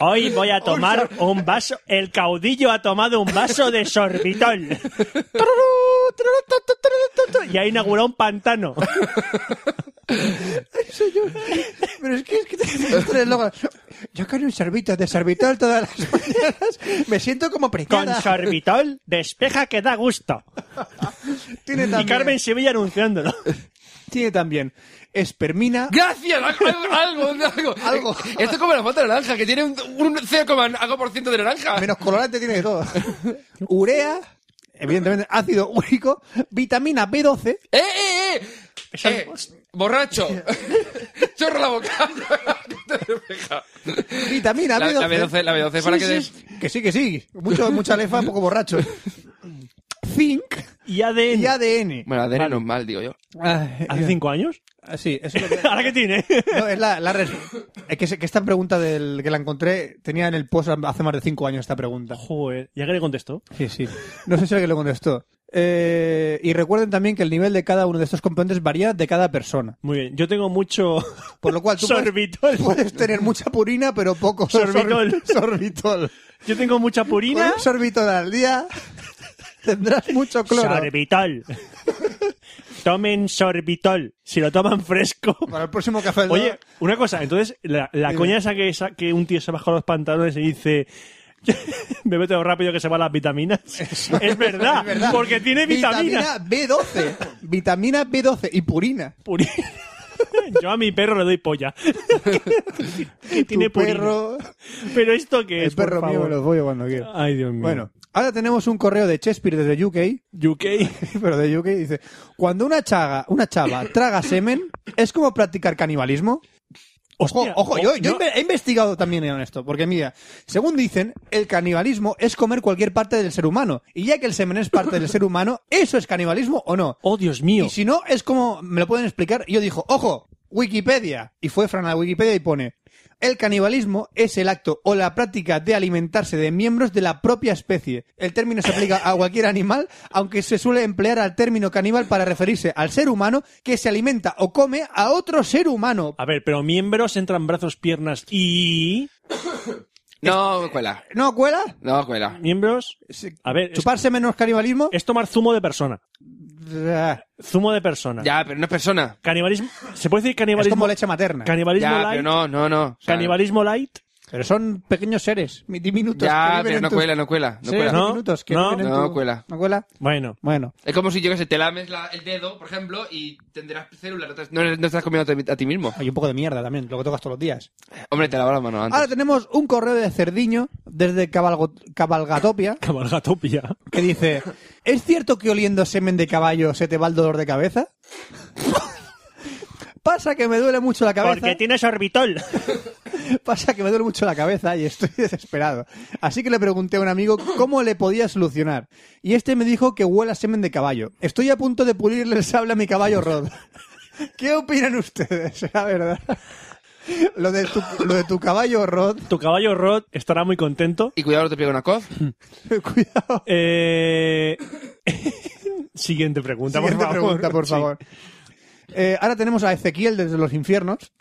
Speaker 6: Hoy voy a tomar un vaso. El caudillo ha tomado un vaso de sorbitol. Tururú, tururú, tu, tu, tururú, tu, tu. Y ha inaugurado un pantano.
Speaker 7: Pero es que, es que tenemos tres logos. Yo quiero un sorbito de sorbitol todas las mañanas. Me siento como
Speaker 6: Con
Speaker 7: precada.
Speaker 6: sorbitol, despeja que da gusto.
Speaker 7: Tiene
Speaker 6: Y
Speaker 7: también,
Speaker 6: Carmen Sevilla anunciándolo.
Speaker 7: Tiene también espermina.
Speaker 8: [LAUGHS] Gracias, algo, algo, algo.
Speaker 7: Algo.
Speaker 8: Esto es como la falta de naranja, que tiene un, un 0, algo por ciento de naranja.
Speaker 7: Menos colorante tiene de todo. Urea, evidentemente ácido úrico, vitamina B12,
Speaker 8: ¡Eh, eh, eh! Eh, borracho.
Speaker 6: [LAUGHS]
Speaker 8: [LAUGHS] Chorro la boca.
Speaker 7: vitamina
Speaker 8: La-
Speaker 7: B12.
Speaker 8: la B12, la B12 para que
Speaker 7: sí. Que sí, que sí. Mucho, mucha lefa, poco borracho. Zinc
Speaker 6: Y ADN.
Speaker 7: y ADN.
Speaker 8: bueno, ADN es normal, digo yo.
Speaker 7: Ay,
Speaker 6: ¿Hace cinco años?
Speaker 7: Ah, sí, eso es lo que-
Speaker 6: ¿Ahora qué tiene?
Speaker 7: No, es la, la res- es que, se- que esta pregunta del que la encontré tenía en el post hace más de cinco años esta pregunta.
Speaker 6: Joder, ya que le contestó.
Speaker 7: Sí, sí. No sé si alguien lo contestó. Eh, y recuerden también que el nivel de cada uno de estos componentes varía de cada persona.
Speaker 6: Muy bien, yo tengo mucho
Speaker 7: [LAUGHS] Por lo cual tú puedes-
Speaker 6: sorbitol.
Speaker 7: [LAUGHS] Puedes tener mucha purina, pero
Speaker 6: [LAUGHS]
Speaker 7: poco
Speaker 6: Sorbitol.
Speaker 7: sor- sorbitol. [LAUGHS]
Speaker 6: Yo tengo mucha
Speaker 7: Con
Speaker 6: purina.
Speaker 7: un sorbitol al día [LAUGHS] tendrás mucho
Speaker 3: [LAUGHS]
Speaker 7: cloro.
Speaker 6: Sorbitol. Tomen sorbitol. Si lo toman fresco.
Speaker 3: [LAUGHS]
Speaker 7: Para el próximo café del
Speaker 6: Oye,
Speaker 7: día-
Speaker 6: una cosa, entonces, la, la coña esa que, sa- que un tío se baja los pantalones y dice. [LAUGHS] Bebe todo rápido que se van las vitaminas.
Speaker 7: [LAUGHS]
Speaker 6: Es verdad,
Speaker 7: es verdad.
Speaker 6: porque tiene vitaminas. [LAUGHS]
Speaker 7: Vitamina B12. vitamina B12 y purina.
Speaker 6: Purina. [LAUGHS] Yo a mi perro le doy polla. [LAUGHS] que tiene
Speaker 7: tu
Speaker 6: purina.
Speaker 7: perro,
Speaker 6: Pero esto que
Speaker 7: el
Speaker 6: es, por
Speaker 7: perro mío me
Speaker 6: favor?
Speaker 7: los voy cuando quiera.
Speaker 6: Ay, Dios mío.
Speaker 7: Bueno, ahora tenemos un correo de Chespir desde UK.
Speaker 6: UK.
Speaker 7: [LAUGHS] pero de UK dice, cuando una chaga,
Speaker 6: [COUGHS]
Speaker 7: una chava traga semen, ¿es como practicar canibalismo? Ojo,
Speaker 6: Hostia,
Speaker 7: ojo, yo, yo
Speaker 6: no.
Speaker 7: he investigado también en esto, porque mira, según dicen, el canibalismo es comer cualquier parte del ser humano, y ya que el semen es parte del ser humano, ¿eso es canibalismo o no?
Speaker 6: Oh, Dios mío.
Speaker 7: Y si no, es como me lo pueden explicar. Yo dijo, ojo, Wikipedia. Y fue Fran a la Wikipedia y pone, el canibalismo es el acto o la práctica de alimentarse de miembros de la propia especie. El término se aplica a cualquier animal, aunque se suele emplear al término caníbal para referirse al ser humano que se alimenta o come a otro ser humano.
Speaker 6: A ver, pero miembros entran brazos, piernas y...
Speaker 8: No, cuela.
Speaker 7: ¿No cuela?
Speaker 8: No, cuela.
Speaker 6: Miembros...
Speaker 7: Sí.
Speaker 6: A ver, es,
Speaker 7: ¿Chuparse menos canibalismo?
Speaker 6: es tomar zumo de persona.
Speaker 7: Ah,
Speaker 6: Zumo de persona.
Speaker 8: Ya, pero no es persona.
Speaker 6: Canibalismo... ¿Se puede decir
Speaker 7: Es
Speaker 6: canibalismo?
Speaker 7: como leche materna.
Speaker 6: Canibalismo
Speaker 8: Ya,
Speaker 6: light.
Speaker 8: pero no, no, no. O sea,
Speaker 6: Canibalismo light.
Speaker 7: Pero son pequeños seres, diminutos. que
Speaker 8: Ya,
Speaker 7: viven
Speaker 8: pero
Speaker 7: en
Speaker 8: no
Speaker 7: tus-
Speaker 8: cuela, no cuela. No
Speaker 7: seres
Speaker 8: cuela.
Speaker 6: ¿no?
Speaker 7: diminutos que
Speaker 6: no,
Speaker 7: viven en
Speaker 8: no
Speaker 7: tu-
Speaker 8: cuela.
Speaker 7: ¿No cuela?
Speaker 6: Bueno.
Speaker 7: Bueno.
Speaker 8: Es como si yo que sé, te lames la- el dedo, por ejemplo, y tendrás células. No, te- no- no estás comiendo a ti, a ti mismo.
Speaker 7: Hay un poco de mierda también, lo que tocas todos los días.
Speaker 8: Hombre, te lavas la mano
Speaker 6: Ah.
Speaker 8: antes.
Speaker 7: Ahora tenemos un correo de Cerdiño desde Cabalgo- Cabalgatopia
Speaker 6: Cabalgatopia.
Speaker 7: que dice: ¿Es cierto que oliendo semen de caballo se te va el dolor de cabeza? [LAUGHS] Pasa que me duele mucho la cabeza.
Speaker 6: Porque tienes orbitol.
Speaker 7: Pasa que me duele mucho la cabeza y estoy [LAUGHS] desesperado. Así que le pregunté a un amigo cómo le podía solucionar. Y este me dijo que huela semen de caballo. Estoy a punto de pulirle el sable a mi caballo Rod. [LAUGHS] ¿Qué opinan ustedes? [LAUGHS] La verdad. Lo de tu, lo de tu caballo Rod.
Speaker 6: [LAUGHS] Tu caballo Rod estará muy contento.
Speaker 8: Y cuidado, no te pega una coz.
Speaker 7: [LAUGHS] Cuidado.
Speaker 6: Eh... [LAUGHS] Siguiente pregunta,
Speaker 7: Siguiente
Speaker 6: por favor.
Speaker 7: pregunta, por
Speaker 6: Sí.
Speaker 7: favor. Eh, ahora tenemos a Ezequiel desde los
Speaker 6: [LAUGHS]
Speaker 7: infiernos,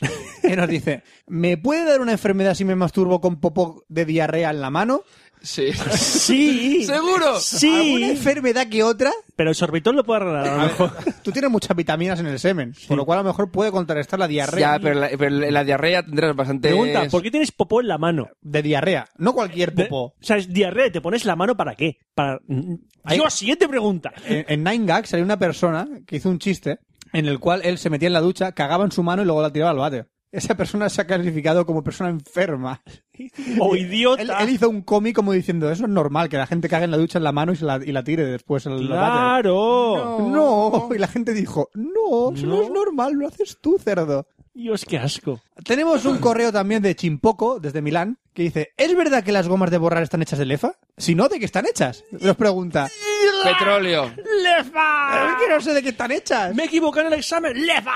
Speaker 7: que nos dice, ¿me puede dar una enfermedad si me masturbo con popó de diarrea en la mano?
Speaker 8: Sí. [LAUGHS]
Speaker 6: Sí.
Speaker 8: ¡Seguro!
Speaker 7: ¿Alguna
Speaker 6: Sí.
Speaker 7: enfermedad que otra?
Speaker 6: Pero el sorbitol lo puede arreglar, a lo mejor.
Speaker 7: Tú tienes muchas vitaminas en el semen, por lo cual a lo mejor puede contrarrestar la diarrea
Speaker 8: Ya, pero la, pero la diarrea tendrás bastante.
Speaker 6: Pregunta, ¿por qué tienes popó en la mano?
Speaker 7: de diarrea, no cualquier
Speaker 6: De-
Speaker 7: popó.
Speaker 6: O sea, es diarrea, ¿te pones la mano para qué? Para... mm, Dios, siguiente pregunta.
Speaker 7: En, en Nine Gags hay una persona que hizo un chiste en el cual él se metía en la ducha, cagaba en su mano y luego la tiraba al váter. Esa persona se ha clasificado como persona enferma.
Speaker 6: O
Speaker 7: Él,
Speaker 6: Oh, idiota.
Speaker 7: él hizo un cómic como diciendo, eso es normal, que la gente cague en la ducha en la mano y, se la, y la tire después en el váter".
Speaker 6: Claro.
Speaker 7: No, y la gente dijo, no, eso no es normal, lo haces tú, cerdo.
Speaker 6: Dios, qué asco.
Speaker 7: Tenemos un correo también de Chimpoco, desde Milán, que dice, ¿es verdad que las gomas de borrar están hechas de lefa? Si no, ¿de qué están hechas? Los pregunta.
Speaker 6: Ah.
Speaker 8: Petróleo.
Speaker 7: Es que no sé de qué están hechas. [LAUGHS]
Speaker 6: Me he equivocado en el examen. ¡Lefa!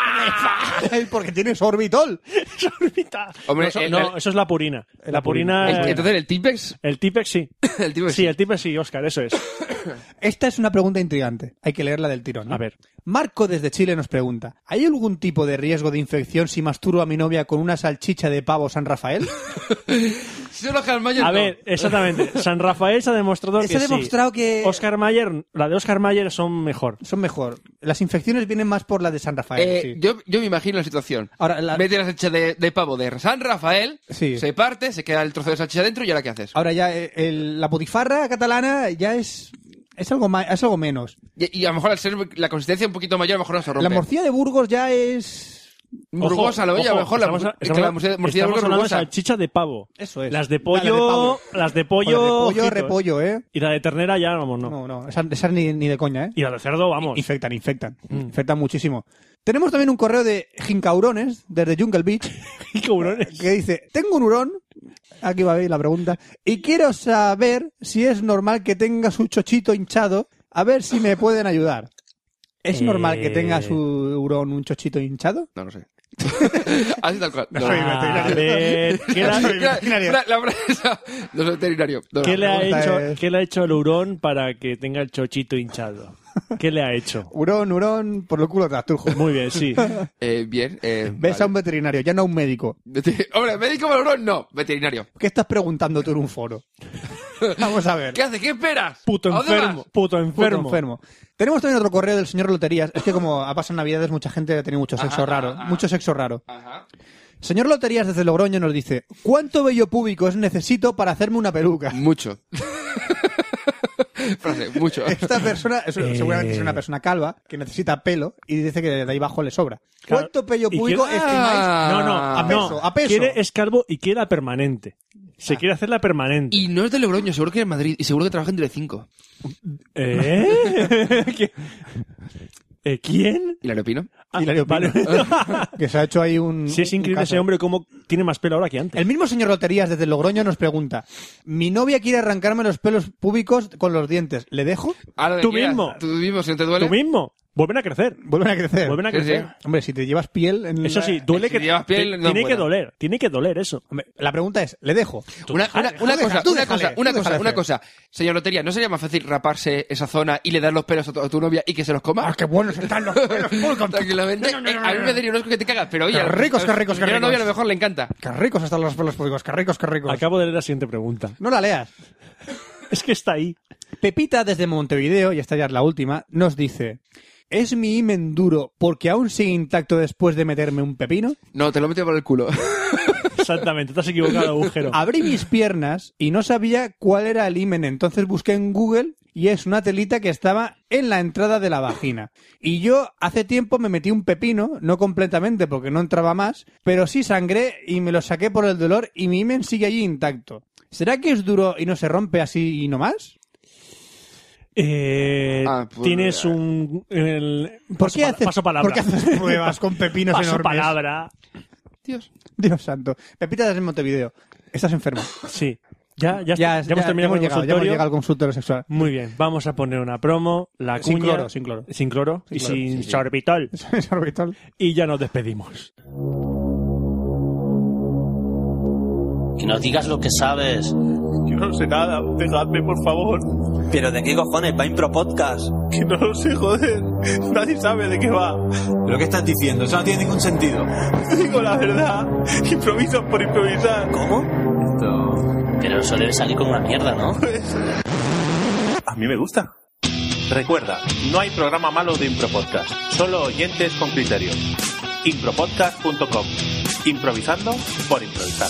Speaker 7: Porque tienes orbitol.
Speaker 6: Sorbita.
Speaker 8: Hombre,
Speaker 6: no, eso,
Speaker 8: el-
Speaker 6: no,
Speaker 8: el-
Speaker 6: eso es la purina. La
Speaker 7: purina.
Speaker 6: purina...
Speaker 8: El-
Speaker 6: eh,
Speaker 8: Entonces, el Tipex.
Speaker 6: El Tipex sí.
Speaker 8: [LAUGHS] El Tipex.
Speaker 6: Sí, el Tipex sí, Oscar, eso es.
Speaker 7: Esta es una pregunta intrigante. Hay que leerla del tirón. ¿no?
Speaker 6: A ver.
Speaker 7: Marco desde Chile nos pregunta, ¿hay algún tipo de riesgo de infección si masturo a mi novia con una salchicha de pavo
Speaker 6: [LAUGHS]
Speaker 7: San Rafael?
Speaker 8: Si son los Carmallos,
Speaker 6: A
Speaker 8: no.
Speaker 6: ver, exactamente. San Rafael se ha demostrado
Speaker 7: Se
Speaker 6: que
Speaker 7: ha demostrado
Speaker 6: sí.
Speaker 7: que-
Speaker 6: Oscar Mayer, la de Oscar Mayer son mejor.
Speaker 7: Son mejor. Las infecciones vienen más por la de San Rafael.
Speaker 8: Eh,
Speaker 7: sí.
Speaker 8: yo, yo me imagino la situación.
Speaker 7: Ahora, la-
Speaker 8: Mete la salchicha de, de pavo de San Rafael,
Speaker 7: Sí.
Speaker 8: se parte, se queda el trozo de salchicha dentro y ahora qué haces.
Speaker 7: Ahora ya eh, el- la putifarra catalana ya es es algo más, es algo menos.
Speaker 8: Y, y a lo mejor al ser la consistencia un poquito mayor, a lo mejor no se rompe.
Speaker 7: La morcilla de Burgos ya es
Speaker 8: Burgosa, la oye, a
Speaker 6: ojo,
Speaker 8: lo mejor la,
Speaker 6: estamos-
Speaker 8: es que
Speaker 6: estamos-
Speaker 8: la morcilla morcilla de
Speaker 6: estamos
Speaker 8: Burgos
Speaker 6: hablando de
Speaker 8: burgosa.
Speaker 6: salchicha de pavo.
Speaker 7: Eso es.
Speaker 6: Las de
Speaker 7: La de
Speaker 6: pollo,
Speaker 7: pavo.
Speaker 6: las de
Speaker 7: o la
Speaker 6: pollo,
Speaker 7: de pollo,
Speaker 6: ojito,
Speaker 7: repollo, ¿eh?
Speaker 6: Y la de ternera ya, vamos, no.
Speaker 7: No, no, esas esas ni, ni de coña, ¿eh?
Speaker 6: Y la de cerdo, vamos.
Speaker 7: Infectan, infectan.
Speaker 6: Mm.
Speaker 7: Infectan muchísimo. Tenemos también un correo de Jincaurones, desde Jungle Beach,
Speaker 6: [LAUGHS] Y [LAUGHS] cabrones.
Speaker 7: [LAUGHS] que dice, tengo un hurón, aquí va a ver la pregunta, y quiero saber si es normal que tenga su chochito hinchado, a ver si me pueden ayudar. ¿Es
Speaker 6: Eh.
Speaker 7: normal que tenga su hurón un chochito hinchado?
Speaker 8: No, no sé. Así tal cual. No,
Speaker 7: Soy
Speaker 8: no.
Speaker 6: A ver, ¿qué le
Speaker 8: La-
Speaker 6: ha-
Speaker 8: la- la fresa- No soy veterinario.
Speaker 6: [LAUGHS]
Speaker 8: No,
Speaker 6: qué le ha
Speaker 7: pregunta
Speaker 6: hecho-
Speaker 7: es-
Speaker 6: qué le ha hecho el hurón para que tenga el chochito hinchado? ¿Qué le ha hecho?
Speaker 7: Hurón, hurón, por lo culo trastrujo.
Speaker 6: Muy bien, [LAUGHS] sí.
Speaker 8: Eh, bien. Eh,
Speaker 7: Ves
Speaker 8: vale.
Speaker 7: a un veterinario, ya no a un médico.
Speaker 8: Vete- Hombre, médico valorón, no. Veterinario.
Speaker 7: ¿Qué estás preguntando tú en un foro? [LAUGHS] Vamos a ver.
Speaker 8: ¿Qué haces? ¿Qué esperas?
Speaker 6: Puto
Speaker 8: ¿A dónde vas?
Speaker 6: enfermo, puto
Speaker 7: Puto
Speaker 6: enfermo.
Speaker 7: enfermo. Tenemos también otro correo del señor Loterías. Es que como ha pasado Navidades, mucha gente ha tenido mucho sexo raro. Mucho sexo raro.
Speaker 8: Ajá.
Speaker 7: Señor Loterías desde Logroño nos dice, ¿cuánto vello púbico es necesito para hacerme una peluca?
Speaker 8: Mucho. [LAUGHS] Frase, mucho.
Speaker 7: [LAUGHS] Esta persona es-
Speaker 6: Eh.
Speaker 7: seguramente es una persona calva que necesita pelo y dice que de ahí abajo le sobra.
Speaker 6: Claro.
Speaker 7: ¿Cuánto pelo
Speaker 6: Y
Speaker 7: público
Speaker 6: quiere-
Speaker 7: estimáis?
Speaker 6: No, no,
Speaker 7: a
Speaker 6: no.
Speaker 7: peso, a peso.
Speaker 6: Quiere es calvo y quiere la permanente. Se quiere hacer la permanente.
Speaker 8: Y no es de Lebroño, seguro que es de Madrid y seguro que trabaja en Telecinco.
Speaker 6: ¿Eh? [LAUGHS] ¿Qué? ¿Eh, ¿Quién?
Speaker 8: ¿Y la Leopino?
Speaker 6: Ah,
Speaker 7: Hilario Pino.
Speaker 6: vale.
Speaker 7: Que se ha hecho ahí un.
Speaker 6: si es
Speaker 7: un
Speaker 6: increíble
Speaker 7: caso.
Speaker 6: ese hombre cómo tiene más pelo ahora que antes.
Speaker 7: El mismo señor Loterías desde Logroño nos pregunta: Mi novia quiere arrancarme los pelos públicos con los dientes. ¿Le dejo?
Speaker 8: Ahora de
Speaker 6: Tú
Speaker 8: quieras.
Speaker 6: mismo.
Speaker 8: Tú mismo, si no te duele.
Speaker 6: Tú mismo. Vuelven a crecer.
Speaker 7: Vuelven a crecer.
Speaker 6: Vuelven a
Speaker 8: Sí, sí.
Speaker 6: crecer.
Speaker 7: Hombre, si te llevas piel en.
Speaker 6: Eso
Speaker 7: la-
Speaker 6: sí, duele
Speaker 8: Si
Speaker 6: que
Speaker 8: llevas piel,
Speaker 6: ti-
Speaker 8: no
Speaker 6: tiene que
Speaker 8: puedo.
Speaker 6: doler, tiene que doler eso. Ah,
Speaker 7: Hombre, la pregunta es: ¿le dejo?
Speaker 8: Una, una,
Speaker 7: Tú
Speaker 8: una
Speaker 7: deja-
Speaker 8: cosa,
Speaker 7: tú
Speaker 8: una
Speaker 7: déjale,
Speaker 8: cosa,
Speaker 7: tú
Speaker 8: una
Speaker 7: déjale
Speaker 8: cosa, una
Speaker 7: hacer.
Speaker 8: cosa. Señor Lotería, ¿no sería más fácil raparse esa zona y le dar los pelos a tu, a tu novia y que se los coma?
Speaker 7: ¡Ah, qué buenos están
Speaker 8: [LAUGHS]
Speaker 7: los pelos públicos!
Speaker 8: Tranquilamente. Eh, a mí me daría un asco que te cagas, pero oye.
Speaker 7: Qué
Speaker 8: a-
Speaker 7: ricos,
Speaker 8: a-
Speaker 7: qué ricos, qué
Speaker 8: a mi
Speaker 7: ricos.
Speaker 8: novia a lo mejor le encanta.
Speaker 7: ¡Qué ricos están los pelos públicos! ¡Qué ricos, qué ricos!
Speaker 6: Acabo de leer la siguiente pregunta.
Speaker 7: No la leas.
Speaker 6: Es que está ahí.
Speaker 7: Pepita desde Montevideo, y esta ya es la última, nos dice: ¿Es mi himen duro porque aún sigue intacto después de meterme un pepino?
Speaker 8: No, te lo he metido por el culo.
Speaker 6: Exactamente, te has equivocado,
Speaker 7: [LAUGHS]
Speaker 6: agujero.
Speaker 7: Abrí mis piernas y no sabía cuál era el himen, entonces busqué en Google y es una telita que estaba en la entrada de la vagina. Y yo hace tiempo me metí un pepino, no completamente porque no entraba más, pero sí sangré y me lo saqué por el dolor y mi himen sigue allí intacto. ¿Será que es duro y no se rompe así y no más?
Speaker 6: Eh,
Speaker 8: Ah, pues,
Speaker 6: tienes un. el-
Speaker 7: ¿Por
Speaker 6: paso
Speaker 7: qué
Speaker 6: pa-
Speaker 7: haces,
Speaker 6: Paso palabra.
Speaker 7: por
Speaker 6: [LAUGHS]
Speaker 7: qué haces [LAUGHS] pruebas con pepinos
Speaker 6: paso
Speaker 7: enormes?
Speaker 6: palabra.
Speaker 8: Dios.
Speaker 7: Dios santo. Pepita desde Montevideo. Estás enferma.
Speaker 6: Sí. Ya, ya,
Speaker 7: Ya,
Speaker 6: ya hemos terminado con el
Speaker 7: llegado, ya hemos
Speaker 6: consultorio.
Speaker 7: llegado al consultorio sexual. [LAUGHS]
Speaker 6: Muy bien, vamos a poner una promo, la
Speaker 7: Sin
Speaker 6: cuña.
Speaker 7: cloro, sin cloro.
Speaker 6: Sin cloro y
Speaker 7: cloro,
Speaker 6: sin sorbitol.
Speaker 7: Es orbital.
Speaker 6: Y ya nos despedimos.
Speaker 9: Que nos digas lo que sabes.
Speaker 10: Yo no sé nada, dejadme por favor.
Speaker 9: Pero de qué cojones va Impro Podcast.
Speaker 10: Que no lo sé, joder. Nadie sabe de qué va.
Speaker 9: ¿Pero qué estás diciendo? Eso no tiene ningún sentido.
Speaker 10: Digo la verdad. Improviso por improvisar.
Speaker 9: ¿Cómo? Esto. Pero eso debe salir con una mierda, ¿no?
Speaker 10: A mí me gusta. Recuerda, no hay programa malo de Impropodcast, solo oyentes con criterio. Impropodcast.com. Improvisando por improvisar.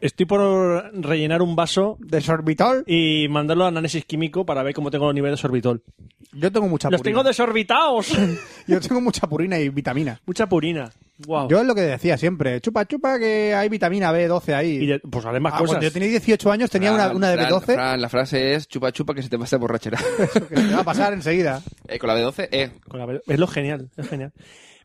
Speaker 6: Estoy por rellenar un vaso
Speaker 7: De sorbitol,
Speaker 6: y mandarlo a análisis químico para ver cómo tengo los niveles de sorbitol.
Speaker 7: yo tengo mucha
Speaker 6: ¡Los
Speaker 7: purina.
Speaker 6: tengo desorbitados!
Speaker 7: Yo tengo mucha purina y vitamina.
Speaker 6: Mucha purina. Wow.
Speaker 7: Yo es lo que decía siempre, chupa, chupa, que hay vitamina B12 ahí.
Speaker 6: Y de- pues además
Speaker 7: Ah,
Speaker 6: cosas.
Speaker 7: Cuando yo tenía 18 años tenía una,
Speaker 8: Fran,
Speaker 7: una de
Speaker 8: Fran,
Speaker 7: B12
Speaker 8: Fran, Ah, la frase es chupa chupa que se te pasa [LAUGHS] borrachera.
Speaker 7: que te va a pasar enseguida.
Speaker 8: Eh, con la B12, eh.
Speaker 6: Con la- Es lo genial, es genial.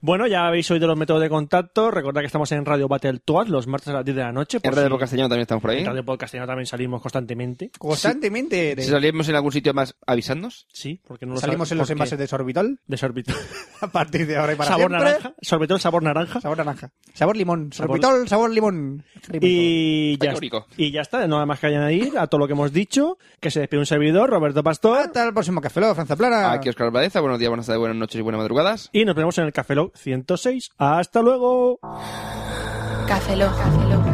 Speaker 6: Bueno, ya habéis oído los métodos de contacto. Recordad que estamos en Radio Battle Tour los martes a las 10 de la noche. por
Speaker 8: En Radio
Speaker 6: si-
Speaker 8: por Castellano también estamos por ahí.
Speaker 6: En Radio Podcastellano también salimos constantemente.
Speaker 7: Constantemente eres.
Speaker 8: Si salimos en algún sitio más, avisadnos.
Speaker 6: Sí, porque no lo
Speaker 7: Salimos
Speaker 6: sabe-
Speaker 7: en los
Speaker 6: porque-
Speaker 7: envases de sorbitol.
Speaker 6: de sorbitol.
Speaker 7: A partir de ahora y [LAUGHS] para
Speaker 6: sabor
Speaker 7: siempre.
Speaker 6: naranja. Sorbitol, sabor naranja.
Speaker 7: Sabor naranja. Sabor limón.
Speaker 6: Sabor-
Speaker 7: Sorbitol, sabor limón.
Speaker 6: Y
Speaker 8: Está
Speaker 6: ya,
Speaker 8: calórico.
Speaker 6: y ya está, nada más que añadir a todo lo que hemos dicho, que se despide un servidor, Roberto Pastor,
Speaker 7: Hasta el próximo Café Lock, Franza Plana.
Speaker 8: Aquí Oscar Badeza, buenos días, buenas tardes, buenas noches y buenas madrugadas.
Speaker 6: y nos vemos en el Café Lock 106. ¡Hasta luego!
Speaker 5: Café Lock. Café Lock.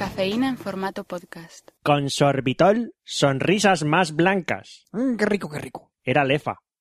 Speaker 5: Cafeína en formato podcast.
Speaker 6: Con sorbitol, sonrisas más blancas.
Speaker 7: Mm, qué rico, qué rico.
Speaker 6: Era lefa.